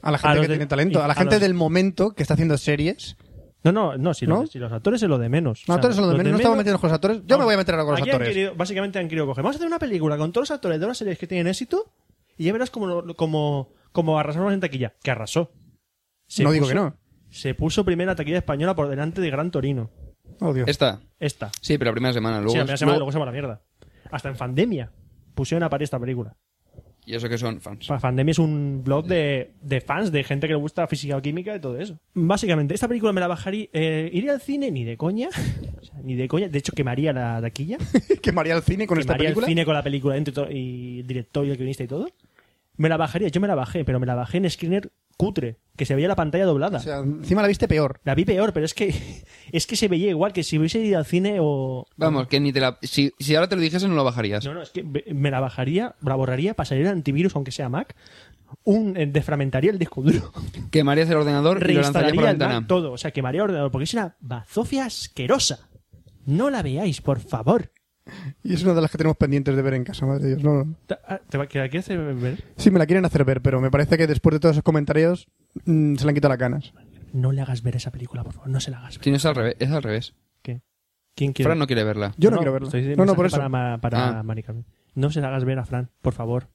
[SPEAKER 6] a la
[SPEAKER 2] a
[SPEAKER 6] gente
[SPEAKER 2] los
[SPEAKER 6] que
[SPEAKER 2] de-
[SPEAKER 6] tiene talento,
[SPEAKER 2] y-
[SPEAKER 6] a la
[SPEAKER 2] a
[SPEAKER 6] gente
[SPEAKER 2] los-
[SPEAKER 6] del momento que está haciendo series.
[SPEAKER 2] No, no, no, si,
[SPEAKER 6] ¿No?
[SPEAKER 2] Los, si los actores es lo de menos. O sea,
[SPEAKER 6] No, actores son los de menos. No estamos metiendo con los actores. Yo me
[SPEAKER 2] Vamos,
[SPEAKER 6] voy a meter ahora con los
[SPEAKER 2] aquí han
[SPEAKER 6] actores.
[SPEAKER 2] querido- básicamente han querido coger. Vamos a hacer una película con todos los actores de las series que tienen éxito y ya verás como, como, como arrasamos en taquilla. Que arrasó. Se
[SPEAKER 6] No digo
[SPEAKER 2] puso-
[SPEAKER 6] que no.
[SPEAKER 2] se puso primera taquilla española por delante de Gran Torino.
[SPEAKER 6] Oh, Dios.
[SPEAKER 1] Esta.
[SPEAKER 2] Esta.
[SPEAKER 1] Sí, pero la primera semana. Luego,
[SPEAKER 2] sí, la primera semana
[SPEAKER 1] luego-
[SPEAKER 2] luego se va a la mierda. Hasta en Fandemia pusieron a parir esta película.
[SPEAKER 1] Y eso que son fans.
[SPEAKER 2] Fa- Fandemia es un blog de, de fans, de gente que le gusta física o química y todo eso. Básicamente, esta película me la bajaría. Eh, iría al cine ni de coña. O sea, ni de coña. De hecho, quemaría la taquilla.
[SPEAKER 6] que María al cine con esta
[SPEAKER 2] quemaría
[SPEAKER 6] película.
[SPEAKER 2] el cine con la película dentro y to- y el director y el guionista y todo. Me la bajaría. Yo me la bajé, pero me la bajé en screener cutre, que se veía la pantalla doblada.
[SPEAKER 6] O sea, encima la viste peor.
[SPEAKER 2] la vi peor, pero es que es que se veía igual que si hubiese ido al cine o
[SPEAKER 1] Vamos, que ni te la. Si, si ahora te lo dijese, no lo bajarías.
[SPEAKER 2] No, no, es que ve- me la bajaría, la borraría, pasaría el antivirus, aunque sea Mac, un eh, desfragmentaría el disco duro,
[SPEAKER 1] Quemarías el ordenador y lo lanzarías por
[SPEAKER 2] reinstalaría
[SPEAKER 1] la
[SPEAKER 2] el
[SPEAKER 1] ventana.
[SPEAKER 2] Mac, todo, o sea, quemaría el ordenador, porque es una bazofia asquerosa. No la veáis, por favor.
[SPEAKER 6] Y es una de las que tenemos pendientes de ver en casa, madre de Dios. No, no.
[SPEAKER 2] ¿Te, ah, te va- que la quieres ver?
[SPEAKER 6] Sí, me la quieren hacer ver, pero me parece que después de todos esos comentarios mm, se le han quitado las ganas.
[SPEAKER 2] No le hagas ver esa película, por favor, no se la hagas ver.
[SPEAKER 1] Si no es al revés. Es al revés.
[SPEAKER 2] ¿Qué? ¿Quién quiere?
[SPEAKER 1] Fran no quiere verla.
[SPEAKER 6] Yo no, quiero verla.
[SPEAKER 2] estoy-
[SPEAKER 6] No, no,
[SPEAKER 2] mensaje
[SPEAKER 6] por eso.
[SPEAKER 2] Para, Ma- para
[SPEAKER 1] Ah.
[SPEAKER 2] Mari Carmen. No se la hagas ver a Fran, por favor.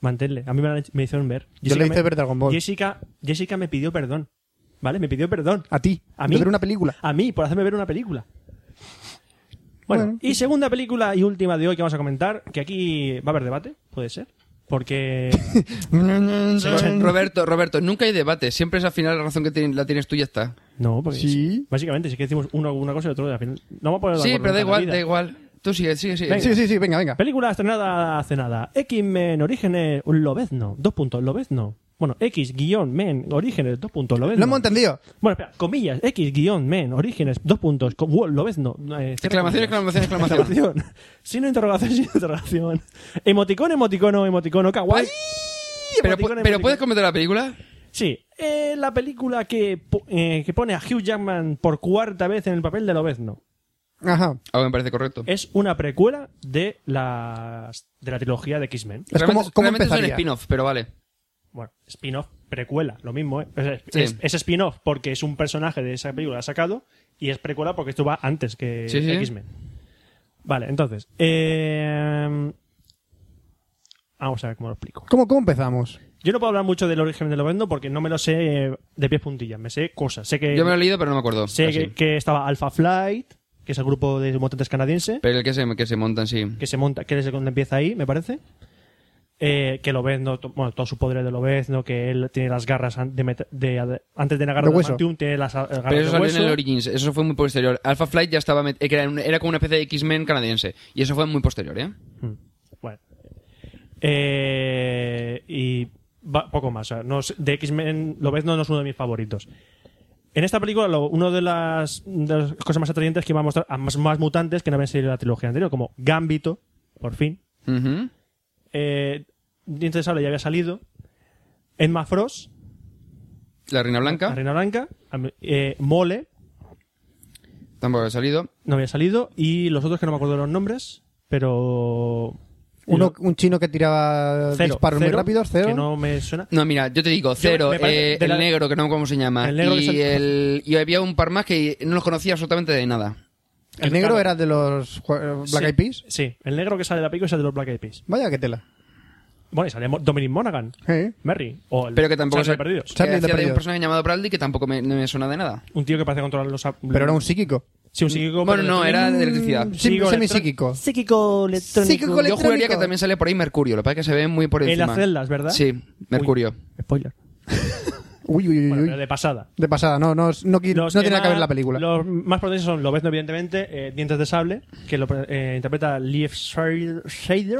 [SPEAKER 2] Manténle. A mí me, la- me hicieron ver.
[SPEAKER 6] Yo le
[SPEAKER 2] Jessica
[SPEAKER 6] hice
[SPEAKER 2] me-
[SPEAKER 6] ver Dragon Ball.
[SPEAKER 2] Jessica, Jessica me pidió perdón. ¿Vale? Me pidió perdón.
[SPEAKER 6] A ti.
[SPEAKER 2] ¿A mí?
[SPEAKER 6] De ver una película.
[SPEAKER 2] A mí, por hacerme ver una película. Bueno,
[SPEAKER 6] Bueno.
[SPEAKER 2] y segunda película y última de hoy que vamos a comentar, que aquí va a haber debate, puede ser. Porque.
[SPEAKER 1] Roberto, Roberto, nunca hay debate. Siempre es al final la razón que tiene- la tienes tú y ya está.
[SPEAKER 2] No, porque.
[SPEAKER 6] Sí.
[SPEAKER 2] Básicamente, si es que decimos uno una cosa y otro. Al final, no vamos a poner de
[SPEAKER 1] Sí,
[SPEAKER 2] acuerdo
[SPEAKER 1] pero da
[SPEAKER 2] en toda la
[SPEAKER 1] igual,
[SPEAKER 2] vida.
[SPEAKER 1] da igual. Tú sigue, sigue, sigue.
[SPEAKER 2] Venga.
[SPEAKER 6] Sí, sí, sí, venga, venga.
[SPEAKER 2] Película estrenada hace nada. X-Men Orígenes Lobezno. Dos puntos, Lobezno. Bueno, X guión Men Orígenes, dos puntos, Lobezno.
[SPEAKER 6] Lo hemos entendido.
[SPEAKER 2] Bueno, espera, comillas. X guión Men Orígenes, dos puntos. co- wo- Lobezno. eh, cierra
[SPEAKER 1] Exclamación,
[SPEAKER 2] comillas.
[SPEAKER 1] exclamación, exclamación.
[SPEAKER 2] Interrogación. Sin interrogación, sin interrogación. Emoticono, emoticono, emoticono, kawaii.
[SPEAKER 1] Pero, pu-
[SPEAKER 2] Emoticono,
[SPEAKER 1] pero
[SPEAKER 2] emoticono.
[SPEAKER 1] puedes comentar la película.
[SPEAKER 2] Sí. Eh, la película que, po- eh, que pone a Hugh Jackman por cuarta vez en el papel de Lobezno.
[SPEAKER 6] Ajá.
[SPEAKER 1] Algo me parece correcto.
[SPEAKER 2] Es una precuela de, las, de la trilogía de X-Men.
[SPEAKER 6] Es
[SPEAKER 1] Realmente-
[SPEAKER 6] como, ¿cómo
[SPEAKER 1] realmente es un
[SPEAKER 6] empezaría?
[SPEAKER 1] spin-off, pero vale.
[SPEAKER 2] Bueno, spin-off, precuela, lo mismo, ¿eh? Es,
[SPEAKER 1] Sí.
[SPEAKER 2] es- es spin-off porque es un personaje de esa película sacado y es precuela porque esto va antes que
[SPEAKER 1] Sí, sí.
[SPEAKER 2] X-Men. Vale, entonces. eh, Vamos a ver cómo lo explico.
[SPEAKER 6] ¿Cómo, ¿Cómo empezamos?
[SPEAKER 2] Yo no puedo hablar mucho del origen de Lobendo porque no me lo sé eh, de pies puntillas, me sé cosas. Sé que,
[SPEAKER 1] Yo me lo he leído, pero no me acuerdo.
[SPEAKER 2] sé
[SPEAKER 1] Así.
[SPEAKER 2] que, que estaba Alpha Flight, que es el grupo de mutantes canadiense,
[SPEAKER 1] Pero el que se, que se montan, sí.
[SPEAKER 2] que se monta, que es cuando empieza ahí, me parece. Eh, que Lobezno, to- bueno, todo su poder de Lobezno, que él tiene las garras an- de, meta- de- antes de negar
[SPEAKER 6] De hueso.
[SPEAKER 2] tiene las a- garras
[SPEAKER 1] Pero eso
[SPEAKER 2] de
[SPEAKER 1] salió en
[SPEAKER 2] hueso.
[SPEAKER 1] el Origins, eso fue muy posterior. Alpha Flight ya estaba. met- eh, que Era, un- era como una especie de X-Men canadiense. Y eso fue muy posterior, ¿eh?
[SPEAKER 2] Mm, Bueno. Eh, y va- poco más. o sea, no sé- de X-Men, Lobezno no es uno de mis favoritos. En esta película, lo- uno de las, de las cosas más atrayentes que va a mostrar a más, más mutantes que no habían salido en la trilogía anterior, como Gambito, por fin.
[SPEAKER 1] Ujú.
[SPEAKER 2] Eh, Dientes de Sable ya había salido. Emma Frost,
[SPEAKER 1] La Reina Blanca
[SPEAKER 2] La Reina Blanca, am- eh, Mole,
[SPEAKER 1] tampoco ha salido.
[SPEAKER 2] no había salido, y los otros que no me acuerdo de los nombres, pero...
[SPEAKER 6] Uno,
[SPEAKER 2] Yo-
[SPEAKER 6] un chino que tiraba
[SPEAKER 2] Cero,
[SPEAKER 6] disparos muy
[SPEAKER 2] Cero,
[SPEAKER 6] rápido, cero.
[SPEAKER 2] Que no me suena.
[SPEAKER 1] No, mira, yo te digo, cero,
[SPEAKER 2] me parece-
[SPEAKER 1] eh,
[SPEAKER 2] de
[SPEAKER 1] el
[SPEAKER 2] la-
[SPEAKER 1] negro, que no sé cómo se llama.
[SPEAKER 2] El negro que
[SPEAKER 1] y,
[SPEAKER 2] es el-
[SPEAKER 1] el- y había un par más que no los conocía absolutamente de nada.
[SPEAKER 6] el negro
[SPEAKER 2] claro.
[SPEAKER 6] era de los ju- Black
[SPEAKER 2] Sí,
[SPEAKER 6] Eyed Peas.
[SPEAKER 2] Sí, el negro que sale de la película es el de los Black Eyed Peas.
[SPEAKER 6] Vaya que tela.
[SPEAKER 2] Bueno, y sale Mo- Dominic Monaghan,
[SPEAKER 6] Eh.
[SPEAKER 2] Merry, o el
[SPEAKER 1] Pero que tampoco.
[SPEAKER 2] Charlie
[SPEAKER 1] sa-
[SPEAKER 2] Perdidos.
[SPEAKER 1] Que
[SPEAKER 6] Charlie de
[SPEAKER 1] hacía de un
[SPEAKER 6] Perdidos.
[SPEAKER 1] personaje llamado Bradley que tampoco me, no me suena de nada.
[SPEAKER 2] Un tío que parece controlar los...
[SPEAKER 6] Pero era un psíquico.
[SPEAKER 2] Sí, un psíquico...
[SPEAKER 1] Bueno,
[SPEAKER 2] pero
[SPEAKER 1] no,
[SPEAKER 2] electrónico.
[SPEAKER 1] era de electricidad.
[SPEAKER 6] Sí,
[SPEAKER 2] Psíquico
[SPEAKER 6] semipsíquico.
[SPEAKER 2] Psíquico electrónico.
[SPEAKER 6] Psíquico
[SPEAKER 1] Yo
[SPEAKER 6] electrónico.
[SPEAKER 1] juraría que también sale por ahí Mercurio, lo que pasa es que se ve muy por
[SPEAKER 2] En
[SPEAKER 1] encima.
[SPEAKER 2] las celdas, ¿verdad?
[SPEAKER 1] Sí, Mercurio.
[SPEAKER 2] Spoiler.
[SPEAKER 6] Uy, uy, uy,
[SPEAKER 2] Bueno,
[SPEAKER 6] uy.
[SPEAKER 2] pero de pasada.
[SPEAKER 6] De pasada, no, no, no, qui- no
[SPEAKER 2] Los
[SPEAKER 6] tiene nada
[SPEAKER 2] más-
[SPEAKER 6] que ver la película.
[SPEAKER 2] Los más potentes son Lobezno, evidentemente, eh, Dientes de Sable, que lo eh, interpreta Lief Schreider.
[SPEAKER 6] Ray-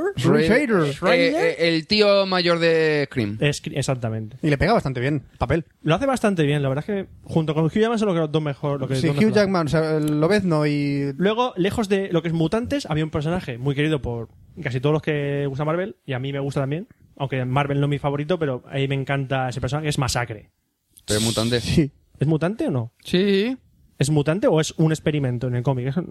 [SPEAKER 6] Schrader.
[SPEAKER 1] Eh, eh, el tío mayor de Scream.
[SPEAKER 2] Es- exactamente.
[SPEAKER 6] Y le pega bastante bien, papel.
[SPEAKER 2] Lo hace bastante bien, la verdad es que junto con Hugh Jackman son los que- los dos mejor. Lo que
[SPEAKER 6] Sí,
[SPEAKER 2] dos
[SPEAKER 6] Hugh
[SPEAKER 2] mejor hacen.
[SPEAKER 6] Jackman, o sea, el Lobezno y...
[SPEAKER 2] Luego, lejos de lo que es mutantes, había un personaje muy querido por casi todos los que gusta Marvel, y a mí me gusta también, aunque Marvel no es mi favorito, pero a mí me encanta ese personaje, es Masacre.
[SPEAKER 1] Pero es mutante.
[SPEAKER 6] Sí.
[SPEAKER 2] ¿Es mutante o no?
[SPEAKER 1] Sí.
[SPEAKER 2] ¿Es mutante o es un experimento en el cómic? Eso-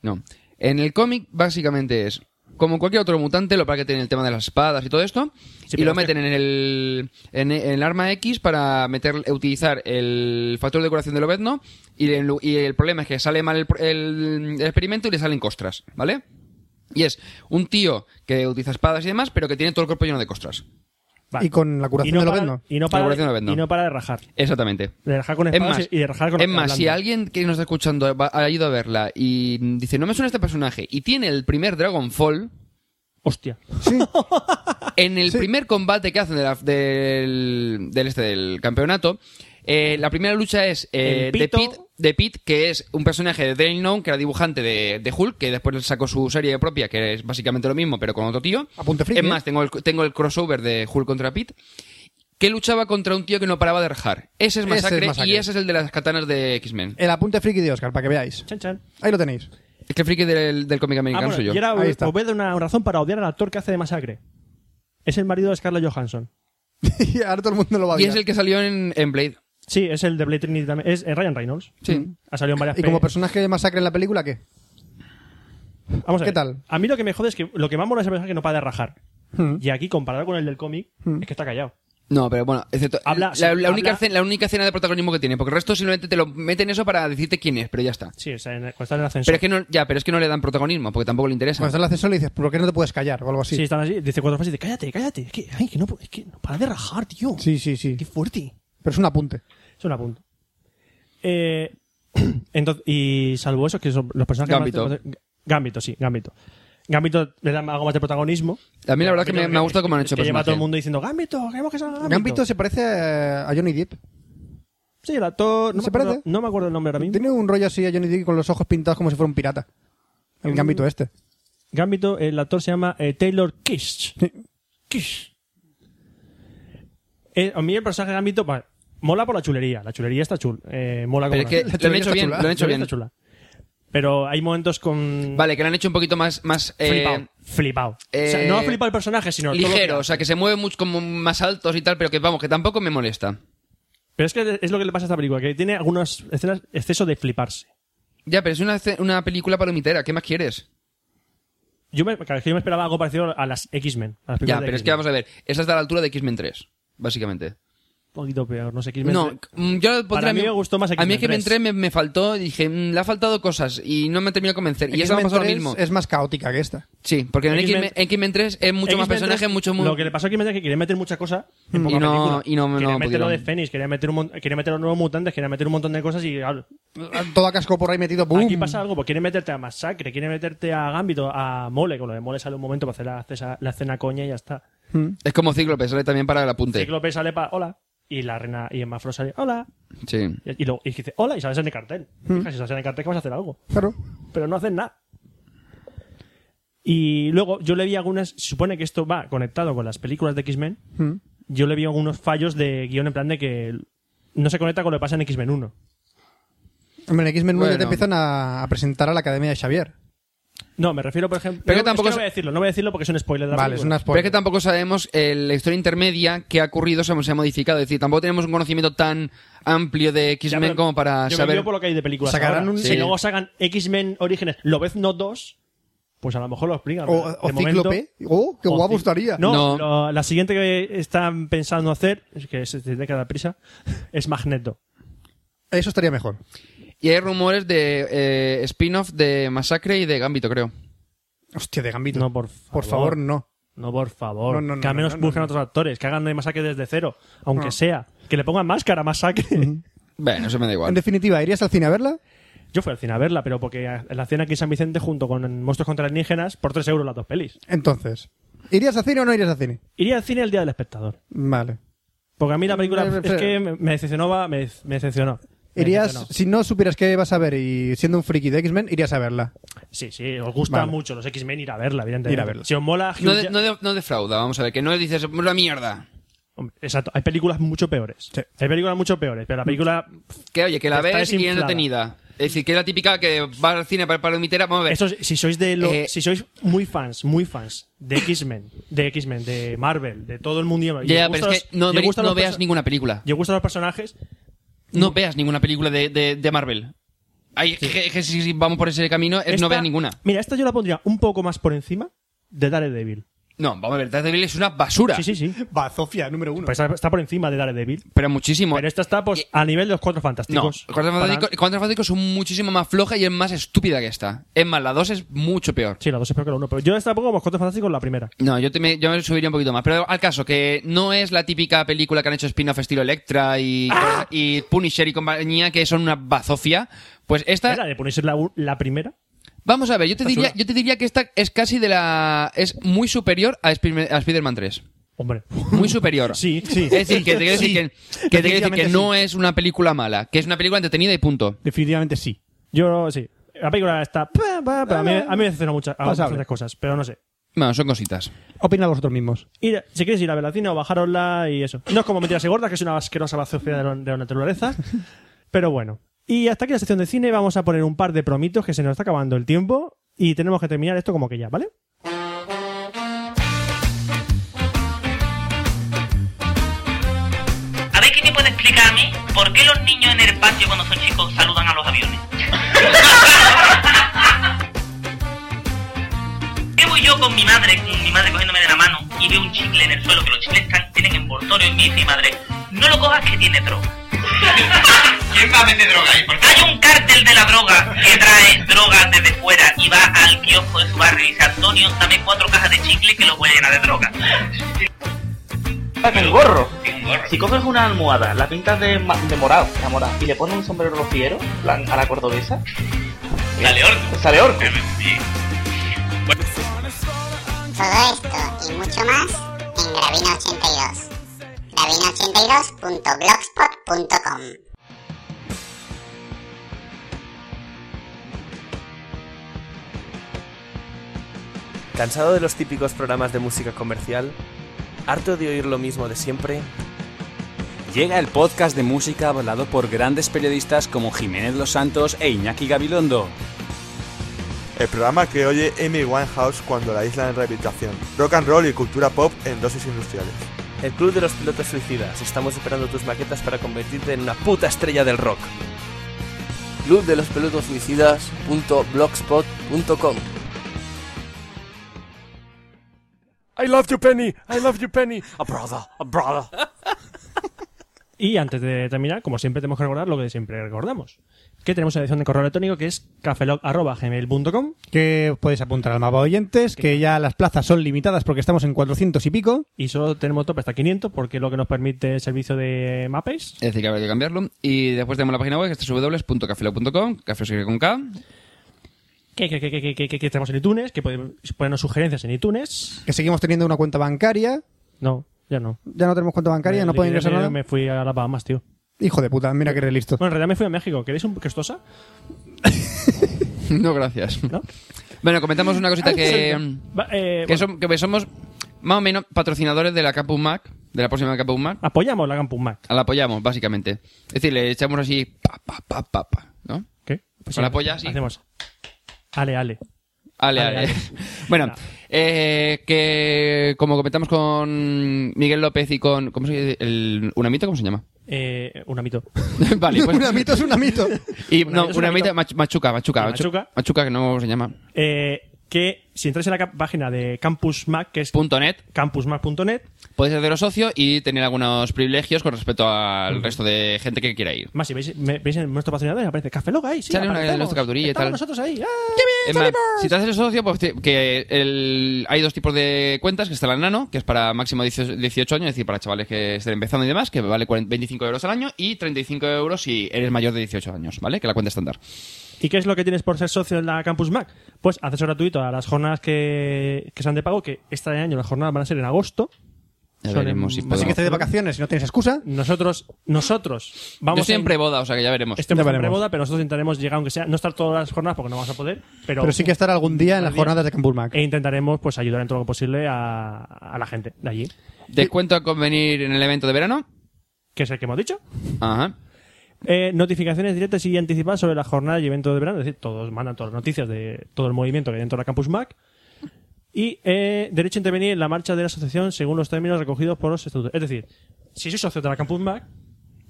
[SPEAKER 1] No. En el cómic, básicamente es. Como cualquier otro mutante, lo para que tienen el tema de las espadas y todo esto.
[SPEAKER 2] Sí,
[SPEAKER 1] y
[SPEAKER 2] pero
[SPEAKER 1] lo
[SPEAKER 2] es
[SPEAKER 1] meten en el, en el arma X para meter, utilizar el factor de curación de Lobezno. Y, en lu- y el problema es que sale mal el, pro- el- el experimento y le salen costras, ¿vale? Y es un tío que utiliza espadas y demás, pero que tiene todo el cuerpo lleno de costras.
[SPEAKER 2] Vale.
[SPEAKER 6] Y con la
[SPEAKER 2] Y
[SPEAKER 6] curación
[SPEAKER 2] no
[SPEAKER 6] de
[SPEAKER 2] para-
[SPEAKER 6] Lobezno.
[SPEAKER 2] y no para,
[SPEAKER 1] La curación de Lobezno.
[SPEAKER 2] y no para de rajar.
[SPEAKER 1] Exactamente.
[SPEAKER 2] De rajar con
[SPEAKER 1] Es
[SPEAKER 2] espadas
[SPEAKER 1] más,
[SPEAKER 2] y y de rajar con
[SPEAKER 1] es más,
[SPEAKER 2] hablando.
[SPEAKER 1] si alguien que nos está escuchando va- ha ido a verla y mm, dice, no me suena este personaje, y tiene el primer Dragonfall,
[SPEAKER 2] Hostia.
[SPEAKER 1] en el primer combate que hacen de la- del, del este, del campeonato, eh, la primera lucha es eh,
[SPEAKER 2] El
[SPEAKER 1] de,
[SPEAKER 2] pito.
[SPEAKER 1] Pete, de Pete, que es un personaje de Dale Known, que era dibujante de, de Hulk, que después sacó su serie propia, que es básicamente lo mismo, pero con otro tío.
[SPEAKER 6] Apunte friki,
[SPEAKER 1] es
[SPEAKER 6] ¿eh?
[SPEAKER 1] más, tengo el, tengo el crossover de Hulk contra Pete. Que luchaba contra un tío que no paraba de rajar. Ese es
[SPEAKER 6] Ese es
[SPEAKER 1] Masacre,
[SPEAKER 6] Masacre.
[SPEAKER 1] y ese es el de las katanas de X-Men.
[SPEAKER 6] El apunte friki de Oscar, para que veáis.
[SPEAKER 2] Chan, chan.
[SPEAKER 6] Ahí lo tenéis.
[SPEAKER 1] Es que el friki del, del cómic
[SPEAKER 2] Ah,
[SPEAKER 1] americano
[SPEAKER 2] bueno,
[SPEAKER 1] soy yo.
[SPEAKER 2] y ahora os,
[SPEAKER 6] Ahí está.
[SPEAKER 2] os voy a dar una razón para odiar al actor que hace de masacre. Es el marido de Scarlett Johansson.
[SPEAKER 6] y ahora todo el mundo lo va a
[SPEAKER 1] Y
[SPEAKER 6] odiar.
[SPEAKER 1] es el que salió en, en Blade.
[SPEAKER 2] Sí, es el de Blade Trinity también. Es, es Ryan Reynolds.
[SPEAKER 1] Sí.
[SPEAKER 2] Ha salido en varias
[SPEAKER 6] ¿Y como
[SPEAKER 2] pe-
[SPEAKER 6] personaje de masacre en la película qué?
[SPEAKER 2] Vamos a
[SPEAKER 6] ¿Qué
[SPEAKER 2] ver.
[SPEAKER 6] tal? Hmm.
[SPEAKER 2] A mí lo que me jode es que lo que más mola de ese personaje es que no para de rajar. Y aquí, comparado con el del cómic, es que está callado.
[SPEAKER 1] No, pero bueno, excepto,
[SPEAKER 2] Habla-
[SPEAKER 1] la,
[SPEAKER 2] sí,
[SPEAKER 1] la
[SPEAKER 2] habla-
[SPEAKER 1] única escena, la única escena de protagonismo que tiene, porque el resto simplemente te lo meten eso para decirte quién es, pero ya está.
[SPEAKER 2] Sí, o sea, en el- cuando está en el ascensor.
[SPEAKER 1] Pero es que no, ya, pero es que no le dan protagonismo, porque tampoco le interesa.
[SPEAKER 2] Pues,
[SPEAKER 6] Cuando estás en el ascensor le dices, ¿por qué no te puedes callar? O algo así.
[SPEAKER 2] Sí, están así. Dice cuatro frases y dice, cállate, cállate. Es que, ay, que no, pu- es que no para de rajar, tío.
[SPEAKER 6] sí, sí. sí.
[SPEAKER 2] Qué fuerte.
[SPEAKER 6] Pero es un apunte.
[SPEAKER 2] Es un apunto. Eh, entonces, y salvo eso, que son los personajes... que más-
[SPEAKER 1] Gambito.
[SPEAKER 2] Gambito, sí, Gambito. Gambito le da algo más de protagonismo.
[SPEAKER 1] A mí la verdad que me, me ha gustado cómo han hecho pues el
[SPEAKER 2] Que lleva a todo el
[SPEAKER 1] personaje.
[SPEAKER 2] mundo diciendo, Gambito, queremos que salga Gambito.
[SPEAKER 6] Gambito se parece eh, a Johnny Depp.
[SPEAKER 2] Sí, el actor... No, me
[SPEAKER 6] ¿Se
[SPEAKER 2] acuerdo-
[SPEAKER 6] parece?
[SPEAKER 2] no me acuerdo el nombre ahora mismo.
[SPEAKER 6] Tiene un rollo así a Johnny Depp con los ojos pintados como si fuera un pirata. El gambito este.
[SPEAKER 2] Gambito, el actor se llama eh, Taylor Kish.
[SPEAKER 6] Sí.
[SPEAKER 2] Kish. Eh, a mí el personaje de Gambito va, mola por la chulería. La chulería está chul. Eh, mola
[SPEAKER 1] Pero
[SPEAKER 2] como
[SPEAKER 1] es que
[SPEAKER 2] la- la
[SPEAKER 1] lo han
[SPEAKER 2] chulería
[SPEAKER 1] hecho
[SPEAKER 2] está
[SPEAKER 1] bien,
[SPEAKER 2] chula.
[SPEAKER 1] lo han hecho
[SPEAKER 2] La chulería
[SPEAKER 1] bien.
[SPEAKER 2] está chula. Pero hay momentos con...
[SPEAKER 1] Vale, que lo han hecho un poquito más, más eh,
[SPEAKER 2] Flipado. flipado. o sea,
[SPEAKER 1] eh,
[SPEAKER 2] no ha flipado el personaje, sino... todo lo que
[SPEAKER 1] ligero, o
[SPEAKER 2] hace.
[SPEAKER 1] sea, que se mueve mucho como más altos y tal, pero que vamos, que tampoco me molesta.
[SPEAKER 2] Pero es que es lo que le pasa a esta película, que tiene algunas escenas exceso de fliparse.
[SPEAKER 1] Ya, pero es una, ce- una película palomitera, ¿qué más quieres?
[SPEAKER 2] Yo me, claro, es que yo me esperaba algo parecido a las X-Men. a las películas
[SPEAKER 1] Ya,
[SPEAKER 2] de
[SPEAKER 1] pero es que
[SPEAKER 2] X-Men.
[SPEAKER 1] vamos a ver, esa está a la altura de X-Men 3, básicamente.
[SPEAKER 2] Un poquito peor, no sé, X-Men.
[SPEAKER 1] No, mm, yo lo pondría
[SPEAKER 2] Para mí
[SPEAKER 1] a
[SPEAKER 2] me gustó más
[SPEAKER 1] A mí
[SPEAKER 2] X-Men
[SPEAKER 1] es que me
[SPEAKER 2] 3.
[SPEAKER 1] entré, me, me faltó, dije, mm, le ha faltado cosas y no me ha terminado de convencer. Y eso me ha
[SPEAKER 6] X-Men
[SPEAKER 1] pasado lo
[SPEAKER 6] 3
[SPEAKER 1] mismo.
[SPEAKER 6] Es más caótica que esta.
[SPEAKER 1] Sí, porque en
[SPEAKER 2] X-Men-
[SPEAKER 1] X-Men X-Men 3 es mucho más
[SPEAKER 2] X-Men tres,
[SPEAKER 1] personajes, mucho mu-
[SPEAKER 2] Lo que le pasó a X-Men es que quería meter mucha cosa en
[SPEAKER 1] Mm.
[SPEAKER 2] poca
[SPEAKER 1] Y no-
[SPEAKER 2] película.
[SPEAKER 1] y no-
[SPEAKER 2] Quería
[SPEAKER 1] no
[SPEAKER 2] meter lo de
[SPEAKER 1] pudieron.
[SPEAKER 2] Fénix, quería meter, un, mon- quería meter los nuevos mutantes, quería meter un montón de cosas y claro,
[SPEAKER 6] Todo a casco por ahí metido. ¡boom!
[SPEAKER 2] aquí pasa algo, porque quiere meterte a Masacre, quiere meterte a Gambito, a Mole, con lo de Mole sale un momento para hacer la, cesa- la escena coña y ya está.
[SPEAKER 1] Es como Cíclope, sale también para el apunte.
[SPEAKER 2] Cíclope sale para hola, y la reina y Emma Frost sale hola,
[SPEAKER 1] Sí.
[SPEAKER 2] y, y luego y dice hola y sales en el cartel. Fija, si sales en el cartel que vas a hacer algo.
[SPEAKER 6] Mm. Claro.
[SPEAKER 2] pero no hacen nada. Y luego yo le vi algunas, se supone que esto va conectado con las películas de X-Men,
[SPEAKER 6] Mm.
[SPEAKER 2] yo le vi algunos fallos de guión en plan de que no se conecta con lo que pasa en X-Men 1.
[SPEAKER 6] Hombre, en X-Men 9 te
[SPEAKER 1] Bueno.
[SPEAKER 6] empiezan a, a presentar a la Academia de Xavier.
[SPEAKER 2] No, me refiero, por ejemplo...
[SPEAKER 1] Pero que
[SPEAKER 2] no, es
[SPEAKER 1] tampoco
[SPEAKER 2] no
[SPEAKER 1] se-
[SPEAKER 2] voy a decirlo, no voy a decirlo porque es un spoiler de la
[SPEAKER 6] Vale, es
[SPEAKER 2] película.
[SPEAKER 6] una
[SPEAKER 1] Pero
[SPEAKER 6] spoiler.
[SPEAKER 1] es que tampoco sabemos eh, la historia intermedia que ha ocurrido, se, se ha modificado. Es decir, tampoco tenemos un conocimiento tan amplio de
[SPEAKER 2] Ya,
[SPEAKER 1] X-Men
[SPEAKER 2] pero
[SPEAKER 1] como para
[SPEAKER 2] yo me
[SPEAKER 1] saber.
[SPEAKER 2] guío por lo que hay de películas
[SPEAKER 6] Sacarán
[SPEAKER 2] ahora.
[SPEAKER 6] un-
[SPEAKER 2] Si
[SPEAKER 1] Sí.
[SPEAKER 2] luego sacan X-Men Orígenes Lobezno 2, pues a lo mejor lo explican.
[SPEAKER 6] O,
[SPEAKER 2] pero
[SPEAKER 6] o
[SPEAKER 2] de momento-
[SPEAKER 6] Cíclope. ¡Oh, qué
[SPEAKER 2] o
[SPEAKER 6] guapo
[SPEAKER 2] Cí-
[SPEAKER 6] estaría!
[SPEAKER 1] No.
[SPEAKER 2] No, lo- la siguiente que están pensando hacer, es que se tiene que dar prisa, es Magneto.
[SPEAKER 6] Eso estaría mejor.
[SPEAKER 1] Y hay rumores de eh, spin-off de Masacre y de Gambito, creo.
[SPEAKER 6] Hostia, de Gambito.
[SPEAKER 2] No, por favor.
[SPEAKER 6] Por favor, no.
[SPEAKER 2] No, por favor.
[SPEAKER 6] No, no, no,
[SPEAKER 2] que al menos
[SPEAKER 6] no, no,
[SPEAKER 2] busquen
[SPEAKER 6] no.
[SPEAKER 2] otros actores, que hagan de masacre desde cero, aunque
[SPEAKER 6] No.
[SPEAKER 2] sea. Que le pongan máscara a masacre.
[SPEAKER 1] Bueno, eso me da
[SPEAKER 6] En
[SPEAKER 1] igual.
[SPEAKER 6] definitiva, ¿irías al cine a verla?
[SPEAKER 2] Yo fui al cine a verla, pero porque la cena aquí en San Vicente junto con Monstruos contra Alienígenas por 3 euros las dos pelis.
[SPEAKER 6] Entonces, ¿irías al cine o no irías al cine?
[SPEAKER 2] Iría al cine el día del espectador.
[SPEAKER 6] Vale.
[SPEAKER 2] Porque a mí la película
[SPEAKER 6] Pero-
[SPEAKER 2] es que me me decepcionó, va, me, me decepcionó. Me
[SPEAKER 6] Mm, eh, Irías,
[SPEAKER 2] decepcionó.
[SPEAKER 6] si no supieras qué vas a ver y siendo un friki de X-Men, irías a verla.
[SPEAKER 2] Sí, sí, os gusta
[SPEAKER 6] Vale.
[SPEAKER 2] mucho los X-Men, ir a verla, evidentemente.
[SPEAKER 6] Ir a verla.
[SPEAKER 2] Si os mola... Hugh
[SPEAKER 1] No, de-
[SPEAKER 2] Jack-
[SPEAKER 1] no de- no defrauda, vamos a ver, que no dices una mierda.
[SPEAKER 2] Hombre, Exacto, hay películas mucho peores.
[SPEAKER 6] Sí.
[SPEAKER 2] Hay películas mucho peores, pero la película...
[SPEAKER 1] Que oye, que la
[SPEAKER 2] Está
[SPEAKER 1] ves y es
[SPEAKER 2] desinflada.
[SPEAKER 1] entretenida. Es decir, que es la típica que va al cine para palomitera, vamos a ver.
[SPEAKER 2] Eso, es- si sois de lo-
[SPEAKER 1] Eh,
[SPEAKER 2] si sois muy fans, muy fans de X-Men, de X-Men, de Marvel, de todo el mundo. y
[SPEAKER 1] ya,
[SPEAKER 2] os
[SPEAKER 1] ya, pero
[SPEAKER 2] gustan
[SPEAKER 1] es que
[SPEAKER 2] los-
[SPEAKER 1] no,
[SPEAKER 2] y os
[SPEAKER 1] veri-
[SPEAKER 2] gustan
[SPEAKER 1] no
[SPEAKER 2] los
[SPEAKER 1] veas
[SPEAKER 2] perso-
[SPEAKER 1] ninguna película.
[SPEAKER 2] y os gustan los personajes.
[SPEAKER 1] No veas ninguna película de, de, de Marvel. Ay, es que, es que si si vamos por ese camino, es
[SPEAKER 2] esta-
[SPEAKER 1] no veas ninguna.
[SPEAKER 2] Mira, esta yo la pondría un poco más por encima de Daredevil.
[SPEAKER 1] No, vamos a ver, Daredevil es una basura.
[SPEAKER 2] Sí, sí, sí.
[SPEAKER 6] Bazofia, número uno.
[SPEAKER 2] Pues está por encima de Daredevil.
[SPEAKER 1] Pero muchísimo.
[SPEAKER 2] Pero esta está pues,
[SPEAKER 1] Y-
[SPEAKER 2] a nivel de los cuatro
[SPEAKER 1] no,
[SPEAKER 2] fantásticos.
[SPEAKER 1] Cuatro Fantásticos, Cuatro Fantásticos son muchísimo más floja y es más estúpida que esta. Es más, la 2 es mucho peor.
[SPEAKER 2] Sí, la dos es peor que la uno. Pero yo esta pongo como los cuatro fantásticos la primera.
[SPEAKER 1] No, yo, te me, yo me subiría un poquito más. Pero al caso, que no es la típica película que han hecho spin-off estilo Electra y,
[SPEAKER 2] ¡Ah!
[SPEAKER 1] y Punisher y compañía, que son una bazofia. Pues esta.
[SPEAKER 2] ¿Era de ponerse la, u- la primera?
[SPEAKER 1] Vamos a ver, yo te,
[SPEAKER 2] Basura.
[SPEAKER 1] diría, yo te diría que esta es casi de la. Es muy superior a, Spider- a Spider-Man 3.
[SPEAKER 2] Hombre.
[SPEAKER 1] Muy superior.
[SPEAKER 2] Sí, sí.
[SPEAKER 1] Es decir, que te quiero decir
[SPEAKER 6] Sí.
[SPEAKER 1] que, que te quiero decir que
[SPEAKER 6] Definitivamente
[SPEAKER 1] no es una película mala, que es una película entretenida y punto.
[SPEAKER 6] Definitivamente sí.
[SPEAKER 2] Yo sí. La película está. pa, pa, pa, A mí, a mí me decepcionó muchas, a
[SPEAKER 6] Pasable.
[SPEAKER 2] bastantes cosas, pero no sé.
[SPEAKER 1] Bueno, son cositas.
[SPEAKER 6] Opinad vosotros mismos.
[SPEAKER 2] Ir, si quieres ir a Velacina o bajarosla y eso. No es como Mentiras y Gordas, que es una asquerosa bazofia de, la- de la naturaleza. Pero bueno. Y hasta aquí la sección de cine. Vamos a poner un par de promitos que se nos está acabando el tiempo y tenemos que terminar esto como que ya, ¿vale?
[SPEAKER 9] A ver quién me puede explicarme por qué los niños en el patio cuando son chicos saludan a los aviones. ¿Qué voy yo con mi madre, con mi madre cogiéndome de la mano y veo un chicle en el suelo que los chicles están, tienen envoltorio y me dice mi madre, no lo cojas que tiene droga? ¿Quién va a meter droga ahí? Hay un cártel de la droga que trae drogas desde fuera y va al kiosco de su barrio y dice, Antonio, dame cuatro cajas de chicle que lo voy a llenar de droga.
[SPEAKER 10] El gorro. Si coges una almohada, la pintas de, ma- de morado, de morado, y le pones un sombrero rociero plan, a la cordobesa,
[SPEAKER 9] Dale, horno.
[SPEAKER 10] sale orco.
[SPEAKER 11] Todo esto y mucho más en Gravina82. Gravina82.blogspot.com
[SPEAKER 10] ¿Cansado de los típicos programas de música comercial? ¿Harto de oír lo mismo de siempre?
[SPEAKER 9] Llega el podcast de música hablado por grandes periodistas como Jiménez Los Santos e Iñaki Gabilondo.
[SPEAKER 10] El programa que oye Amy Winehouse cuando la isla en rehabilitación. Rock and roll y cultura pop en dosis industriales. El Club de los Pilotos Suicidas. Estamos esperando tus maquetas para convertirte en una puta estrella del rock. Club de los Pilotos Suicidas.blogspot.com
[SPEAKER 8] I love you, Penny. I love you, Penny. A brother, a brother.
[SPEAKER 2] Y antes de terminar, como siempre, tenemos que recordar lo que siempre recordamos. Que tenemos una edición de correo electrónico que es cafelog.gmail.com
[SPEAKER 6] Que podéis apuntar al mapa oyentes, que ya las plazas son limitadas porque estamos en 400 y pico.
[SPEAKER 2] y solo tenemos tope hasta 500 porque es lo que nos permite el servicio de Mapays.
[SPEAKER 1] Es decir, que habrá que cambiarlo. Y después tenemos la página web que es www.cafelo.com, café se escribe con K.
[SPEAKER 2] que, que, que, que, que, que, que estamos en iTunes, que podemos ponernos sugerencias en iTunes.
[SPEAKER 6] Que seguimos teniendo una cuenta bancaria.
[SPEAKER 2] No, ya no.
[SPEAKER 6] Ya no tenemos cuenta bancaria, no
[SPEAKER 2] Me
[SPEAKER 6] pueden
[SPEAKER 2] liquidé
[SPEAKER 6] ingresar
[SPEAKER 2] el
[SPEAKER 6] nada.
[SPEAKER 2] dinero y Me fui a las Bahamas, tío.
[SPEAKER 6] Hijo de puta, mira que eres listo.
[SPEAKER 2] Bueno, en realidad me fui a México. ¿Queréis un questosa?
[SPEAKER 1] No, gracias.
[SPEAKER 2] ¿No?
[SPEAKER 1] Bueno, comentamos una cosita que, em,
[SPEAKER 2] Va, eh,
[SPEAKER 1] que,
[SPEAKER 2] bueno,
[SPEAKER 1] som- que pues somos más o menos patrocinadores de la Capum Mac, de la próxima Capum Mac.
[SPEAKER 2] Apoyamos la Campus Mac.
[SPEAKER 1] La apoyamos, básicamente. Es decir, le echamos así, pa, pa, pa, pa, pa, ¿no?
[SPEAKER 2] ¿Qué?
[SPEAKER 1] Con Pues la polla, sí.
[SPEAKER 2] Hacemos. Ale, ale.
[SPEAKER 1] Ale,
[SPEAKER 2] Ale,
[SPEAKER 1] ale.
[SPEAKER 2] ale.
[SPEAKER 1] bueno,
[SPEAKER 2] No.
[SPEAKER 1] eh, que como comentamos con Miguel López y con... ¿Cómo se dice? El, ¿Unamito? ¿Cómo se llama?
[SPEAKER 2] Eh, un amito.
[SPEAKER 1] vale, pues...
[SPEAKER 6] un amito es un amito.
[SPEAKER 1] Y, no,
[SPEAKER 2] Unamito
[SPEAKER 1] Unamito,
[SPEAKER 2] es Unamito.
[SPEAKER 1] Mach- Machuca, Machuca,
[SPEAKER 2] Sí,
[SPEAKER 1] Machu-
[SPEAKER 2] Machuca.
[SPEAKER 1] Machuca, que no sé cómo se llama.
[SPEAKER 2] Eh, que si entráis en la cap- página de Campus Mac, que es
[SPEAKER 1] Punto .net,
[SPEAKER 2] campusmac.net,
[SPEAKER 1] podéis haceros socio y tener algunos privilegios con respecto al resto de gente que quiera ir.
[SPEAKER 2] más si veis, me- veis en nuestro patrocinador, aparece Café Loga ahí. Sí,
[SPEAKER 1] Sale una
[SPEAKER 2] aparecemos.
[SPEAKER 1] de nuestra capturilla y
[SPEAKER 2] Estamos
[SPEAKER 1] tal.
[SPEAKER 2] nosotros ahí. ¡Ah!
[SPEAKER 1] Es más, si te haces socio, pues te- que el- hay dos tipos de cuentas, que está la nano, que es para máximo 18 años, es decir, para chavales que estén empezando y demás, que vale 40 25 euros al año, y 35 euros si eres mayor de 18 años, ¿vale? Que la cuenta estándar.
[SPEAKER 2] ¿Y qué es lo que tienes por ser socio en la Campus Mac? Pues acceso gratuito a las jornadas que, que sean de pago, que este año las jornadas van a ser en agosto.
[SPEAKER 1] Ya
[SPEAKER 2] Son
[SPEAKER 1] veremos si
[SPEAKER 2] en- Así
[SPEAKER 6] Así que
[SPEAKER 1] podemos.
[SPEAKER 6] estáis de vacaciones y no tenéis excusa.
[SPEAKER 2] Nosotros, nosotros vamos
[SPEAKER 1] Yo estoy
[SPEAKER 2] a-
[SPEAKER 1] en preboda, o sea que ya veremos.
[SPEAKER 2] estemos
[SPEAKER 6] Ya
[SPEAKER 2] en
[SPEAKER 6] veremos.
[SPEAKER 2] preboda, pero nosotros intentaremos llegar, aunque sea, no estar todas las jornadas porque no vamos a poder, pero,
[SPEAKER 6] Pero sí que estar algún día en las
[SPEAKER 2] Algún día.
[SPEAKER 6] jornadas de Campus Mac.
[SPEAKER 2] e intentaremos pues ayudar en todo lo posible a, a la gente de allí,
[SPEAKER 1] Descuento a convenir en el evento de verano.
[SPEAKER 2] que es el que hemos dicho.
[SPEAKER 1] Ajá.
[SPEAKER 2] Eh, notificaciones directas y anticipadas sobre la jornada y eventos de verano, es decir, todos mandan todas las noticias de todo el movimiento que hay dentro de la Campus Mac. Y eh, derecho a intervenir en la marcha de la asociación según los términos recogidos por los estatutos. Es decir, si sois socio de la Campus Mac,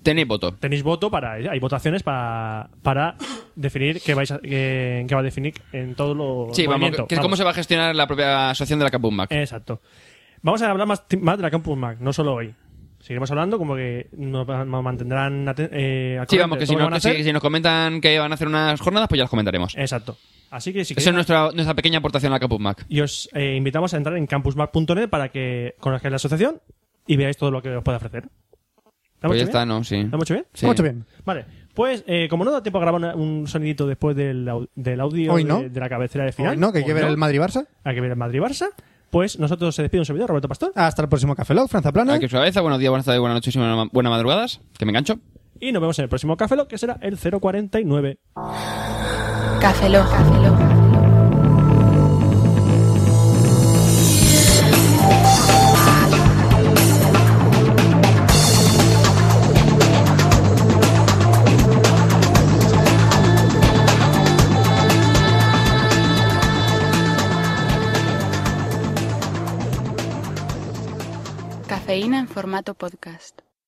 [SPEAKER 1] Tenéis voto.
[SPEAKER 2] Tenéis voto para. Hay votaciones para, para definir qué vais a, qué, qué va a definir en todo lo.
[SPEAKER 1] Sí, vamos,
[SPEAKER 2] Pues movimiento.
[SPEAKER 1] que es
[SPEAKER 2] Vamos.
[SPEAKER 1] cómo se va a gestionar la propia asociación de la Capum Mac.
[SPEAKER 2] Exacto. Vamos a hablar más, más de la Campus Mac, no solo hoy. Seguiremos hablando, como que nos va- nos mantendrán aten- eh, al
[SPEAKER 1] Sí,
[SPEAKER 2] corriente
[SPEAKER 1] vamos,
[SPEAKER 2] de
[SPEAKER 1] que si,
[SPEAKER 2] todo lo
[SPEAKER 1] no-
[SPEAKER 2] van a
[SPEAKER 1] que si-
[SPEAKER 2] hacer. Eh,
[SPEAKER 1] que si nos comentan que van a hacer unas jornadas, pues ya las comentaremos.
[SPEAKER 2] Exacto. Así que si
[SPEAKER 1] Esa es
[SPEAKER 2] queréis-
[SPEAKER 1] nuestra, nuestra pequeña aportación a la Capum Mac.
[SPEAKER 2] Y os eh, invitamos a entrar en campusmac.net para que conozcáis la asociación y veáis todo lo que os puede ofrecer. ¿Lo hemos
[SPEAKER 1] Pues ya
[SPEAKER 2] hecho
[SPEAKER 1] está,
[SPEAKER 2] bien?
[SPEAKER 1] ¿no? Sí.
[SPEAKER 2] ¿Lo hemos hecho bien?
[SPEAKER 1] Sí. Lo hemos hecho bien.
[SPEAKER 2] Vale. Pues, eh, como no da tiempo a grabar una- un sonidito después del, au- del audio
[SPEAKER 6] Hoy
[SPEAKER 2] de-
[SPEAKER 6] no.
[SPEAKER 2] de, la cabecera de final.
[SPEAKER 6] Hoy no, que hay que ver el Madrid-Barça.
[SPEAKER 2] Hay que ver el Madrid-Barça. Pues nosotros se despide un servidor, Roberto Pastor.
[SPEAKER 6] Hasta el próximo Café Log, Franza Plana.
[SPEAKER 1] Aquí os cabeza, buenos días, buenas tardes, buenas noches y buena- buenas madrugadas. Que me engancho.
[SPEAKER 2] Y nos vemos en el próximo Café Lock, que será el 049.
[SPEAKER 5] Café Lock. Cafeína en formato podcast.